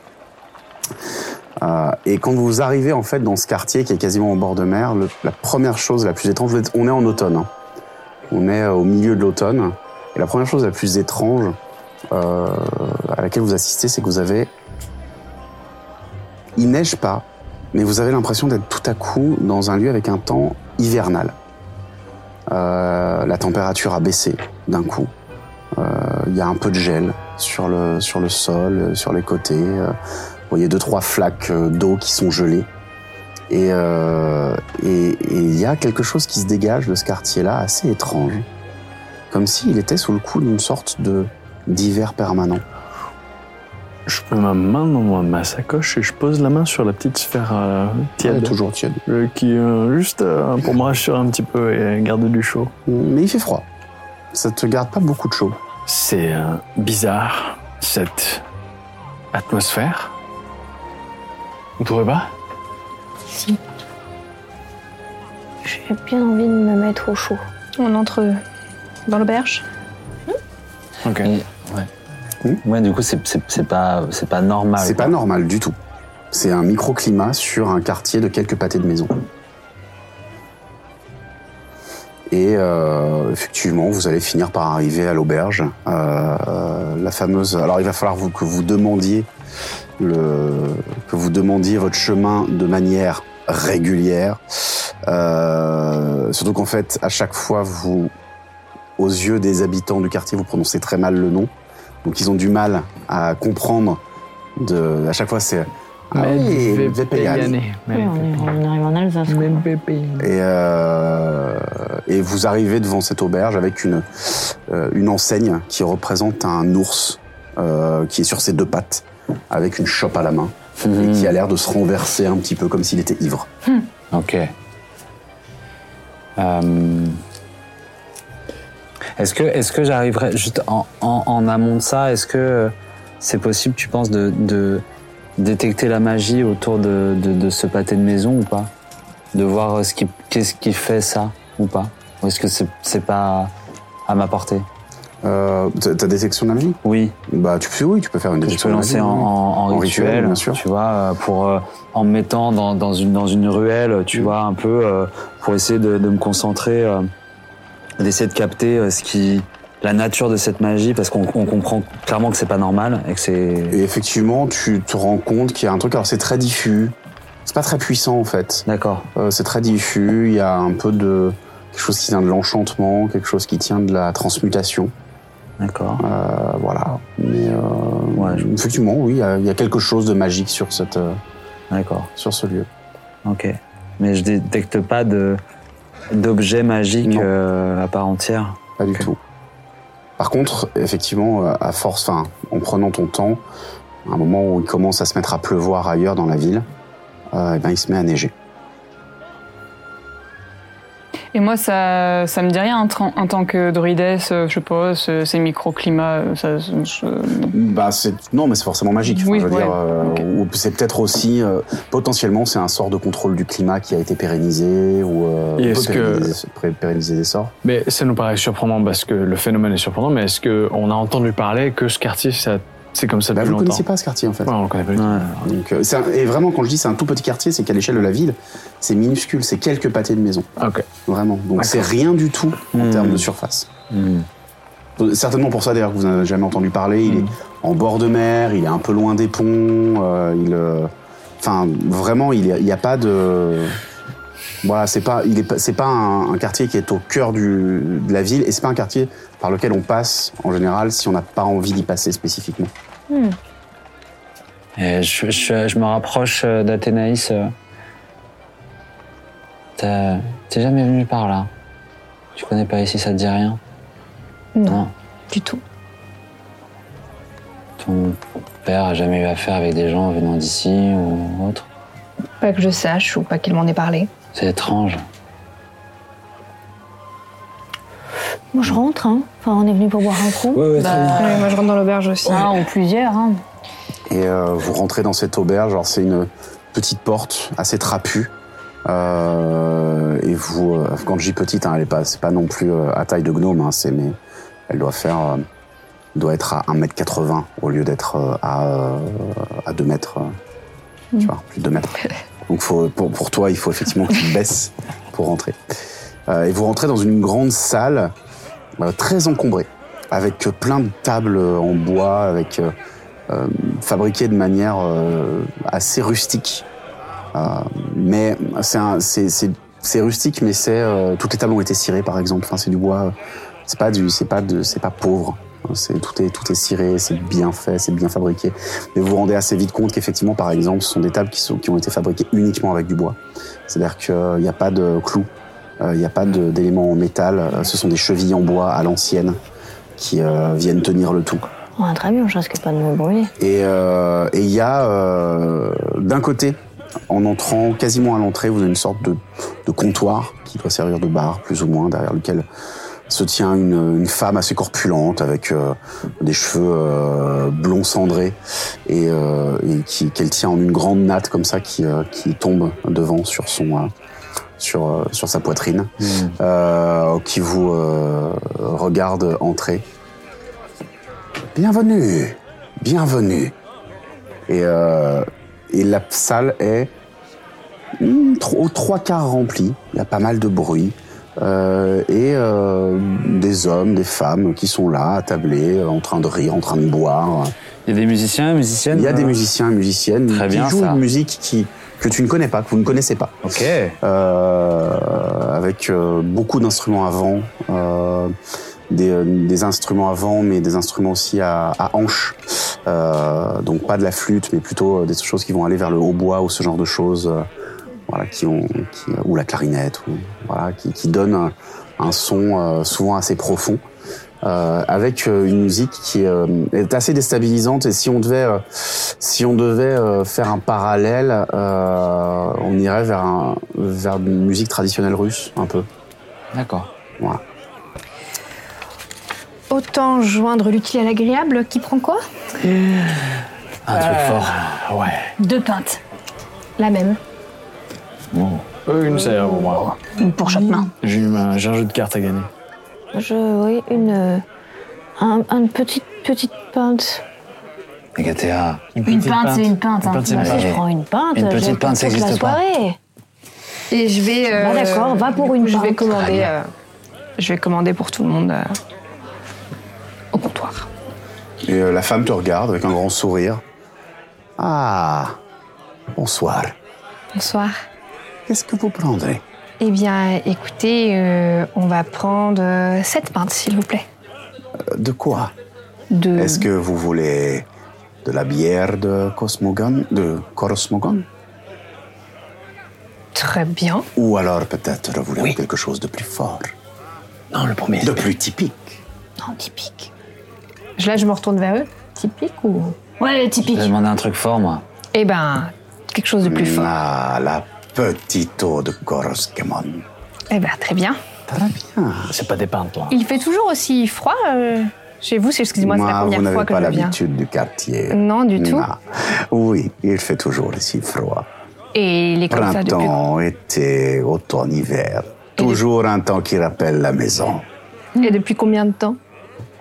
Speaker 1: Euh, et quand vous arrivez en fait dans ce quartier qui est quasiment au bord de mer, le- la première chose la plus étrange, vous êtes- on est en automne. hein. On est euh, au milieu de l'automne. Et la première chose la plus étrange euh, à laquelle vous assistez, c'est que vous avez... Il neige pas, mais vous avez l'impression d'être tout à coup dans un lieu avec un temps hivernal. Euh, la température a baissé d'un coup. Euh, Il y a un peu de gel sur le, sur le sol, euh, sur les côtés. euh, vous voyez deux, trois flaques euh, d'eau qui sont gelées. Et euh, et- et il y a quelque chose qui se dégage de ce quartier-là assez étrange. Comme s'il était sous le coup d'une sorte de d'hiver permanent.
Speaker 3: Je mets ma main dans ma- ma sacoche et je pose la main sur la petite sphère euh, tiède.
Speaker 1: Ouais, toujours tiède.
Speaker 3: qui, euh, juste euh, pour me rassurer un petit peu et garder du chaud.
Speaker 1: Mais il fait froid. Ça te garde pas beaucoup de chaud.
Speaker 3: C'est euh, bizarre, cette atmosphère. Vous trouvez pas
Speaker 2: Si. J'ai bien envie de me mettre au chaud.
Speaker 15: On entre dans l'auberge
Speaker 3: Ok.
Speaker 7: Ouais. Ouais, du coup, c'est c'est- c'est pas, c'est pas normal.
Speaker 1: C'est pas normal du tout. C'est un microclimat sur un quartier de quelques pâtés de maison. Et euh, effectivement, vous allez finir par arriver à l'auberge. Euh, euh, la fameuse. Alors, il va falloir vous- que vous demandiez le, que vous demandiez votre chemin de manière régulière. Euh, surtout qu'en fait, à chaque fois, vous, aux yeux des habitants du quartier, vous prononcez très mal le nom. Donc, ils ont du mal à comprendre. De, à chaque fois, c'est. Ah oui, Vepeyane.
Speaker 2: Oui, on, est- on arrive en Alsace.
Speaker 1: Et, euh, et vous arrivez devant cette auberge avec une, euh, une enseigne qui représente un ours euh, qui est sur ses deux pattes, avec une chope à la main, et qui a l'air de se renverser un petit peu comme s'il était ivre.
Speaker 7: Ok. Euh, Est-ce que, est que j'arriverai juste en, en- en amont de ça Est-ce que euh, c'est possible, tu penses, de, de détecter la magie autour de, de- de ce pâté de maison ou pas De voir euh, ce qui- qu'est-ce qui fait ça ou pas Ou est-ce que c'est c'est pas à ma portée
Speaker 1: Euh, t'as- t'as détection de la magie
Speaker 7: Oui.
Speaker 1: Bah, tu peux, oui, tu peux faire une
Speaker 7: Je
Speaker 1: détection
Speaker 7: peux
Speaker 1: de la
Speaker 7: lancer en,
Speaker 1: magie,
Speaker 7: en-
Speaker 1: oui.
Speaker 7: en rituel,
Speaker 1: bien sûr.
Speaker 7: tu vois, euh, pour euh, en me mettant dans, dans une, dans une ruelle, tu vois, un peu euh, pour essayer de, de me concentrer, euh, d'essayer de capter euh, ce qui la nature de cette magie, parce qu'on on comprend clairement que c'est pas normal et que c'est
Speaker 1: Et effectivement, tu te rends compte qu'il y a un truc. Alors, c'est très diffus. C'est pas très puissant, en fait. Euh,
Speaker 7: D'accord.
Speaker 1: c'est très diffus. Il y a un peu de. quelque chose qui tient de l'enchantement, quelque chose qui tient de la transmutation.
Speaker 7: D'accord.
Speaker 1: voilà. Mais. euh, Effectivement, oui, il y a- il y, a quelque chose de magique sur cette. euh,
Speaker 7: D'accord.
Speaker 1: Sur ce lieu.
Speaker 7: ok. Mais je détecte pas de d'objet magique euh, à part entière.
Speaker 1: Pas du tout. Par contre, effectivement, euh, à force, enfin, en prenant ton temps, à un moment où il commence à se mettre à pleuvoir ailleurs dans la ville, euh, eh ben, il se met à neiger.
Speaker 18: Et moi, ça, ça me dit rien en, tran- en tant que druides, euh, je sais pas, ce- ces microclimats, euh, ça, je- je-
Speaker 1: Bah, c'est non, mais c'est forcément magique. Enfin,
Speaker 18: Oui,
Speaker 1: je veux
Speaker 18: ouais,
Speaker 1: dire, euh, ou c'est peut-être aussi euh, potentiellement c'est un sort de contrôle du climat qui a été pérennisé ou euh,
Speaker 3: Et
Speaker 1: on peut
Speaker 3: est-ce que-
Speaker 1: pérenniser, pré- pérenniser des sorts.
Speaker 3: Mais ça nous paraît surprenant parce que le phénomène est surprenant, mais est-ce qu'on a entendu parler que ce quartier, ça- c'est comme ça
Speaker 1: Bah,
Speaker 3: depuis
Speaker 1: vous ne
Speaker 3: longtemps
Speaker 1: connaissez pas ce quartier en fait.
Speaker 3: Ouais, on le connaît pas du
Speaker 1: tout. Donc, euh, c'est un- et vraiment, quand je dis c'est un tout petit quartier, c'est qu'à l'échelle de la ville, c'est minuscule, c'est quelques pâtés de maison. Vraiment. Donc
Speaker 3: D'accord.
Speaker 1: c'est rien du tout en termes de surface. Euh, Certainement pour ça d'ailleurs que vous n'en avez jamais entendu parler. Il est en bord de mer, il est un peu loin des ponts, euh, il, euh, enfin vraiment il n'y a pas de, voilà c'est pas il est pas- c'est pas un, un quartier qui est au cœur du, de la ville et c'est pas un quartier par lequel on passe en général si on n'a pas envie d'y passer spécifiquement.
Speaker 7: Et je, je- je me rapproche euh, d'Athénaïs. euh. T'as- T'es jamais venu par là. Tu connais pas ici, ça te dit rien.
Speaker 2: Non, du tout.
Speaker 7: Ton père a jamais eu affaire avec des gens venant d'ici ou autre.
Speaker 15: Pas que je sache ou pas qu'il m'en ait parlé.
Speaker 7: C'est étrange.
Speaker 2: Moi, je rentre, hein. Enfin, on est venu pour boire un coup.
Speaker 7: Ouais, ouais, très bien.
Speaker 15: Ouais, moi, je rentre dans l'auberge aussi.
Speaker 2: Ah, ou plusieurs, hein.
Speaker 1: Et euh, vous rentrez dans cette auberge. Alors c'est une petite porte assez trapue. Euh, et vous, euh, quand je dis petite, hein, elle est pas, c'est pas non plus euh, à taille de gnome. Hein, c'est mais elle doit faire, euh, doit être à 1m80 au lieu d'être euh, à, euh, à 2 mètres. euh, tu vois, plus de 2 mètres. Donc faut, pour, pour toi, il faut effectivement que tu baisses pour rentrer. Euh, et vous rentrez dans une grande salle euh, très encombrée, avec euh, plein de tables euh, en bois, avec euh, euh, fabriquées de manière euh, assez rustique. Euh, mais c'est un- c'est c'est- c'est rustique, mais c'est euh, toutes les tables ont été cirées, par exemple. Enfin, c'est du bois. euh, C'est pas du, c'est pas de, c'est pas pauvre. C'est tout est tout est ciré, c'est bien fait, c'est bien fabriqué. Mais vous vous rendez assez vite compte qu'effectivement, par exemple, ce sont des tables qui sont qui ont été fabriquées uniquement avec du bois. C'est-à-dire qu'il n'y a pas de clous, euh, il n'y a pas de- d'éléments en métal. euh, Ce sont des chevilles en bois à l'ancienne qui euh, viennent tenir le tout.
Speaker 2: Ah, très bien, je risque pas de me brûler.
Speaker 1: Et euh, et il y a euh, d'un côté, en entrant quasiment à l'entrée, vous avez une sorte de, de comptoir qui doit servir de bar, plus ou moins, derrière lequel se tient une, une femme assez corpulente avec euh, des cheveux euh, blonds cendrés et, euh, et qui qu'elle tient en une grande natte comme ça qui, euh, qui tombe devant sur son euh, sur euh, sur sa poitrine, euh, qui vous euh, regarde entrer. Bienvenue, bienvenue. Et, euh, et la salle est hmm, tro- aux trois quarts remplie. Il y a pas mal de bruit. Euh, et euh, des hommes, des femmes qui sont là, attablés, euh, en train de rire, en train de boire.
Speaker 7: Il y a des musiciens, musiciennes
Speaker 1: Il y a des
Speaker 7: euh,
Speaker 1: musiciens, musiciennes
Speaker 7: Très
Speaker 1: qui
Speaker 7: bien,
Speaker 1: jouent
Speaker 7: ça.
Speaker 1: une musique qui, que tu ne connais pas, que vous ne connaissez pas.
Speaker 7: Ok.
Speaker 1: avec euh, beaucoup d'instruments à vent, euh, des, euh, des instruments à vent, mais des instruments aussi à, à hanches. Euh, donc pas de la flûte, mais plutôt euh, des choses qui vont aller vers le hautbois ou ce genre de choses, euh, voilà, qui ont, qui, euh, ou la clarinette, ou, voilà, qui, qui donnent un, un son euh, souvent assez profond. Euh, avec euh, une musique qui euh, est assez déstabilisante et si on devait euh, si on devait euh, faire un parallèle euh, on irait vers un vers une musique traditionnelle russe un peu
Speaker 7: d'accord
Speaker 1: voilà
Speaker 15: Autant joindre l'utile à l'agréable, qui prend quoi
Speaker 7: Un truc
Speaker 2: Euh,
Speaker 7: fort. Ouais.
Speaker 15: Deux pintes. La même.
Speaker 3: Euh, une serre pour moi.
Speaker 2: Une pour chaque main.
Speaker 3: J'ai eu ma- j'ai un jeu de cartes à gagner.
Speaker 2: Je, oui, une, euh, un- une petite, petite pinte.
Speaker 26: Les gars,
Speaker 2: Une pinte, c'est une pinte. hein.
Speaker 7: Ah,
Speaker 2: Bah, si je
Speaker 26: Allez.
Speaker 2: prends une pinte,
Speaker 26: Une
Speaker 2: je vais
Speaker 26: petite
Speaker 2: prendre
Speaker 26: pinte, ça
Speaker 2: toute la
Speaker 26: n'existe pas.
Speaker 2: soirée.
Speaker 18: Et je vais. euh,
Speaker 2: Bah, d'accord, va pour une
Speaker 18: Je vais
Speaker 2: pinte. Très
Speaker 18: commander.
Speaker 2: bien.
Speaker 18: euh, je vais commander pour tout le monde euh, au comptoir.
Speaker 1: et euh, la femme te regarde avec un grand sourire ah bonsoir
Speaker 15: Bonsoir.
Speaker 1: qu'est-ce que vous prendrez
Speaker 15: Eh bien, écoutez, euh, on va prendre euh, sept pintes, s'il vous plaît.
Speaker 1: Euh, de quoi
Speaker 15: De...
Speaker 1: est-ce que vous voulez de la bière de Cosmogon de Corosmogon
Speaker 15: Très bien.
Speaker 1: ou alors peut-être vous voulez quelque chose de plus fort
Speaker 26: non le premier
Speaker 1: de plus typique
Speaker 15: Non, typique. Je- Là, je me retourne vers eux. Typique ou Ouais, typique.
Speaker 7: Je vais demander un truc fort, moi.
Speaker 15: Eh ben, quelque chose de plus fort.
Speaker 1: Ah, la petite eau de Corosgemon.
Speaker 15: Eh ben, très bien.
Speaker 3: C'est pas des peintes, toi.
Speaker 15: Il fait toujours aussi froid euh, chez vous C'est- Excusez-moi, c'est la
Speaker 1: Moi, vous
Speaker 15: première
Speaker 1: n'avez
Speaker 15: fois que
Speaker 1: pas
Speaker 15: je viens.
Speaker 1: l'habitude du quartier.
Speaker 15: Non, du tout.
Speaker 1: Non. Oui, il fait toujours si froid.
Speaker 15: Et il est comme ça depuis.
Speaker 1: Printemps, été, automne, hiver. Toujours un temps qui rappelle la maison.
Speaker 15: Et depuis combien de temps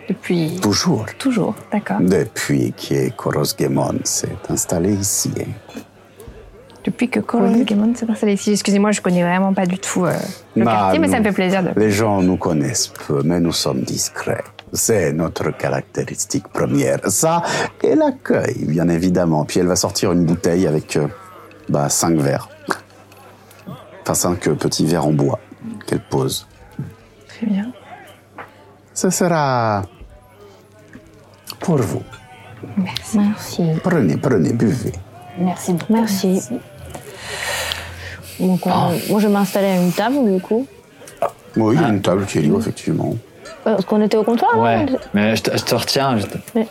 Speaker 15: Depuis.
Speaker 1: Toujours.
Speaker 15: Toujours, d'accord.
Speaker 1: Depuis que Corosgemon s'est installé ici.
Speaker 15: Depuis que Coronel Gamon s'est installé ici. Excusez-moi, je connais vraiment pas du tout euh, le
Speaker 1: Bah,
Speaker 15: quartier, mais ça
Speaker 1: nous-
Speaker 15: me fait plaisir de.
Speaker 1: Les gens nous connaissent peu, mais nous sommes discrets. C'est notre caractéristique première. Ça et l'accueil, bien évidemment. Puis elle va sortir une bouteille avec euh, bah, cinq verres. Enfin, cinq euh, petits verres en bois qu'elle pose.
Speaker 15: Très bien.
Speaker 1: Ce sera pour vous.
Speaker 2: Merci. Merci.
Speaker 1: Prenez, prenez, buvez.
Speaker 2: Merci beaucoup. Merci. Donc, on-
Speaker 7: Ah.
Speaker 2: moi, je vais m'installer à une table, du coup.
Speaker 1: Oui,
Speaker 15: Ah.
Speaker 1: il y a une table qui est libre, effectivement.
Speaker 2: Euh, Parce qu'on était au comptoir,
Speaker 7: Ouais.
Speaker 2: non
Speaker 7: Mais je te, je te retiens. Je, te-
Speaker 2: Mais-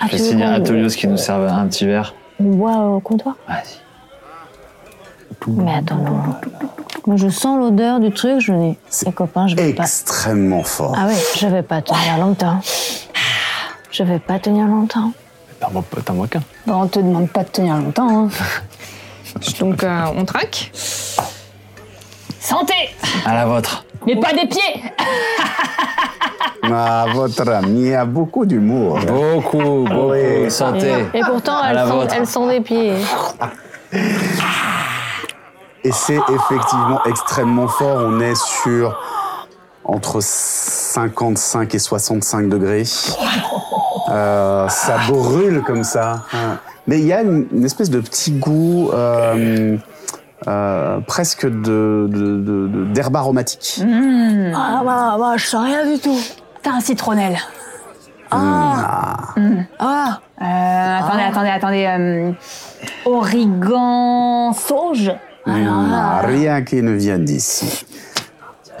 Speaker 2: Ah, tu
Speaker 7: je
Speaker 2: veux
Speaker 7: signe
Speaker 2: qu'on-
Speaker 7: à Tolios qui nous serve un petit verre.
Speaker 2: On boit au comptoir Vas-y. Mais attends, non. Moi, je sens l'odeur du truc, je me dis, les copains,
Speaker 15: Ah.
Speaker 2: je vais pas...
Speaker 1: Extrêmement fort.
Speaker 2: Ah ouais, je vais pas tenir longtemps. Je vais pas tenir longtemps.
Speaker 3: T'en vois qu'un.
Speaker 2: Bon, on te demande pas de tenir longtemps, hein.
Speaker 18: Donc euh, on trinque.
Speaker 6: Santé
Speaker 7: À la vôtre.
Speaker 6: Mais pas des pieds
Speaker 1: Ah, votre amie a beaucoup d'humour.
Speaker 7: Beaucoup, beaucoup. Santé.
Speaker 2: Et pourtant,
Speaker 7: À
Speaker 2: elles
Speaker 7: la
Speaker 2: sont,
Speaker 7: vôtre.
Speaker 2: elles sont des pieds.
Speaker 1: Et c'est effectivement extrêmement fort. On est sur entre 55 et 65 degrés. Euh, ça brûle comme ça. Hein. Mais il y a une, une espèce de petit goût euh, euh, presque de, de- de- de- d'herbe aromatique.
Speaker 2: Ah, bah, bah, je sens rien du tout. T'as un citronnelle.
Speaker 6: Ah Ah Euh, Attendez,
Speaker 18: Ah.
Speaker 6: attendez, attendez. euh, origan sauge
Speaker 1: Il n'y en
Speaker 6: Ah.
Speaker 1: a rien qui ne vient d'ici.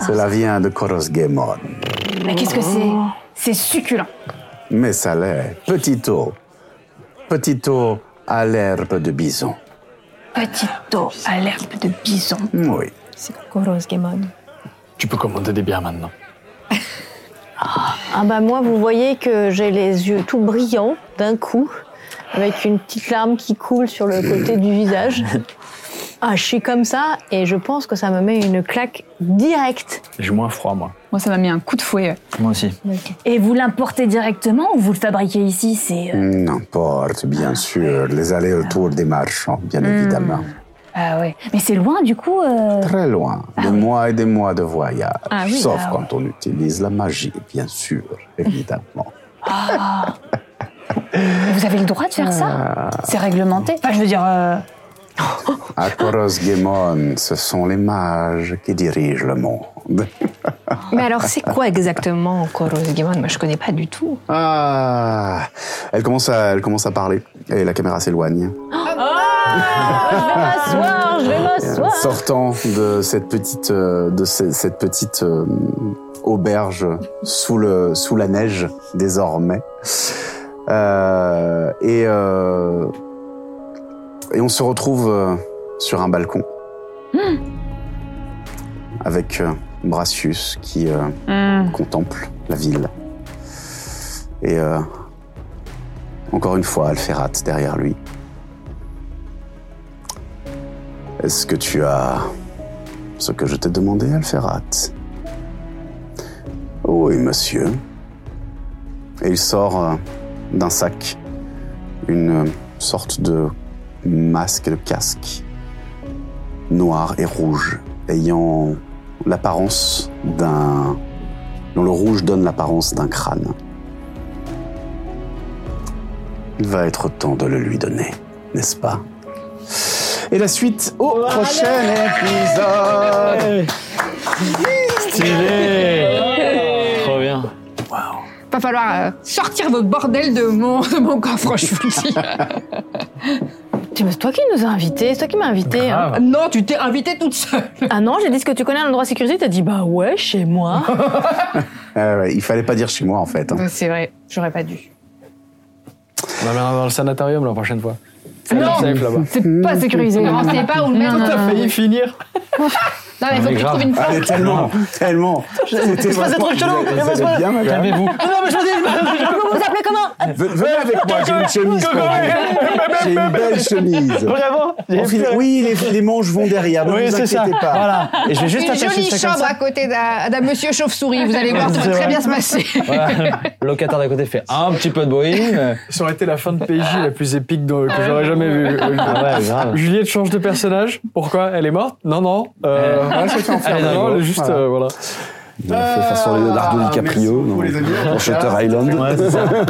Speaker 1: Cela vient de Korosgemon.
Speaker 6: Mais qu'est-ce que c'est C'est succulent.
Speaker 1: Mais ça l'est. Petit eau. Petit eau à l'herbe de bison.
Speaker 6: Petit dos à l'herbe de bison.
Speaker 1: Oui.
Speaker 6: C'est Korosgemon.
Speaker 3: Tu peux commander des bières maintenant.
Speaker 2: Ah bah moi, vous voyez que j'ai les yeux tout brillants d'un coup, avec une petite larme qui coule sur le côté du visage. Ah, je suis comme ça et je pense que ça me met une claque directe.
Speaker 3: J'ai moins froid, moi.
Speaker 18: Moi, ça m'a mis un coup de fouet.
Speaker 3: Moi aussi.
Speaker 6: Et vous l'importez directement ou vous le fabriquez ici C'est. euh,
Speaker 1: N'importe, bien sûr. Les allers-retours des marchands, bien évidemment.
Speaker 6: Ah ouais. Mais c'est loin du coup. euh,
Speaker 1: Très loin. Des mois et des mois de voyage.
Speaker 6: Ah oui,
Speaker 1: Sauf
Speaker 6: ah
Speaker 1: quand on utilise la magie, bien sûr, évidemment.
Speaker 6: ah. vous avez le droit de faire ça
Speaker 15: Ah.
Speaker 6: C'est réglementé. Enfin, je veux dire. euh,
Speaker 1: À Korosgemon, ce sont les mages qui dirigent le monde.
Speaker 15: Mais alors, c'est quoi exactement Korosgemon Moi, je connais pas du tout.
Speaker 1: Ah elle commence, à, elle commence à parler et la caméra s'éloigne.
Speaker 16: m'asseoir, je vais m'asseoir.
Speaker 1: euh, Sortant de cette petite, euh, de ce- cette petite euh, auberge sous, le, sous la neige désormais. Euh, et, euh, et on se retrouve euh, sur un balcon avec euh, Brassius qui euh,
Speaker 16: Hmm.
Speaker 1: contemple la ville. Et euh, encore une fois, Alferat derrière lui. Est-ce que tu as ce que je t'ai demandé, Alferat Oui, monsieur. Et il sort euh, d'un sac une euh, sorte de masque, de casque noir et rouge, ayant l'apparence d'un dont le rouge donne l'apparence d'un crâne. Il va être temps de le lui donner, n'est-ce pas Et la suite au prochain épisode
Speaker 3: Stylé Trop bien.
Speaker 18: Va falloir euh, sortir votre bordel de mon, de mon coffre, je vous le dis.
Speaker 16: Tu- mais C'est toi qui nous as invités, c'est toi qui m'as invité. hein.
Speaker 18: Grave. Non, tu t'es invitée toute seule.
Speaker 16: Ah non, j'ai dit ce que tu connais un endroit sécurisé, t'as dit bah ouais, chez moi.
Speaker 1: Euh, ouais, Il fallait pas dire chez moi en fait. hein.
Speaker 18: C'est vrai, j'aurais pas dû.
Speaker 3: On l'emmènera dans le sanatorium la prochaine fois. C'est
Speaker 18: Non,
Speaker 3: safe là-bas.
Speaker 18: c'est pas sécurisé.
Speaker 3: Non,
Speaker 18: Non, c'est pas où le mettre.
Speaker 3: Non, t'as failli finir.
Speaker 18: Non, mais faut que tu trouves une
Speaker 1: Ah, mais
Speaker 18: porte.
Speaker 1: tellement, tellement. C'était
Speaker 16: Je pensais
Speaker 1: vraiment-
Speaker 16: trop chelou.
Speaker 1: Vous
Speaker 16: Je pensais
Speaker 1: allez
Speaker 16: pas-
Speaker 1: bien, madame
Speaker 3: Calmez-vous.
Speaker 16: Ah non, mais je me dis, je- je- vous vous appelez comment
Speaker 1: Ve- Venez avec moi, j'ai une chemise. pour vous. J'ai une belle chemise.
Speaker 3: Vraiment
Speaker 1: En fil- Oui, les, les manches vont derrière, ne
Speaker 3: Oui,
Speaker 1: vous
Speaker 3: c'est ça.
Speaker 1: inquiétez pas.
Speaker 3: Voilà. Et je vais juste
Speaker 18: Une
Speaker 3: attacher
Speaker 18: jolie
Speaker 3: ça comme
Speaker 18: chambre
Speaker 3: ça.
Speaker 18: à côté d'un d'un monsieur chauve-souris, vous allez voir, ça
Speaker 3: C'est
Speaker 18: va très
Speaker 3: vrai.
Speaker 18: bien se passer.
Speaker 17: Voilà, le locataire d'à côté fait un petit peu de bruit.
Speaker 3: Ça aurait été la fin de PJ la plus épique de- que j'aurais jamais vue.
Speaker 17: Ah ouais, grave.
Speaker 3: Juliette change de personnage. Pourquoi Elle est morte Non, non. Euh,
Speaker 17: Elle-
Speaker 3: elle s'est fait enfermer.
Speaker 17: elle est
Speaker 3: Non,
Speaker 17: dingo.
Speaker 3: elle est juste.
Speaker 17: Voilà.
Speaker 3: euh, Voilà.
Speaker 28: fait façon Leonardo DiCaprio dans, dans Shutter Island.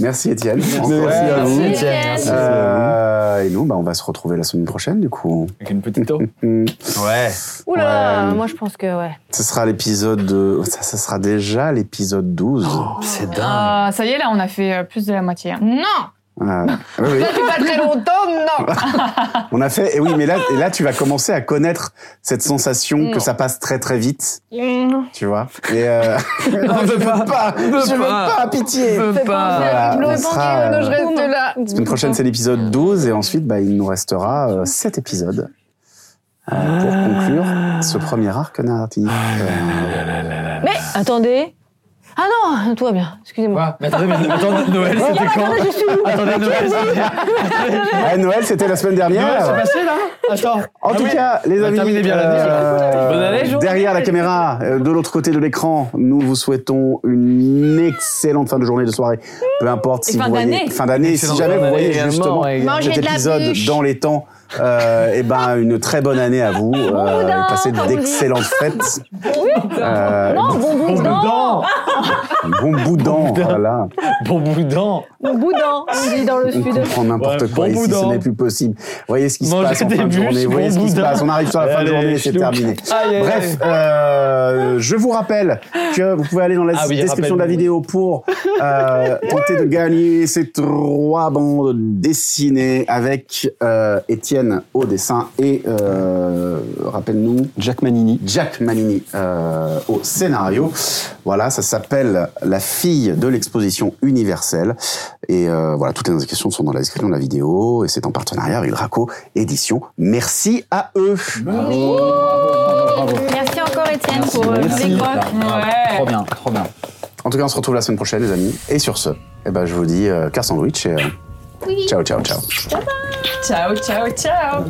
Speaker 1: Merci Étienne.
Speaker 28: Merci à vous.
Speaker 16: Ah,
Speaker 1: Merci,
Speaker 28: Étienne. Merci.
Speaker 1: Euh, et nous, bah, on va se retrouver la semaine prochaine, du coup.
Speaker 3: Avec une petite eau.
Speaker 1: ouais.
Speaker 16: Oula, là, moi je pense que ouais.
Speaker 1: Ce sera l'épisode. de- Ça, ça sera déjà l'épisode 12.
Speaker 3: Oh, c'est
Speaker 18: Ah, ça y est, là, on a fait euh, plus de la moitié. Non
Speaker 1: Ah, oui,
Speaker 18: Depuis pas très longtemps, non
Speaker 1: on a fait. Et oui, mais là, et là, tu vas commencer à connaître cette sensation que ça passe très très vite.
Speaker 18: Mm.
Speaker 1: Tu vois Et euh...
Speaker 3: Non, je veux pas.
Speaker 1: Je veux pas, pitié.
Speaker 3: Je
Speaker 18: Ah,
Speaker 3: veux
Speaker 1: Ah, Voilà,
Speaker 3: pas.
Speaker 1: on sera, euh,
Speaker 18: reste là.
Speaker 1: La semaine prochaine, c'est l'épisode 12 et ensuite, bah, il nous restera 7 épisodes euh, pour
Speaker 3: Ah.
Speaker 1: conclure ce premier arc narratif.
Speaker 16: Mais attendez. Ah non, tout va bien, excusez-moi.
Speaker 17: Mais attendez, mais attendez, Noël,
Speaker 16: Non,
Speaker 17: c'était
Speaker 16: mais
Speaker 17: quand
Speaker 16: attendez, je suis où
Speaker 17: Attendez, Noël, c'était.
Speaker 1: Euh, Noël, c'était la semaine
Speaker 3: Noël, c'est
Speaker 1: dernière.
Speaker 3: passé là Attends.
Speaker 1: En
Speaker 3: Ah
Speaker 1: tout
Speaker 3: oui.
Speaker 1: cas, les
Speaker 3: Bah,
Speaker 1: amis, euh,
Speaker 3: terminez bien l'année, alors. Bonne année, journée.
Speaker 1: derrière la caméra, euh, de l'autre côté de l'écran, nous vous souhaitons une excellente fin de journée, de soirée, peu importe
Speaker 16: Et
Speaker 1: si
Speaker 16: fin
Speaker 1: vous voyez
Speaker 16: d'année.
Speaker 1: fin d'année, si
Speaker 3: Excellente
Speaker 1: jamais
Speaker 3: fin
Speaker 1: vous voyez
Speaker 3: d'année
Speaker 1: justement
Speaker 3: également,
Speaker 16: Mangez
Speaker 1: cet
Speaker 16: de la
Speaker 1: épisode
Speaker 16: bûche.
Speaker 1: dans les temps, euh, et ben une très bonne année à vous, euh,
Speaker 16: boudin,
Speaker 1: et passez
Speaker 16: comme on dit.
Speaker 1: d'excellentes fêtes. Euh,
Speaker 16: Non, bon boudin.
Speaker 1: Un bon boudin, voilà.
Speaker 3: Bon boudin
Speaker 16: Mon boudin, on dit dans le
Speaker 1: On
Speaker 16: sud.
Speaker 1: comprend n'importe
Speaker 3: Ouais,
Speaker 1: quoi
Speaker 3: bon
Speaker 1: ici,
Speaker 3: boudin.
Speaker 1: ce n'est plus possible. Voyez ce qui se
Speaker 3: Mangez
Speaker 1: passe en
Speaker 3: des
Speaker 1: fin de
Speaker 3: bûches,
Speaker 1: journée,
Speaker 3: bon
Speaker 1: voyez ce qui se
Speaker 3: boudin.
Speaker 1: passe. On arrive sur la fin de
Speaker 3: Allez,
Speaker 1: journée, c'est
Speaker 3: schnouk.
Speaker 1: terminé.
Speaker 3: Aïe, aïe,
Speaker 1: Bref, euh, je vous rappelle que vous pouvez aller dans la
Speaker 3: Ah oui,
Speaker 1: description de la
Speaker 3: rappelle-nous.
Speaker 1: vidéo pour euh, tenter de gagner ces trois bandes dessinées avec euh, Étienne au dessin et, euh, rappelle-nous,
Speaker 28: Jack Manini.
Speaker 1: Jack Manini euh, au scénario. Voilà, ça s'appelle La fille de l'exposition universelle. Et euh, voilà, toutes les indications sont dans la description de la vidéo. Et c'est en partenariat avec Draco Édition. Merci à eux.
Speaker 2: Merci encore, Étienne, pour euh, tous les crocs.
Speaker 7: Trop bien, trop bien.
Speaker 1: En tout cas, on se retrouve la semaine prochaine, les amis. Et sur ce, eh ben, je vous dis euh, carte sandwich et euh, ciao, ciao, ciao.
Speaker 18: Ciao, ciao, ciao.